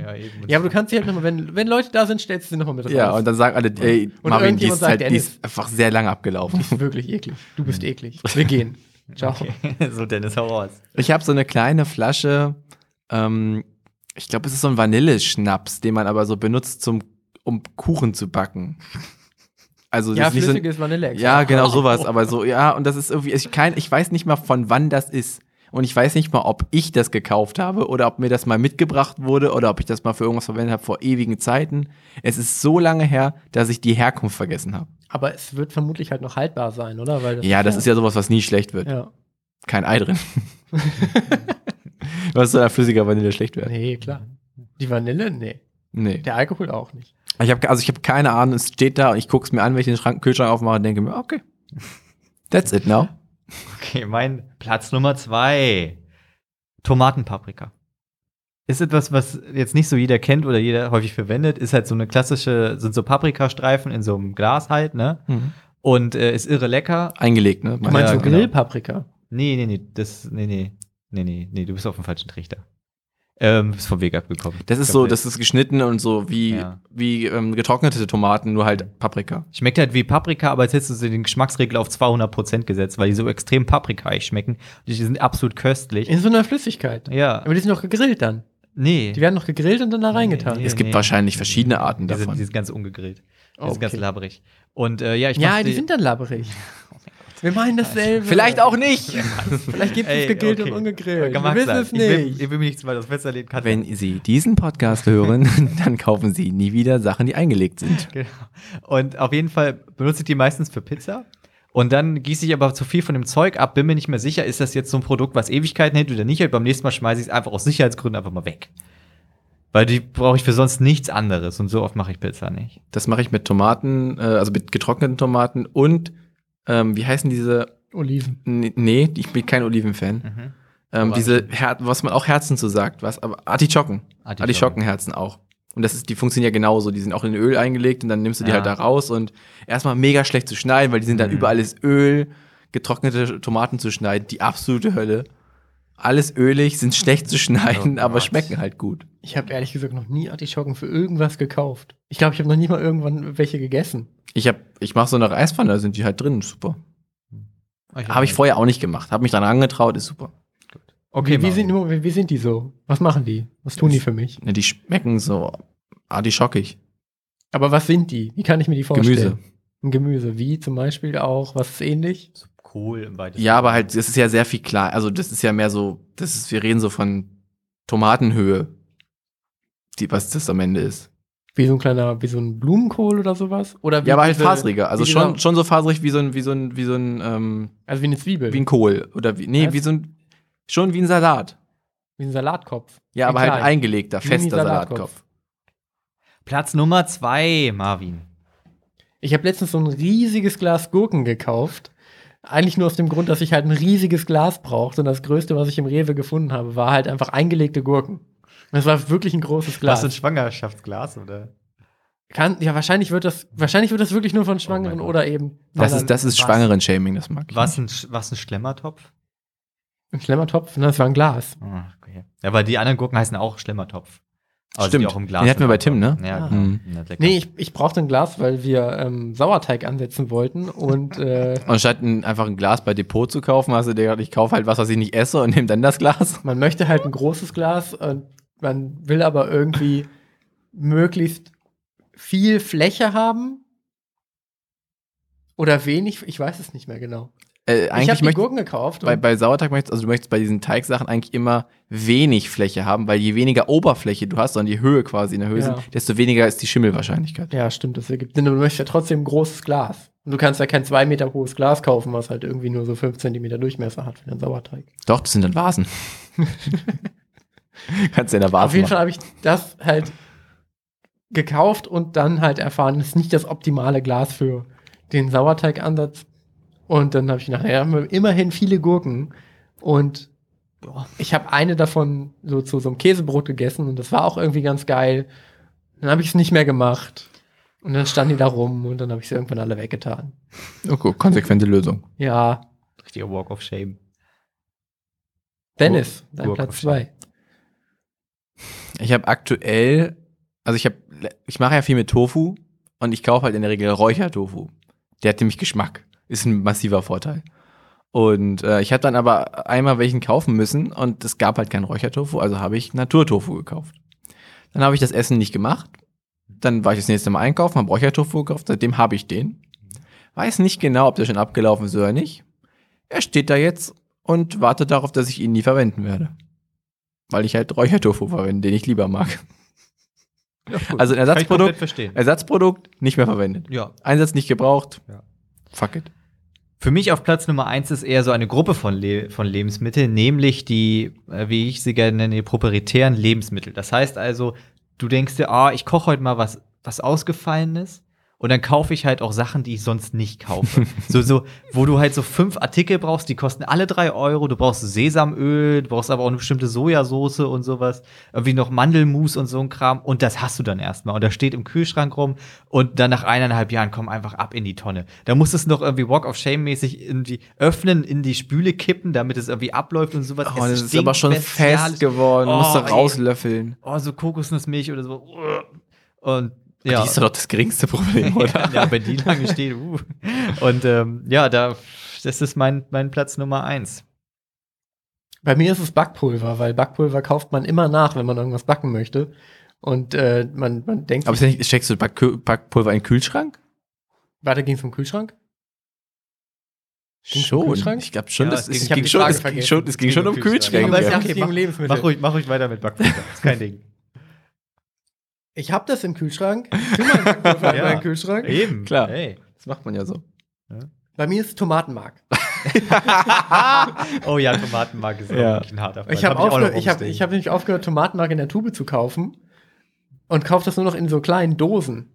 [SPEAKER 1] Ja, eben.
[SPEAKER 4] ja, aber
[SPEAKER 1] <laughs>
[SPEAKER 4] du kannst sie halt nochmal, wenn, wenn Leute da sind, stellst du sie nochmal mit raus.
[SPEAKER 2] ja, und dann sagen alle, ey,
[SPEAKER 4] Und
[SPEAKER 2] Marvin, die
[SPEAKER 4] irgendjemand
[SPEAKER 2] ist,
[SPEAKER 4] sagt,
[SPEAKER 2] halt, die
[SPEAKER 4] Dennis.
[SPEAKER 2] ist einfach sehr lange abgelaufen.
[SPEAKER 4] das ist wirklich eklig. Du
[SPEAKER 2] Mhm.
[SPEAKER 4] bist eklig. Wir gehen. Ciao.
[SPEAKER 1] so, Dennis, hau raus.
[SPEAKER 2] Ich habe so eine kleine Flasche, ähm, ich glaube, es ist so ein Vanilleschnaps, den man aber so benutzt, zum, um Kuchen zu backen. Also
[SPEAKER 4] Ja,
[SPEAKER 2] das ist nicht so ein,
[SPEAKER 4] flüssiges Vanille.
[SPEAKER 2] ja, genau sowas, aber so, ja, und das ist irgendwie, ich, kein, ich weiß nicht mal, von wann das ist. Und ich weiß nicht mal, ob ich das gekauft habe oder ob mir das mal mitgebracht wurde oder ob ich das mal für irgendwas verwendet habe vor ewigen Zeiten. Es ist so lange her, dass ich die Herkunft vergessen habe.
[SPEAKER 4] Aber es wird vermutlich halt noch haltbar sein, oder? Weil
[SPEAKER 2] Ja, das ist ja sowas, was nie schlecht wird.
[SPEAKER 4] Ja.
[SPEAKER 2] Kein Ei drin. was soll da flüssiger Vanille schlecht werden?
[SPEAKER 4] Nee, klar. Die Vanille? Nee.
[SPEAKER 2] Nee.
[SPEAKER 4] Der Alkohol auch nicht.
[SPEAKER 2] Ich habe also ich habe keine Ahnung, es steht da und ich gucke es mir an, wenn ich den Schrank, Kühlschrank aufmache und denke mir, okay. That's it now.
[SPEAKER 1] Okay, mein Platz Nummer zwei. Tomatenpaprika. Ist etwas, was jetzt nicht so jeder kennt oder jeder häufig verwendet. Ist halt so eine klassische, sind so Paprikastreifen in so einem Glas halt, ne? Und äh, ist irre lecker.
[SPEAKER 2] Eingelegt, ne?
[SPEAKER 4] Mhm. Du meinst
[SPEAKER 1] Ja,
[SPEAKER 4] so
[SPEAKER 1] genau.
[SPEAKER 4] Grillpaprika?
[SPEAKER 1] Nee, nee, nee, das, nee, nee, nee, nee, nee, du bist auf dem falschen Trichter. Ähm, bist vom Weg abgekommen.
[SPEAKER 2] Das ist so, das ist geschnitten und so wie,
[SPEAKER 1] Ja.
[SPEAKER 2] wie ähm, getrocknete Tomaten, nur halt Paprika.
[SPEAKER 1] Schmeckt halt wie Paprika, aber jetzt hättest du so den Geschmacksregel auf 200% gesetzt, weil die so extrem paprikaig schmecken. Die sind absolut köstlich.
[SPEAKER 4] In so einer Flüssigkeit.
[SPEAKER 1] Ja,
[SPEAKER 4] Aber die sind noch gegrillt dann.
[SPEAKER 1] nee.
[SPEAKER 4] Die werden noch gegrillt und dann da reingetan.
[SPEAKER 1] Nee,
[SPEAKER 2] Es gibt
[SPEAKER 1] nee.
[SPEAKER 2] wahrscheinlich verschiedene Arten
[SPEAKER 1] die, sind,
[SPEAKER 2] davon. Oh,
[SPEAKER 1] die sind ganz ungegrillt. Die
[SPEAKER 4] Okay.
[SPEAKER 1] sind ganz labberig. Und äh, ja, ich
[SPEAKER 4] Ja,
[SPEAKER 1] mach
[SPEAKER 4] die sind
[SPEAKER 1] <laughs>
[SPEAKER 4] dann labberig. Wir meinen dasselbe.
[SPEAKER 2] <laughs> Vielleicht auch
[SPEAKER 4] <laughs>
[SPEAKER 2] nicht!
[SPEAKER 4] Vielleicht gibt
[SPEAKER 1] Ey,
[SPEAKER 4] es gegrillt
[SPEAKER 1] okay.
[SPEAKER 4] und ungegrillt.
[SPEAKER 1] Kann
[SPEAKER 4] Wir
[SPEAKER 1] mag
[SPEAKER 4] wissen
[SPEAKER 1] sein.
[SPEAKER 4] es nicht.
[SPEAKER 1] Ich will, ich will mich nicht zu weit aus dem Fenster lehnen. Kann
[SPEAKER 2] Wenn Sie diesen Podcast hören, dann kaufen Sie nie wieder Sachen, die eingelegt sind.
[SPEAKER 1] <laughs> Genau. Und auf jeden Fall benutze ich die meistens für Pizza. Und dann gieße ich aber zu viel von dem Zeug ab, bin mir nicht mehr sicher, ist das jetzt so ein Produkt, was Ewigkeiten hält oder nicht. Und beim nächsten Mal schmeiße ich es einfach aus Sicherheitsgründen einfach mal weg. Weil die brauche ich für sonst nichts anderes. Und so oft mache ich Pizza nicht.
[SPEAKER 2] Das mache ich mit Tomaten, äh, also mit getrockneten Tomaten und ähm, wie heißen diese?
[SPEAKER 4] Oliven.
[SPEAKER 2] N- Nee, ich bin kein
[SPEAKER 1] Hm.
[SPEAKER 2] Olivenfan. Ähm,
[SPEAKER 1] Aber-
[SPEAKER 2] diese, Her was man auch Herzen zu sagt, was, aber Artischocken.
[SPEAKER 1] Artischocken.
[SPEAKER 2] Artischockenherzen Ah, auch. Und das ist, die funktionieren ja genauso. Die sind auch in Öl eingelegt und dann nimmst du die
[SPEAKER 1] Ja.
[SPEAKER 2] halt da raus und erstmal mega schlecht zu schneiden, weil die sind dann
[SPEAKER 1] Mhm.
[SPEAKER 2] überall ist Öl, getrocknete Tomaten zu schneiden, die absolute Hölle. Alles ölig, sind schlecht zu schneiden,
[SPEAKER 1] Oh
[SPEAKER 2] aber
[SPEAKER 1] Gott.
[SPEAKER 2] schmecken halt gut.
[SPEAKER 4] Ich habe ehrlich gesagt noch nie Artischocken für irgendwas gekauft. Ich glaube, ich habe noch nie mal irgendwann welche gegessen.
[SPEAKER 2] Ich hab, ich mache so eine Reispfanne, da sind die halt drin, super. Habe ich vorher auch nicht gemacht, habe mich dran angetraut, ist super.
[SPEAKER 1] Okay,
[SPEAKER 4] wie, wie,
[SPEAKER 1] Marvin.
[SPEAKER 4] sind, wie, wie sind die so? Was machen die? Was tun die für mich?
[SPEAKER 2] Ne, Die schmecken so ah, artischockig.
[SPEAKER 4] Aber was sind die? Wie kann ich mir die vorstellen?
[SPEAKER 2] Gemüse.
[SPEAKER 4] Ein Gemüse. Wie zum Beispiel auch, was ist ähnlich?
[SPEAKER 1] Cool im weitesten
[SPEAKER 2] Ja, aber halt, es ist ja sehr viel klar. Also, das ist ja mehr so, das ist, wir reden so von Tomatenhöhe, die, was das am Ende ist.
[SPEAKER 4] Wie so ein kleiner, wie so ein Blumenkohl oder sowas? Oder wie
[SPEAKER 2] Ja, aber halt
[SPEAKER 4] diese-
[SPEAKER 2] faseriger. Also
[SPEAKER 4] wie genau?
[SPEAKER 2] schon,
[SPEAKER 4] dieser-
[SPEAKER 2] schon so faserig wie so ein, wie so ein, wie so ein, ähm,
[SPEAKER 4] Also wie eine Zwiebel.
[SPEAKER 2] wie ein Kohl. Oder wie, nee,
[SPEAKER 4] Was?
[SPEAKER 2] wie so ein, schon wie ein Salat.
[SPEAKER 4] Wie ein Salatkopf.
[SPEAKER 2] Ja, aber halt
[SPEAKER 4] klein.
[SPEAKER 2] eingelegter, fester
[SPEAKER 4] Mini-Salatkopf.
[SPEAKER 2] Salatkopf.
[SPEAKER 1] Platz Nummer zwei, Marvin.
[SPEAKER 4] Ich habe letztens so ein riesiges Glas Gurken gekauft Eigentlich nur aus dem Grund, dass ich halt ein riesiges Glas brauchte und das größte, was ich im Rewe gefunden habe, war halt einfach eingelegte Gurken. Das war wirklich ein großes
[SPEAKER 1] Warst
[SPEAKER 4] Glas.
[SPEAKER 1] du ein Schwangerschaftsglas, oder?
[SPEAKER 4] Kann, ja, wahrscheinlich wird das, wahrscheinlich wird das wirklich nur
[SPEAKER 2] Oh
[SPEAKER 4] von Schwangeren
[SPEAKER 1] Gott.
[SPEAKER 4] oder eben.
[SPEAKER 2] Das
[SPEAKER 4] Männern.
[SPEAKER 2] ist, das ist
[SPEAKER 1] Was?
[SPEAKER 2] Schwangeren-Shaming, das mag ich.
[SPEAKER 1] War es ein, Sch- war's ein Schlemmertopf?
[SPEAKER 4] Ein Schlemmertopf, ne, das war ein Glas.
[SPEAKER 1] Ah, Okay. Ja, aber die anderen Gurken heißen auch Schlemmertopf. sind
[SPEAKER 2] Stimmt.
[SPEAKER 1] die auch im Glas.
[SPEAKER 2] Den hatten wir bei Tim, ne?
[SPEAKER 1] Ja,
[SPEAKER 4] Ah.
[SPEAKER 1] genau.
[SPEAKER 2] Mhm.
[SPEAKER 1] Na, lecker.
[SPEAKER 4] Nee, ich, ich brauchte ein Glas, weil wir ähm, Sauerteig ansetzen wollten und äh,
[SPEAKER 2] Und statt ein, einfach ein Glas bei Depot zu kaufen, hast du dir gedacht, ich kaufe halt was, was ich nicht esse und nehme dann das Glas.
[SPEAKER 4] man möchte halt ein großes Glas und man will aber irgendwie möglichst viel Fläche haben. Oder wenig, ich weiß es nicht mehr genau.
[SPEAKER 2] Äh,
[SPEAKER 4] ich habe
[SPEAKER 2] eigentlich
[SPEAKER 4] die
[SPEAKER 2] möchtest
[SPEAKER 4] Gurken gekauft.
[SPEAKER 2] bei,
[SPEAKER 4] und-
[SPEAKER 2] bei Sauerteig möchtest also du möchtest bei diesen Teigsachen eigentlich immer wenig Fläche haben, weil je weniger Oberfläche du hast, sondern die Höhe quasi in der Höhe,
[SPEAKER 4] Ja.
[SPEAKER 2] sind, desto weniger ist die Schimmelwahrscheinlichkeit.
[SPEAKER 4] ja, stimmt, das ergibt Sinn. aber Du möchtest ja trotzdem ein großes Glas. Und du kannst ja kein zwei Meter hohes Glas kaufen, was halt irgendwie nur so fünf Zentimeter Durchmesser hat für den Sauerteig.
[SPEAKER 2] Doch, das sind dann
[SPEAKER 4] <laughs>
[SPEAKER 2] Vasen. Kannst du in der Vase
[SPEAKER 4] Auf jeden
[SPEAKER 2] machen.
[SPEAKER 4] Fall habe ich das halt gekauft und dann halt erfahren, das ist nicht das optimale Glas für den Sauerteigansatz. Und dann habe ich gedacht, ja, haben wir immerhin viele Gurken. Und ich habe eine davon so zu so einem Käsebrot gegessen und das war auch irgendwie ganz geil. Dann habe ich es nicht mehr gemacht. Und dann stand die da rum und dann habe ich sie irgendwann alle weggetan.
[SPEAKER 2] Okay, Oh, konsequente Lösung.
[SPEAKER 4] Ja,
[SPEAKER 1] Richtiger Walk of Shame.
[SPEAKER 4] Dennis, dein
[SPEAKER 1] Gurke
[SPEAKER 4] Platz
[SPEAKER 1] auf-
[SPEAKER 4] zwei.
[SPEAKER 2] Ich habe aktuell, also ich habe, ich mache ja viel mit Tofu und ich kaufe halt in der Regel Räuchertofu. Der hat nämlich Geschmack. Ist ein massiver Vorteil. Und äh, ich habe dann aber einmal welchen kaufen müssen und es gab halt keinen Räuchertofu, also habe ich Naturtofu gekauft. Dann habe ich das Essen nicht gemacht. Dann war ich das nächste Mal einkaufen, habe Räuchertofu gekauft, seitdem habe ich den. Weiß nicht genau, ob der schon abgelaufen ist oder nicht. Er steht da jetzt und wartet darauf, dass ich ihn nie verwenden werde. Weil ich halt Räuchertofu verwende, den ich lieber mag. Also
[SPEAKER 1] Kann ich
[SPEAKER 2] ein
[SPEAKER 1] komplett
[SPEAKER 2] Ersatzprodukt,
[SPEAKER 1] verstehen.
[SPEAKER 2] Ersatzprodukt nicht mehr verwendet.
[SPEAKER 1] Ja.
[SPEAKER 2] Einsatz nicht gebraucht.
[SPEAKER 1] Ja.
[SPEAKER 2] Fuck it.
[SPEAKER 1] Für mich auf Platz Nummer eins ist eher so eine Gruppe von, Le von Lebensmitteln, nämlich die, äh, wie ich sie gerne nenne, die proprietären Lebensmittel. Das heißt also, du denkst dir, ah, ich koche heute mal was, was Ausgefallenes. Und dann kaufe ich halt auch Sachen, die ich sonst nicht
[SPEAKER 2] <laughs>
[SPEAKER 1] kaufe. so, so, wo du halt so fünf Artikel brauchst, die kosten alle drei Euro. Du brauchst Sesamöl, du brauchst aber auch eine bestimmte Sojasauce und sowas. Irgendwie noch Mandelmus und so ein Kram. Und das hast du dann erstmal. Und das steht im Kühlschrank rum. Und dann nach eineinhalb Jahren komm einfach ab in die Tonne. Da musst du es noch irgendwie Walk of Shame mäßig irgendwie öffnen, in die Spüle kippen, damit es irgendwie abläuft und sowas.
[SPEAKER 2] Oh,
[SPEAKER 1] Es
[SPEAKER 2] das ist
[SPEAKER 1] stinkt
[SPEAKER 2] aber schon
[SPEAKER 1] bestialisch.
[SPEAKER 2] fest geworden.
[SPEAKER 1] Oh,
[SPEAKER 2] Musst du
[SPEAKER 1] ey.
[SPEAKER 2] rauslöffeln.
[SPEAKER 1] Oh, so Kokosnussmilch oder so. Und ja.
[SPEAKER 2] Die ist doch das geringste Problem, oder?
[SPEAKER 1] <laughs> ja, wenn die lange steht. Uh. Und ähm, ja, da, das ist mein, mein Platz Nummer eins.
[SPEAKER 4] Bei mir ist es Backpulver, weil Backpulver kauft man immer nach, wenn man irgendwas backen möchte. Und äh, man, man denkt,
[SPEAKER 2] Aber ist ja nicht, steckst du Back- Backpulver in den Kühlschrank?
[SPEAKER 4] Warte, ging's um Kühlschrank? Ging's um Kühlschrank?
[SPEAKER 2] Ich glaube schon,
[SPEAKER 1] Ja, es
[SPEAKER 2] das, es,
[SPEAKER 1] ging-
[SPEAKER 4] ich hab
[SPEAKER 2] ging
[SPEAKER 4] die
[SPEAKER 2] schon,
[SPEAKER 4] Frage
[SPEAKER 2] es ging
[SPEAKER 4] vergessen.
[SPEAKER 2] schon, es ging
[SPEAKER 1] Es ging
[SPEAKER 2] schon
[SPEAKER 1] um
[SPEAKER 2] um
[SPEAKER 1] Kühlschrank.
[SPEAKER 2] Kühlschränke.
[SPEAKER 4] Aber es ist
[SPEAKER 2] ja.
[SPEAKER 4] ja nichts gegen Lebensmittel.
[SPEAKER 1] Mach ruhig, mach ruhig weiter mit Backpulver. Ist kein Ding.
[SPEAKER 4] Ich hab das im Kühlschrank. Ich will mein Backpulver in
[SPEAKER 1] Ja.
[SPEAKER 4] meinen Kühlschrank.
[SPEAKER 1] Eben.
[SPEAKER 2] Klar.
[SPEAKER 1] Hey.
[SPEAKER 2] Das macht man ja so.
[SPEAKER 4] Bei mir ist Tomatenmark.
[SPEAKER 1] Oh ja, Tomatenmark ist auch
[SPEAKER 2] Ja.
[SPEAKER 1] wirklich ein harter Fall.
[SPEAKER 4] Ich habe
[SPEAKER 1] Hab auch
[SPEAKER 4] aufgehört,
[SPEAKER 1] noch
[SPEAKER 4] ich hab,
[SPEAKER 1] rumstehen.
[SPEAKER 4] ich hab nämlich aufgehört, Tomatenmark in der Tube zu kaufen und kaufe das nur noch in so kleinen Dosen.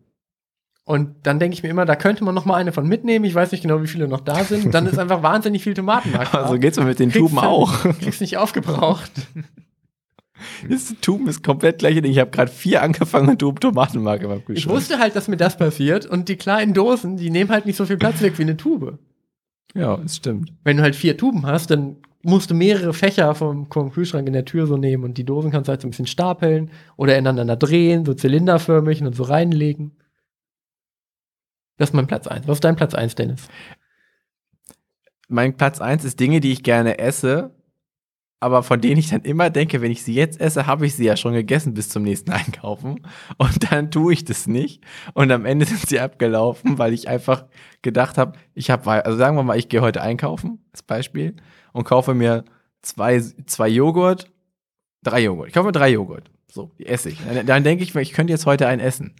[SPEAKER 4] Und dann denke ich mir immer, da könnte man noch mal eine von mitnehmen. Ich weiß nicht genau, wie viele noch da sind. Und dann ist einfach wahnsinnig
[SPEAKER 2] <laughs>
[SPEAKER 4] viel Tomatenmark. da.
[SPEAKER 2] Aber so geht's mir mit den
[SPEAKER 4] Kriegst
[SPEAKER 2] Also Tuben
[SPEAKER 4] du-
[SPEAKER 2] auch.
[SPEAKER 4] Kriegst nicht aufgebraucht.
[SPEAKER 2] Das Tuben ist komplett gleiche Ding. Ich habe gerade vier angefangen und Tuben Tomatenmark in meinem
[SPEAKER 4] Ich
[SPEAKER 2] Kühlschrank.
[SPEAKER 4] wusste halt, dass mir das passiert und die kleinen Dosen, die nehmen halt nicht so viel Platz weg wie eine Tube.
[SPEAKER 2] Ja, das stimmt.
[SPEAKER 4] Wenn du halt vier Tuben hast, dann musst du mehrere Fächer vom, vom Kühlschrank in der Tür so nehmen und die Dosen kannst du halt so ein bisschen stapeln oder ineinander drehen, so zylinderförmig und so reinlegen. Das ist mein Platz eins. Was ist dein Platz eins, Dennis?
[SPEAKER 2] Mein Platz eins ist Dinge, die ich gerne esse, aber von denen ich dann immer denke, wenn ich sie jetzt esse, habe ich sie ja schon gegessen bis zum nächsten <laughs> Einkaufen. Und dann tue ich das nicht. Und am Ende sind sie abgelaufen, weil ich einfach gedacht habe, ich habe, also sagen wir mal, ich gehe heute einkaufen, als Beispiel, und kaufe mir zwei, zwei Joghurt, drei Joghurt. Ich kaufe mir drei Joghurt. So, die esse ich. Dann, dann denke ich mir, ich könnte jetzt heute einen essen.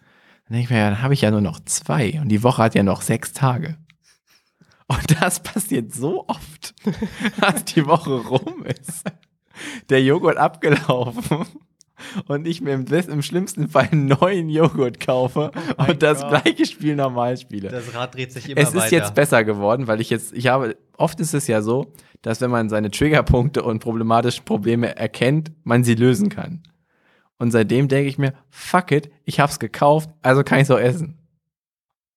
[SPEAKER 2] Dann denke ich mir, ja, dann habe ich ja nur noch zwei. Und die Woche hat ja noch sechs Tage. Und das passiert so oft, <laughs> dass die Woche rum ist. Der Joghurt abgelaufen und ich mir im, best- im schlimmsten Fall einen neuen Joghurt kaufe
[SPEAKER 1] Oh mein
[SPEAKER 2] und das
[SPEAKER 1] Gott.
[SPEAKER 2] gleiche Spiel normal spiele.
[SPEAKER 1] Das Rad dreht sich immer
[SPEAKER 2] es ist
[SPEAKER 1] weiter.
[SPEAKER 2] jetzt besser geworden, weil ich jetzt, ich habe, oft ist es ja so, dass wenn man seine Triggerpunkte und problematische Probleme erkennt, man sie lösen kann. Und seitdem denke ich mir, fuck it, ich hab's gekauft, also kann ich's auch essen.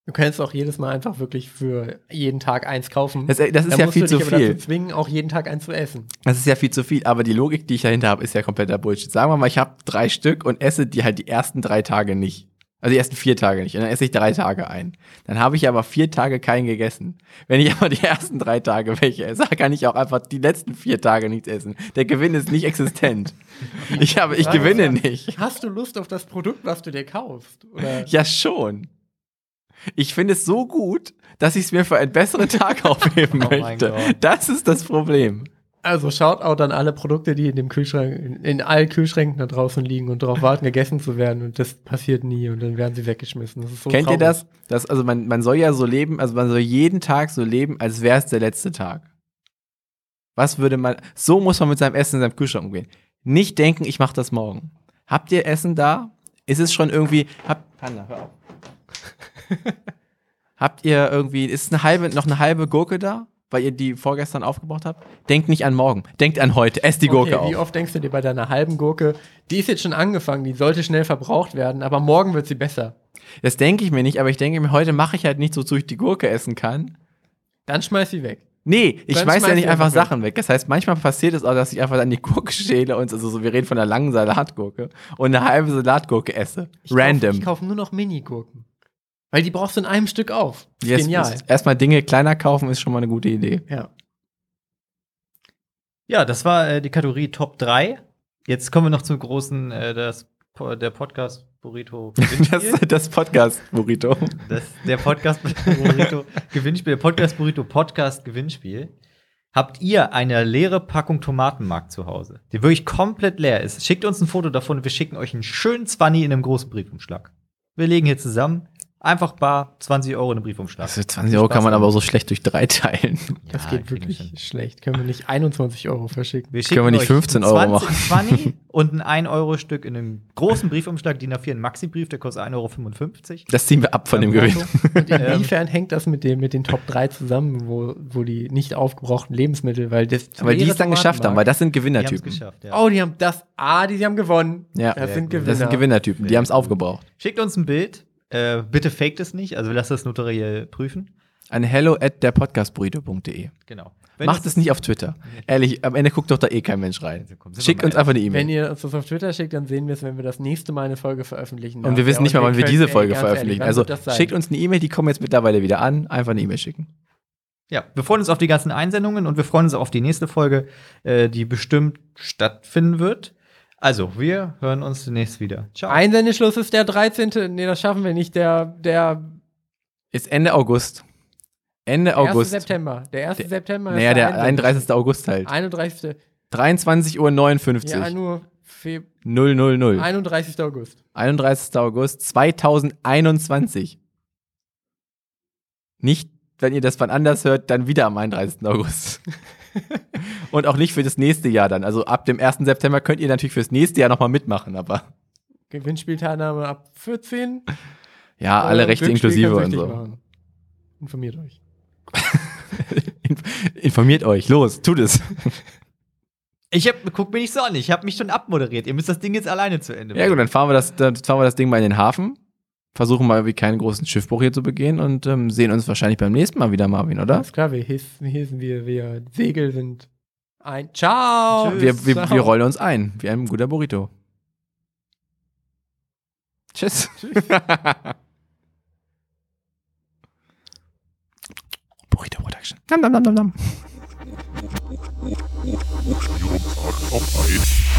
[SPEAKER 4] Du kannst auch jedes Mal einfach wirklich für jeden Tag eins kaufen.
[SPEAKER 2] Das, das ist
[SPEAKER 4] Dann
[SPEAKER 2] ja
[SPEAKER 4] musst
[SPEAKER 2] viel
[SPEAKER 4] du
[SPEAKER 2] zu
[SPEAKER 4] dich aber
[SPEAKER 2] viel.
[SPEAKER 4] dazu zwingen, auch jeden Tag eins zu essen.
[SPEAKER 2] Das ist ja viel zu viel, aber die Logik, die ich dahinter habe, ist ja kompletter Bullshit. Sagen wir mal, ich habe drei Stück und esse die halt die ersten drei Tage nicht. Also die ersten vier Tage nicht. Und dann esse ich drei Tage ein. Dann habe ich aber vier Tage keinen gegessen. Wenn ich <laughs> aber die ersten drei Tage welche esse, kann ich auch einfach die letzten vier Tage nichts essen. Der Gewinn ist nicht existent. Ich, habe, ich
[SPEAKER 4] Frage ist
[SPEAKER 2] gewinne
[SPEAKER 4] ja,
[SPEAKER 2] nicht.
[SPEAKER 4] Hast du Lust auf das Produkt, was du dir kaufst? Oder
[SPEAKER 2] Ja, schon. Ich finde es so gut, dass ich es mir für einen besseren Tag <laughs> aufheben
[SPEAKER 1] Oh mein
[SPEAKER 2] möchte.
[SPEAKER 1] Gott.
[SPEAKER 2] Das ist das Problem.
[SPEAKER 4] Also Shoutout an alle Produkte, die in dem Kühlschrank, in, in allen Kühlschränken da draußen liegen und darauf warten, gegessen zu werden. Und das passiert nie und dann werden sie weggeschmissen. Das ist so
[SPEAKER 2] Kennt ihr
[SPEAKER 4] traurig.
[SPEAKER 2] das? das also man, man soll ja so leben, also man soll jeden Tag so leben, als wäre es der letzte Tag. Was würde man, so muss man mit seinem Essen in seinem Kühlschrank umgehen. Nicht denken, ich mache das morgen. Habt ihr Essen da? Ist es schon irgendwie, hab, Hanna, hör auf. <laughs> habt ihr irgendwie, ist eine halbe, noch eine halbe Gurke da? Weil ihr die vorgestern aufgebraucht habt? Denkt nicht an morgen. Denkt an heute. Esst die Gurke
[SPEAKER 4] okay, Wie
[SPEAKER 2] auf.
[SPEAKER 4] oft denkst du dir bei deiner halben Gurke, die ist jetzt schon angefangen, die sollte schnell verbraucht werden, aber morgen wird sie besser.
[SPEAKER 2] Das denke ich mir nicht, aber ich denke mir, heute mache ich halt nichts, wozu ich die Gurke essen kann.
[SPEAKER 4] Dann schmeiß sie weg.
[SPEAKER 2] Nee, ich
[SPEAKER 4] Dann
[SPEAKER 2] schmeiß ja
[SPEAKER 4] schmeiß
[SPEAKER 2] nicht
[SPEAKER 4] die
[SPEAKER 2] einfach
[SPEAKER 4] einfach weg.
[SPEAKER 2] Sachen weg. Das heißt, manchmal passiert es auch, dass ich einfach an die Gurke schäle und also so, wir reden von einer langen Salatgurke und eine halbe Salatgurke esse.
[SPEAKER 4] Ich Kauf,
[SPEAKER 2] Random.
[SPEAKER 4] ich kaufe nur noch Mini-Gurken. Weil die brauchst du in einem Stück auf. Ist
[SPEAKER 2] Yes,
[SPEAKER 4] Genial.
[SPEAKER 2] ist- Erstmal Dinge kleiner kaufen ist schon mal eine gute Idee.
[SPEAKER 4] Ja.
[SPEAKER 1] Ja, das war äh, die Kategorie Top 3. Jetzt kommen wir noch zum großen, äh, das, Po- der Podcast Burrito.
[SPEAKER 2] Das, das Podcast Burrito.
[SPEAKER 1] Das, der Podcast <laughs> Burrito Gewinnspiel, der Podcast Burrito Podcast Gewinnspiel. Habt ihr eine leere Packung Tomatenmark zu Hause, die wirklich komplett leer ist? Schickt uns ein Foto davon und wir schicken euch einen schönen 20 in einem großen Briefumschlag. Wir legen hier zusammen einfach bar 20 Euro in einem Briefumschlag.
[SPEAKER 2] Also 20 Euro kann man aber so schlecht durch drei teilen.
[SPEAKER 4] Das
[SPEAKER 1] Ja,
[SPEAKER 4] geht
[SPEAKER 1] kriegen wir
[SPEAKER 4] wirklich
[SPEAKER 1] schon.
[SPEAKER 4] schlecht. Können wir nicht 21 Euro verschicken?
[SPEAKER 1] Wir
[SPEAKER 2] Können wir nicht
[SPEAKER 1] euch
[SPEAKER 2] 15 Euro machen?
[SPEAKER 1] 20
[SPEAKER 2] <laughs>
[SPEAKER 1] und ein 1-Euro-Stück in einem großen Briefumschlag, DIN A4, ein Maxi-Brief, der kostet 1,55 Euro.
[SPEAKER 2] Das ziehen wir ab von dem
[SPEAKER 1] Beim
[SPEAKER 2] Gewinn.
[SPEAKER 1] Brutto.
[SPEAKER 2] <laughs>
[SPEAKER 4] Und
[SPEAKER 1] Ähm.
[SPEAKER 4] inwiefern hängt das mit, dem, mit den Top 3 zusammen, wo, wo die nicht aufgebrauchten Lebensmittel, weil das.
[SPEAKER 2] Weil die es dann
[SPEAKER 4] leere
[SPEAKER 2] geschafft haben,
[SPEAKER 4] Tomatenmark-
[SPEAKER 2] weil das sind
[SPEAKER 1] Die haben's
[SPEAKER 2] Gewinnertypen.
[SPEAKER 1] geschafft, ja.
[SPEAKER 4] Oh, die haben das. Ah, die, die haben gewonnen.
[SPEAKER 2] Ja.
[SPEAKER 4] das
[SPEAKER 2] Sehr
[SPEAKER 4] sind
[SPEAKER 1] gut.
[SPEAKER 4] Gewinner.
[SPEAKER 2] Das sind Gewinnertypen, die haben es aufgebraucht.
[SPEAKER 1] Schickt uns ein Bild. Äh, bitte faked es nicht. Also lasst das notariell prüfen.
[SPEAKER 2] An hello at der Podcastburrito.de.
[SPEAKER 1] Genau.
[SPEAKER 2] Macht es nicht auf Twitter. Ehrlich, am Ende guckt doch da eh kein Mensch rein.
[SPEAKER 1] Also komm, sind wir
[SPEAKER 2] Schickt
[SPEAKER 1] mal
[SPEAKER 2] uns einfach eine E-Mail.
[SPEAKER 4] Wenn ihr uns das auf Twitter schickt, dann sehen wir es, wenn wir das nächste Mal eine Folge veröffentlichen.
[SPEAKER 2] Und wir wissen nicht mal, wann wir diese Folge veröffentlichen. Also schickt
[SPEAKER 4] uns.
[SPEAKER 2] uns eine E-Mail, die kommen jetzt mittlerweile wieder an. Einfach eine E-Mail schicken.
[SPEAKER 1] Ja, wir freuen uns auf die ganzen Einsendungen und wir freuen uns auch auf die nächste Folge, äh, die bestimmt stattfinden wird. Also, wir hören uns demnächst wieder. Ciao.
[SPEAKER 4] Einsendeschluss ist der 13. Nee, das schaffen wir nicht. Der, der
[SPEAKER 2] Ist Ende August. Ende
[SPEAKER 4] 1.
[SPEAKER 2] August.
[SPEAKER 4] September. Der 1.
[SPEAKER 2] Der-
[SPEAKER 4] September
[SPEAKER 2] Naja, der
[SPEAKER 4] Einsendeschluss.
[SPEAKER 2] 31. August halt.
[SPEAKER 4] 31.
[SPEAKER 2] 23.59
[SPEAKER 4] Ja,
[SPEAKER 2] Uhr.
[SPEAKER 4] nur Fe
[SPEAKER 2] 000.
[SPEAKER 4] 31. August.
[SPEAKER 2] 31. August 2021. Nicht, wenn ihr das wann anders hört, dann wieder am 31.
[SPEAKER 4] <laughs>
[SPEAKER 2] August. Und auch nicht für das nächste Jahr dann. Also ab dem 1. September könnt ihr natürlich fürs nächste Jahr nochmal mitmachen, aber
[SPEAKER 4] Gewinnspielteilnahme ab 14.
[SPEAKER 2] ja, alle Rechte
[SPEAKER 4] Äh, Ähm, Glücksspiel
[SPEAKER 2] inklusive und
[SPEAKER 4] kann's
[SPEAKER 2] so.
[SPEAKER 4] richtig machen. Informiert euch.
[SPEAKER 2] Inf- <laughs> Informiert euch, los, tut es.
[SPEAKER 1] Ich hab, guck mir nicht so an, ich habe mich schon abmoderiert. Ihr müsst das Ding jetzt alleine zu Ende
[SPEAKER 2] Ja gut, dann fahren wir das, dann fahren wir das Ding mal in den Hafen, versuchen mal irgendwie keinen großen Schiffbruch hier zu begehen und ähm, sehen uns wahrscheinlich beim nächsten Mal wieder, Marvin, oder?
[SPEAKER 4] Alles klar, wir hissen, hissen wir, wir Segel sind ein. Ciao!
[SPEAKER 1] Tschüss.
[SPEAKER 2] Wir, wir,
[SPEAKER 4] Ciao.
[SPEAKER 2] wir rollen uns ein, wie ein guter Burrito. Tschüss. <laughs> Burrito Production. Nam, nam, nam, nam, nam.
[SPEAKER 3] Ihren Tag auf Eis.